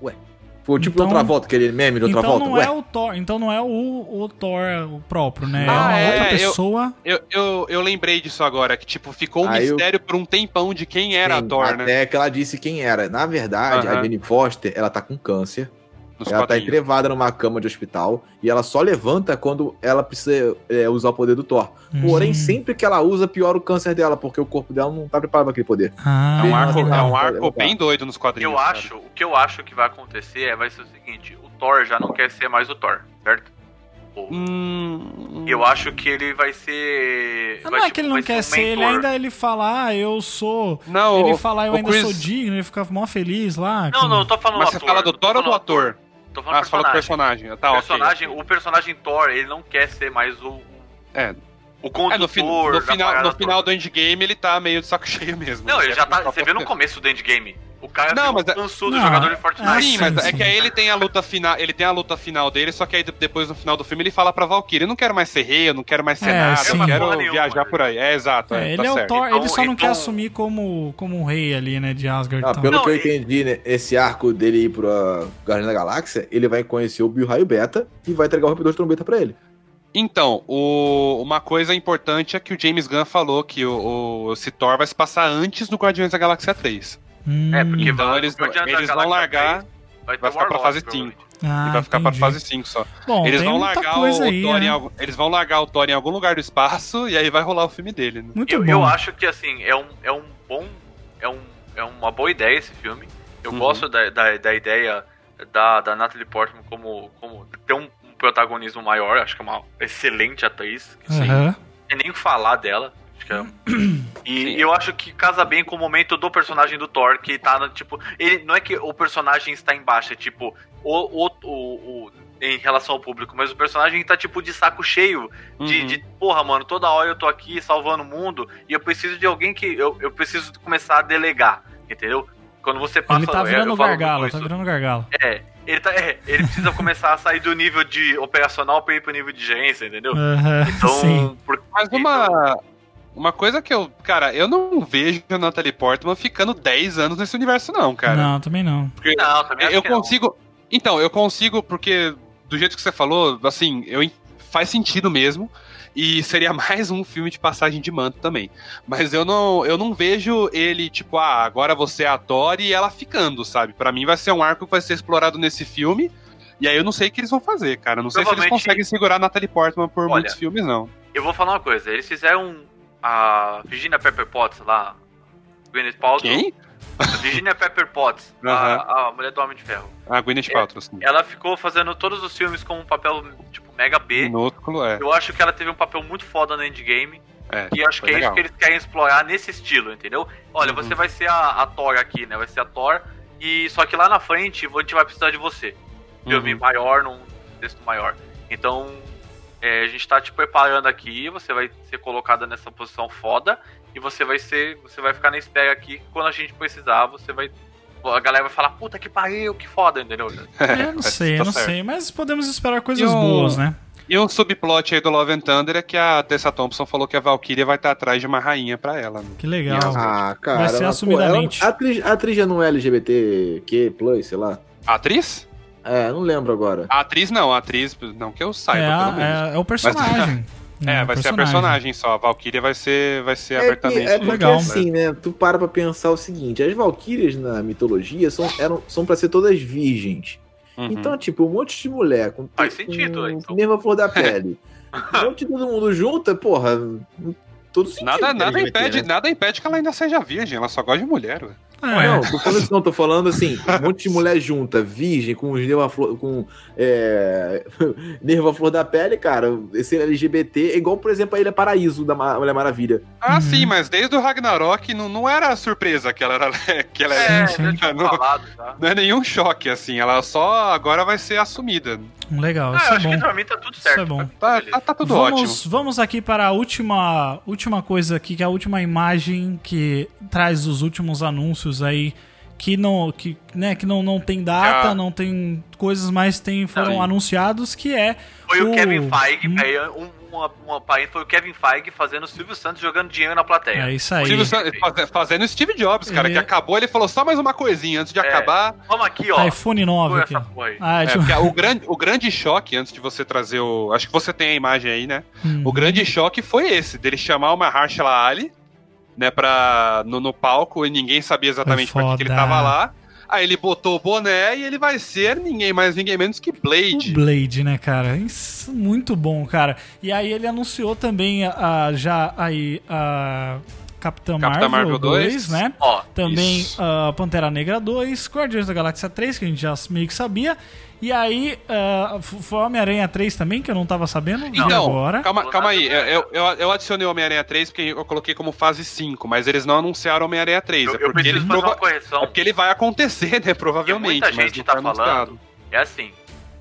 Ué? Foi tipo
Então-
outra volta, aquele meme de outra
Então
volta.
não
ué?
é o Thor, então não é o, o Thor o próprio, né? é uma
Ah, é,
outra
eu-
pessoa.
Eu, eu, eu lembrei disso agora, que tipo, ficou um
Aí eu-
mistério por um tempão de quem era
Sim,
a Thor, né?
Até que ela disse quem era. Na verdade,
Aham.
a Jenny Foster, ela tá com câncer.
Nos
ela tá
quadrinhos.
entrevada numa cama de hospital. E ela só levanta quando ela precisa é, usar o poder do Thor. Porém,
Hum.
sempre que ela usa, piora o câncer dela, porque o corpo dela não tá preparado pra aquele poder.
Ah,
É um arco, é um
Ah,
arco
tá.
bem doido nos quadrinhos.
Eu
cara.
acho, o que eu acho que vai acontecer é, vai ser o seguinte, o Thor já não quer ser mais o Thor, certo?
Hum,
Eu acho que ele vai ser...
Ah,
vai,
não é
tipo,
que ele não
vai ser
quer
um
ser, ele
mentor.
ainda ele fala, ah, eu sou.
Não,
ele
o-
fala, eu
o
ainda
Chris-
sou digno, ele fica mó feliz lá.
Não,
com- É,
não, eu tô falando
Mas você
ator,
fala do
tô
Thor ou do
falando
ator?
Tô falando
Ah, você fala do
personagem.
personagem. Tá, ok.
personagem, O personagem Thor, ele não quer ser mais o...
É.
O
É,
condutor
no, fi- no
da
final,
parada
no final
toda.
do endgame ele tá meio de saco <laughs> cheio mesmo.
Não, ele já
quer
tá...
continuar
Você vê no começo do endgame. O cara
é- Não,
não,
mas
mas
é-
cansudo
Não,
jogador de
Ah,
Fortnite.
Sim,
sim,
mas é
sim.
que aí ele tem a luta final, ele tem a luta final dele, só que aí de- depois no final do filme ele fala pra Valkyrie, eu não quero mais ser rei, eu não quero mais ser
É,
nada,
sim.
eu quero
Porra nenhuma,
viajar
né?
por aí. É, exato,
É,
é,
ele
tá
é o
certo.
Thor, ele
Então-
só não
então-
quer assumir como, como um rei ali, né, de Asgard e
Ah,
tal.
pelo
Não,
que eu
e-
entendi, né, esse arco dele ir pro ah, Guardiões da Galáxia, ele vai conhecer o Bill Raio Beta e vai entregar o Rapidor de Trombeta pra ele.
Então, o- uma coisa importante é que o James Gunn falou que o, o Citor vai se passar antes do Guardiões da Galáxia 3.
Hum,
É, porque
Então
vai-
eles,
o Guardiões da
eles vão
Galáxia
largar
Vai, ter
vai ficar pra
Warlock,
fase
provavelmente.
e vai ficar pra fase 5 só.
ah, Bom,
eles
tem
vão
muita
largar o,
coisa
o
aí,
Thor
né?
em algum, eles vão largar o Thor em algum lugar do espaço e aí vai rolar o filme dele, né?
Muito
Eu,
bom.
eu acho que, assim, é um, é um bom. É, um, é uma boa ideia esse filme. Eu
Uhum.
gosto da, da, da ideia da, da Natalie Portman como, como ter um, um protagonismo maior. Acho que é uma excelente atriz. Que, assim,
Uhum.
Aham.
sem nem falar dela. Acho que
<clears throat>
é- E
Sim.
eu acho que casa bem com o momento do personagem do Thor, que tá no tipo. Ele, não é que o personagem está em baixa, é tipo, o, o, o- o- em relação ao público, mas o personagem tá tipo de saco cheio. De,
Uhum.
de, porra, mano, toda hora eu tô aqui salvando o mundo e eu preciso de alguém que. Eu, eu preciso começar a delegar, entendeu? Quando você passa.
Ele tá
eu-
virando
eu falo
gargalo,
muito
tá
isso.
virando gargalo.
É, ele tá. É, ele precisa começar a sair do nível de operacional pra ir pro nível de gerência, entendeu?
Aham, <laughs>
Então,
Ah, sim.
por-
Mas uma, uma coisa que eu. Cara, eu não vejo a Natalie Portman ficando 10 anos nesse universo, não, cara.
Não, também não.
Não, também
Eu,
acho que é não.
consigo. Então, eu consigo, porque do jeito que você falou, assim, eu en- faz sentido mesmo. E seria <laughs> mais um filme de passagem de manto também. Mas eu não, eu não vejo ele, tipo, ah, agora você é a Tori e ela ficando, sabe? Pra mim vai ser um arco que vai ser explorado nesse filme. E aí eu não sei o que eles vão fazer, cara. Não sei se eles
Provavelmente-
conseguem segurar a Natalie Portman por
Olha,
muitos filmes, não.
um- Eu vou falar uma coisa, eles fizeram um, a Virginia Pepper Potts lá, Gwyneth Paltrow.
Quem?
Virginia Pepper Potts, a,
Aham.
a mulher do Homem de Ferro.
A
é,
Gwyneth Paltrow, sim.
Ela ficou fazendo todos os filmes com um papel, tipo, mega B.
Minúsculo, é.
Eu acho que ela teve um papel muito foda no Endgame.
é.
E acho que
Foi
é isso
legal.
que eles querem explorar nesse estilo, entendeu? Olha,
Uhum.
você vai ser a, a Thor aqui, né? Vai ser a Thor. E só que lá na frente a gente vai precisar de você. Filme
Uhum.
maior, num texto maior. Então, é, a gente tá te preparando aqui, você vai ser colocada nessa posição foda. E você vai ser. Você vai ficar na espera aqui. Quando a gente precisar, você vai. A galera vai falar, puta que pariu, que foda, entendeu?
Eu não sei,
tá
eu não
certo.
sei. Mas podemos esperar coisas
E o-
boas, né?
E um subplot aí do Love and Thunder é que a Tessa Thompson falou que a Valkyria vai estar atrás de uma rainha pra ela. Né?
Que legal.
Ah, cara.
Vai ser
mas, pô,
assumidamente.
ela- a, atriz, a atriz já não é LGBTQ, sei lá.
A atriz?
É, não lembro agora.
A atriz não, a atriz, não que eu saiba,
é,
pelo menos.
a- é, é o personagem.
<laughs> É, vai ser a personagem só. A Valkyria vai ser, vai ser abertamente.
é porque
Legal.
assim, né? Tu para pra pensar o seguinte: as valquírias na mitologia são, eram, são pra ser todas virgens.
Uhum.
Então, tipo, um monte de mulher com,
Faz sentido,
com
né, então.
mesma flor da pele. um monte de todo mundo junta, porra. Todo sentido.
nada,
que
nada,
LGBT,
impede,
né?
nada impede que ela ainda seja virgem, ela só gosta de mulher. ué.
É,
Não, tô falando isso não, tô falando assim, um monte de mulher junta, virgem, com os nerva flor, com é, <laughs> nerva flor da pele, cara, esse LGBT, é igual, por exemplo, a Ilha Paraíso da Ma- Mulher Maravilha.
Ah,
Uhum.
sim, mas desde o Ragnarok não, não era surpresa que ela era. <laughs> Que ela era-
É,
sim.
já tinha
Não.
falado tá? já.
Não é nenhum choque, assim. Ela só agora vai ser assumida.
É. Legal,
Ah, eu
isso é
acho que
bom.
pra mim tá tudo
Isso é
certo.
bom.
Tá, tá, tá tudo
vamos,
ótimo.
vamos aqui para a última, última coisa aqui, que é a última imagem que traz os últimos anúncios aí. Que não, que, né, que não, não tem data,
Ah.
não tem coisas, mas tem, foram
Sim.
anunciados, que é.
Foi o, Kevin Feige,
Hum,
aí, um, uma, uma parente foi o Kevin Feige fazendo o Silvio Santos jogando dinheiro na plateia.
É isso aí.
Steve Sa- faze- fazendo Steve Jobs, cara,
É.
que acabou, ele falou só mais uma coisinha antes de
É.
acabar.
Vamos aqui, ó.
iPhone 9
Põe
aqui.
essa porra aí.
Ah,
É,
deixa eu-
porque o, grande, o grande choque, antes de você trazer o. Acho que você tem a imagem aí, né?
Hum.
O grande choque foi esse, dele chamar uma Harshla Ali, né, pra, no, no palco e ninguém sabia exatamente
Foi
pra que que ele
foda.
tava lá. Aí ele botou o boné e ele vai ser ninguém mais, ninguém menos que
O
Blade.
Blade, né, cara? Isso, muito bom, cara. E aí ele anunciou também a, a- já aí a Capitã,
Capitã
Marvel,
Marvel
2,
2,
né?
Ó,
Também
Isso.
ah, Pantera Negra 2, Guardiões da Galáxia 3, que a gente já meio que sabia. E aí ah, f- foi Homem-Aranha 3 também, que eu não tava sabendo. vi
Então,
agora.
calma,
Não
calma
nada
aí, eu,
nada.
eu, eu adicionei o Homem-Aranha 3 porque eu coloquei como fase 5, mas eles não anunciaram Homem-Aranha 3.
eu,
é,
eu
porque ele
preciso fazer
prova-
uma correção.
é porque ele vai acontecer, né, provavelmente.
Então, muita
mas
gente
não
tá
foi anunciado.
É assim,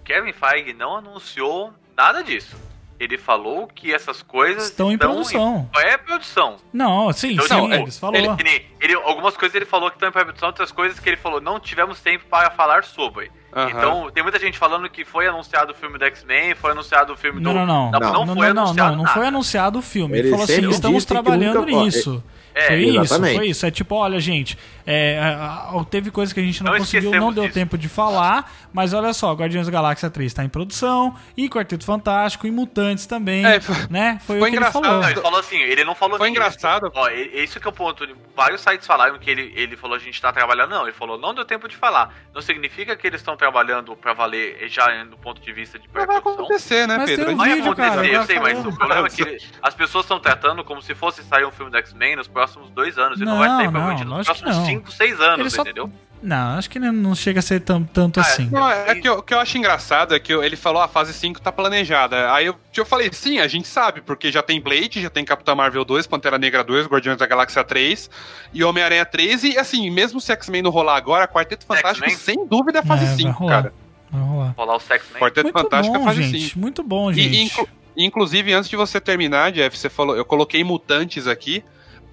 Kevin Feige não anunciou nada disso. Ele falou que essas coisas
Estão
então,
em produção.
É produção.
Não, sim,
Então,
sim,
tipo,
é,
eles falou.
Ele, que nem- ele- algumas coisas ele falou que estão em produção, outras coisas que ele falou não tivemos tempo para falar sobre.
Aham.
Então, tem muita gente falando que foi anunciado o filme do X-Men, foi anunciado o filme
Não,
do.
não, não.
Não,
Não, não, não, não, não,
anunciado
foi
nada.
anunciado o filme. Ele,
Ele
falou assim:
sempre
estamos
disse que
trabalhando
nunca- ó,
nisso.
É,
foi
exatamente.
isso, foi isso. É tipo, olha, gente, é, a- a- teve coisa que a gente não,
Não
conseguiu, não
esquecemos
deu
disso.
tempo de falar, mas olha só, Guardiões da Galáxia 3 tá em produção, e Quarteto Fantástico, e Mutantes também,
É, foi-
né? Foi, o
foi
que ele
engraçado,
falou.
Não, ele falou assim, ele não falou
Foi
assim,
engraçado.
Ó, e- isso que é o ponto. Vários sites falaram que ele, ele falou a gente tá trabalhando. Não, ele falou, não deu tempo de falar. Não significa que eles estão trabalhando pra valer eh, já do ponto de vista de
Mas vai
pré-produção.
acontecer, né,
Mas tem
Pedro?
um
Vai
Vai
vídeo,
acontecer,
cara,
eu
agora
sei, mas
falou.
o problema é que as pessoas estão tratando como se fosse sair um filme do X-Men nos próximos dois anos. E não,
Não,
vai sair
não,
provavelmente nos
lógico que
próximos
não.
5, 6 anos,
Ele só-
entendeu?
Não, acho que ele não chega a ser tão, tanto
Ah,
assim.
Não, é que eu- o que eu acho engraçado é que eu- ele falou a fase 5 tá planejada. Aí eu, eu falei, sim, a gente sabe, porque já tem Blade, já tem Capitã Marvel 2, Pantera Negra 2, Guardiões da Galáxia 3 e Homem-Aranha 3. E assim, mesmo se X-Men não rolar agora, Quarteto Fantástico
X-Men?
sem dúvida é fase
É, vai
5,
rolar.
cara.
Vai rolar.
Falar o sexo, né?
Quarteto
Muito
Fantástico é
bom,
fase
gente.
5.
Muito bom,
E,
gente.
inclu- inclusive, antes de você terminar, Jeff, você falou, eu coloquei mutantes aqui,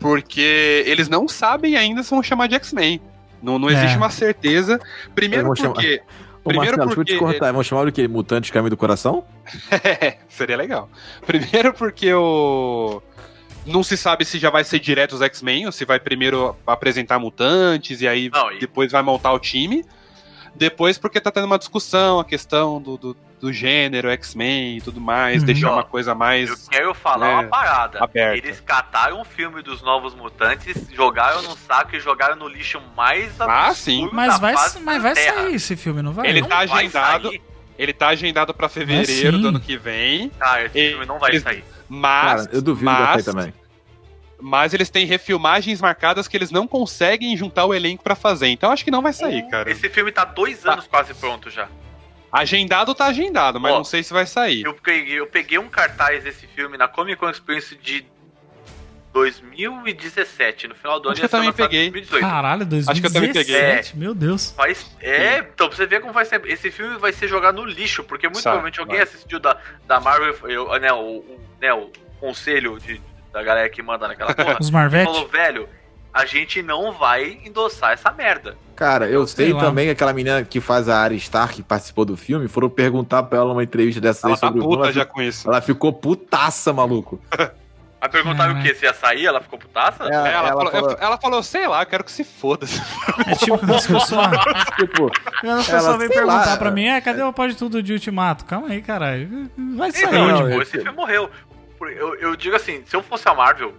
porque eles não sabem ainda se vão chamar de X-Men. Não, não
É.
existe uma certeza. Primeiro
Eles vão
porque. <laughs>
Ô, Marcelo,
Primeiro
deixa eu te
porque.
cortar. Vamos chamar o quê? Mutante Caminho do Coração?
É, seria legal. Primeiro porque o. Não se sabe se já vai ser direto os X-Men, ou se vai primeiro apresentar mutantes e aí
Não, e-
depois vai montar o time. Depois porque tá tendo uma discussão, a questão do, do, do gênero, X-Men e tudo mais,
Uhum.
deixar
Ó,
uma coisa mais.
Eu quero falar
É,
uma parada.
aberta.
Eles cataram o filme dos Novos Mutantes, jogaram no saco e jogaram no lixo mais
Ah, sim.
Mas
da
vai,
face da
mas vai
Terra.
sair esse filme, não vai?
Ele
Não
tá
vai
agendado.
sair.
Ele tá agendado pra fevereiro
sim.
do ano que vem,
Cara, esse
Ele-
filme não vai
ele-
sair.
mas.
Cara, eu duvido que vai
mas,
sair também.
mas eles têm refilmagens marcadas que eles não conseguem juntar o elenco pra fazer. Então acho que não vai sair, cara.
Esse filme tá dois anos quase pronto já.
Agendado tá agendado, mas
Ó,
não sei se vai sair.
Eu peguei, eu peguei um cartaz desse filme na Comic Con Experience de 2017, no final do ano. ia
Acho que eu
ser
também
lançado em
peguei.
2018.
Caralho, é
Acho que eu também
2017,
É.
meu Deus.
Mas, é, então pra você ver como vai ser. Esse filme vai ser jogado no lixo, porque muito
Sabe,
provavelmente alguém
vai.
assistiu da, da Marvel, eu, né, o, o- né, o conselho de, da galera que manda
<laughs>
naquela porra,
Os Marvete.
falou, velho, a gente não vai endossar essa merda.
Cara, eu sei,
lá.
também que aquela menina que faz a Arya Stark, que participou do filme, foram perguntar pra ela numa entrevista dessa
Ela
vez
tá
sobre o filme.
puta
Ela,
já
fi-
com isso.
ela ficou putaça, maluco.
Aí perguntaram o
Caraca.
que? Se ia sair, ela ficou putaça?
Ela,
É, Ela,
ela
falou,
falou,
ela falou, sei lá, eu quero que se foda.
É tipo, as pessoas,
tipo,
as pessoas vêm
sei
perguntar
lá,
pra mim, é, cadê o pode tudo de Ultimato? Calma aí, caralho. Vai sair.
Então,
Não,
tipo,
eu-
esse filme morreu. Eu, eu digo assim, se eu fosse a Marvel,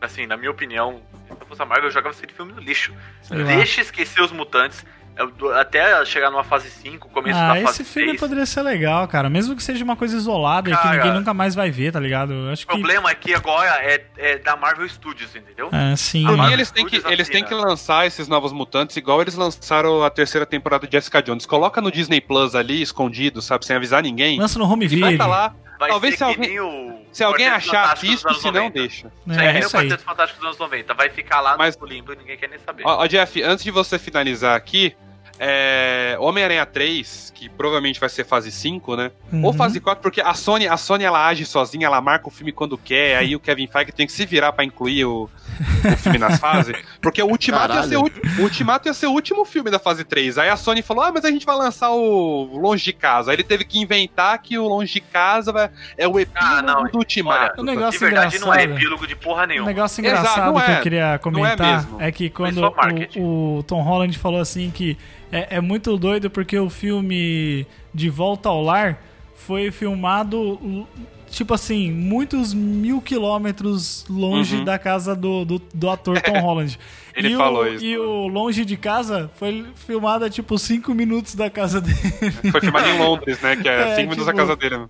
assim, na minha opinião, se eu fosse a Marvel, eu jogava esse filme no lixo.
sei lá.
Deixa esquecer os mutantes. eu do- Até chegar numa fase 5, começo
Ah,
da fase
esse filme
6.
poderia ser legal, cara. Mesmo que seja uma coisa isolada e que
Cara.
ninguém nunca mais vai ver, tá ligado? Eu acho
O
que.
problema é que agora é, é da Marvel Studios, entendeu?
Ah, sim.
Por
mas-
mim, eles têm, que,
Studios
eles têm
assina.
que lançar esses novos mutantes, igual eles lançaram a terceira temporada de Jessica Jones. Coloca no Disney Plus ali, escondido, sabe, sem avisar ninguém.
Lança no home
E vai
video.
tá lá.
Vai
Talvez se
que
alguém-
nem o
Se alguém
Quarteto
achar
Fantástico dos
assisto,
anos
se não,
90.
deixa.
é,
É,
que nem o
isso aí.
Quarteto Fantástico dos anos 90. Vai ficar lá
Mas-
no limbo e ninguém quer nem saber.
Ó, ó, Jeff, antes de você finalizar aqui, é, Homem-Aranha 3, que provavelmente vai ser fase 5, né? Ou
Uhum.
fase 4, porque a Sony, a Sony ela age sozinha, ela marca o filme quando quer, aí o Kevin Feige tem que se virar pra incluir o, o filme nas fases. Porque o Ultimato, ia
Caralho.
ser, o ulti- o Ultimato ia ser o último filme da fase 3. Aí a Sony falou: ah, mas a gente vai lançar o Longe de Casa. Aí ele teve que inventar que o Longe de Casa vai- é o epílogo
Ah, não.
do Ultimato.
É um negócio
De verdade, não é
né?
engraçado.
epílogo de porra
Um
nenhuma.
negócio
Exato,
engraçado
não
que
é.
eu queria comentar
mesmo.
é, que quando
só marketing.
o, o Tom Holland falou assim que é, é muito doido porque o filme De Volta ao Lar foi filmado tipo assim, muitos mil quilômetros longe
Uhum.
da casa do, do, do ator
<laughs>
Tom Holland.
Ele
e
falou
o,
isso.
E o Longe de Casa foi filmado a tipo 5 minutos da casa dele. <laughs>
Foi filmado em Londres, né? Que é
É,
5 minutos da
tipo,
casa dele. né?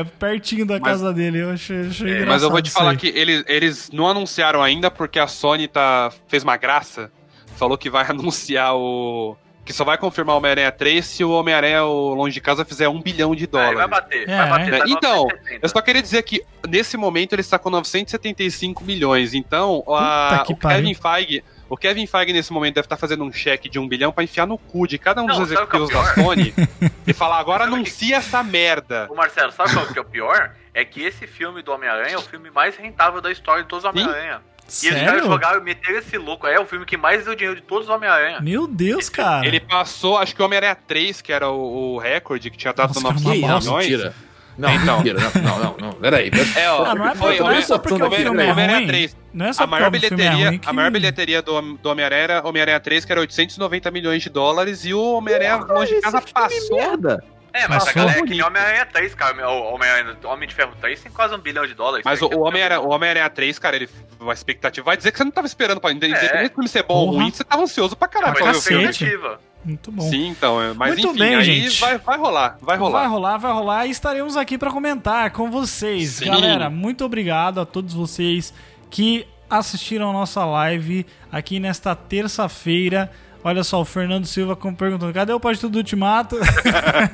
É, pertinho da
Mas- É,
casa dele. Eu achei, achei engraçado.
Mas eu vou te
isso
falar
aí.
que eles, eles não anunciaram ainda porque a Sony tá, fez uma graça. Falou que vai <laughs> anunciar o. Que só vai confirmar o Homem-Aranha 3 se o Homem-Aranha o Longe de Casa fizer um bilhão de
Ah, ele vai
dólares.
bater,
É,
vai bater.
né?
tá
Então,
970.
Eu só queria dizer que nesse momento ele está com 975 milhões. Então, a-
que
o Kevin Feige. O Kevin Feige, nesse momento, deve estar fazendo um cheque de um bilhão para enfiar no cu de cada um
Não,
dos
sabe o que é o
executivos da Sony
<laughs>
e falar, agora
Sabe o que-
anuncia essa merda.
Ô Marcelo, sabe qual que é o pior? É que esse filme do Homem-Aranha é o filme mais rentável da história de todos os
Sim.
Homem-Aranha. E eles
Sério?
caras jogaram e meteram esse louco. É o filme que mais deu dinheiro de todos os Homem-Aranha.
Meu Deus, cara.
Ele passou, acho que o Homem-Aranha 3, que era o, o recorde, que tinha dado
Nossa,
900
cara, é uma
milhões.
bosta.
Não,
Então.
mentira, não, não, não, não, peraí. pera-
É, ó,
Ah, não é,
foi
não é
Homem-
só porque o
Homem-
filme é
Homem-Aranha
ruim.
3.
Não é só
A maior
porque o filme é
bilheteria,
ruim que-
a maior bilheteria do, Hom- do Homem-Aranha era Homem-Aranha 3, que era 890 milhões de dólares, e o Homem-Aranha longe de Então,
é
casa passou.
merda.
É, mas
Passou
a galera
bonito.
que Homem-Aranha 3, cara. O Homem-Aranha- o Homem de Ferro 3 tem quase um bilhão de dólares.
Mas o,
cara,
o
que é
Homem-Aranha o Homem-Aranha 3, cara, ele. A expectativa vai dizer que você não tava esperando pra independente
É.
do filme ser bom ou
Porra.
ruim, você tava ansioso pra caralho.
Mas
pra ver o
cacete.
filme.
expectativa.
Muito bom.
Sim, então. é, Mas
Muito
enfim,
bem,
aí
gente.
Vai, vai rolar, vai rolar.
Vai rolar, vai rolar e estaremos aqui para comentar com vocês.
Sim.
Galera, muito obrigado a todos vocês que assistiram a nossa live aqui nesta terça-feira. Olha só, o Fernando Silva com- perguntando: cadê o Pode Tudo do Ultimato? <laughs>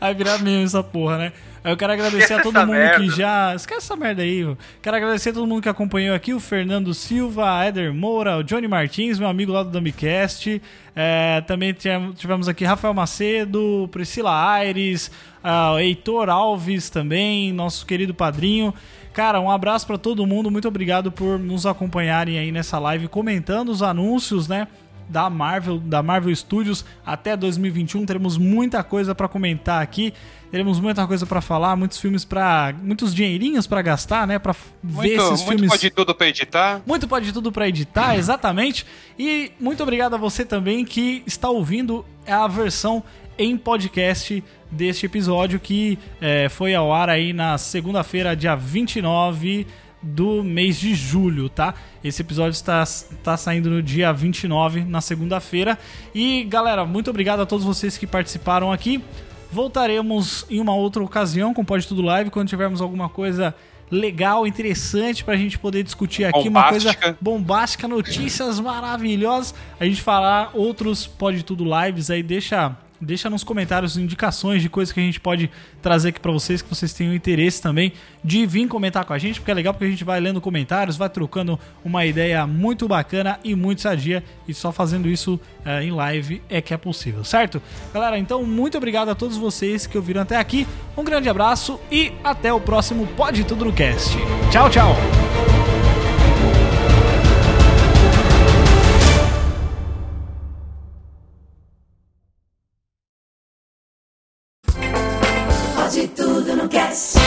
Vai virar meme essa porra, né? Eu quero agradecer
Esquece
a todo
essa
mundo que
merda.
já. Esquece essa merda aí, vô. Quero agradecer a todo mundo que acompanhou aqui: o Fernando Silva, a Eder Moura, o Johnny Martins, meu amigo lá do Dumbcast. É, também tivemos- tivemos aqui Rafael Macedo, Priscila Aires, ah, o Heitor Alves também, nosso querido padrinho. Cara, um abraço pra todo mundo, muito obrigado por nos acompanharem aí nessa live, comentando os anúncios, né? da Marvel, da Marvel Studios até 2021. Teremos muita coisa pra comentar aqui, teremos muita coisa pra falar, muitos filmes para, muitos dinheirinhos pra gastar, né, Pra f- ver
Muito,
esses
muito
filmes.
pode tudo pra editar.
Muito pode tudo pra editar, exatamente. E muito obrigado a você também que está ouvindo a versão em podcast deste episódio que eh, foi ao ar aí na segunda-feira, dia 29 do mês de julho, tá? Esse episódio está, está saindo no dia 29, na segunda-feira. E galera, muito obrigado a todos vocês que participaram aqui. Voltaremos em uma outra ocasião com o Pode Tudo Live quando tivermos alguma coisa legal, interessante pra gente poder discutir aqui uma coisa
Bombástica.
bombástica, notícias maravilhosas. A gente falar outros Pode Tudo Lives aí, deixa, deixa nos comentários indicações de coisas que a gente pode trazer aqui pra vocês, que vocês tenham interesse também de vir comentar com a gente, porque é legal porque a gente vai lendo comentários, vai trocando uma ideia muito bacana e muito sadia, e só fazendo isso eh, em live é que é possível, certo? Galera, então muito obrigado a todos vocês que ouviram até aqui, um grande abraço e até o próximo Pode Tudo no Cast. Tchau, tchau!
Pode tudo no cast.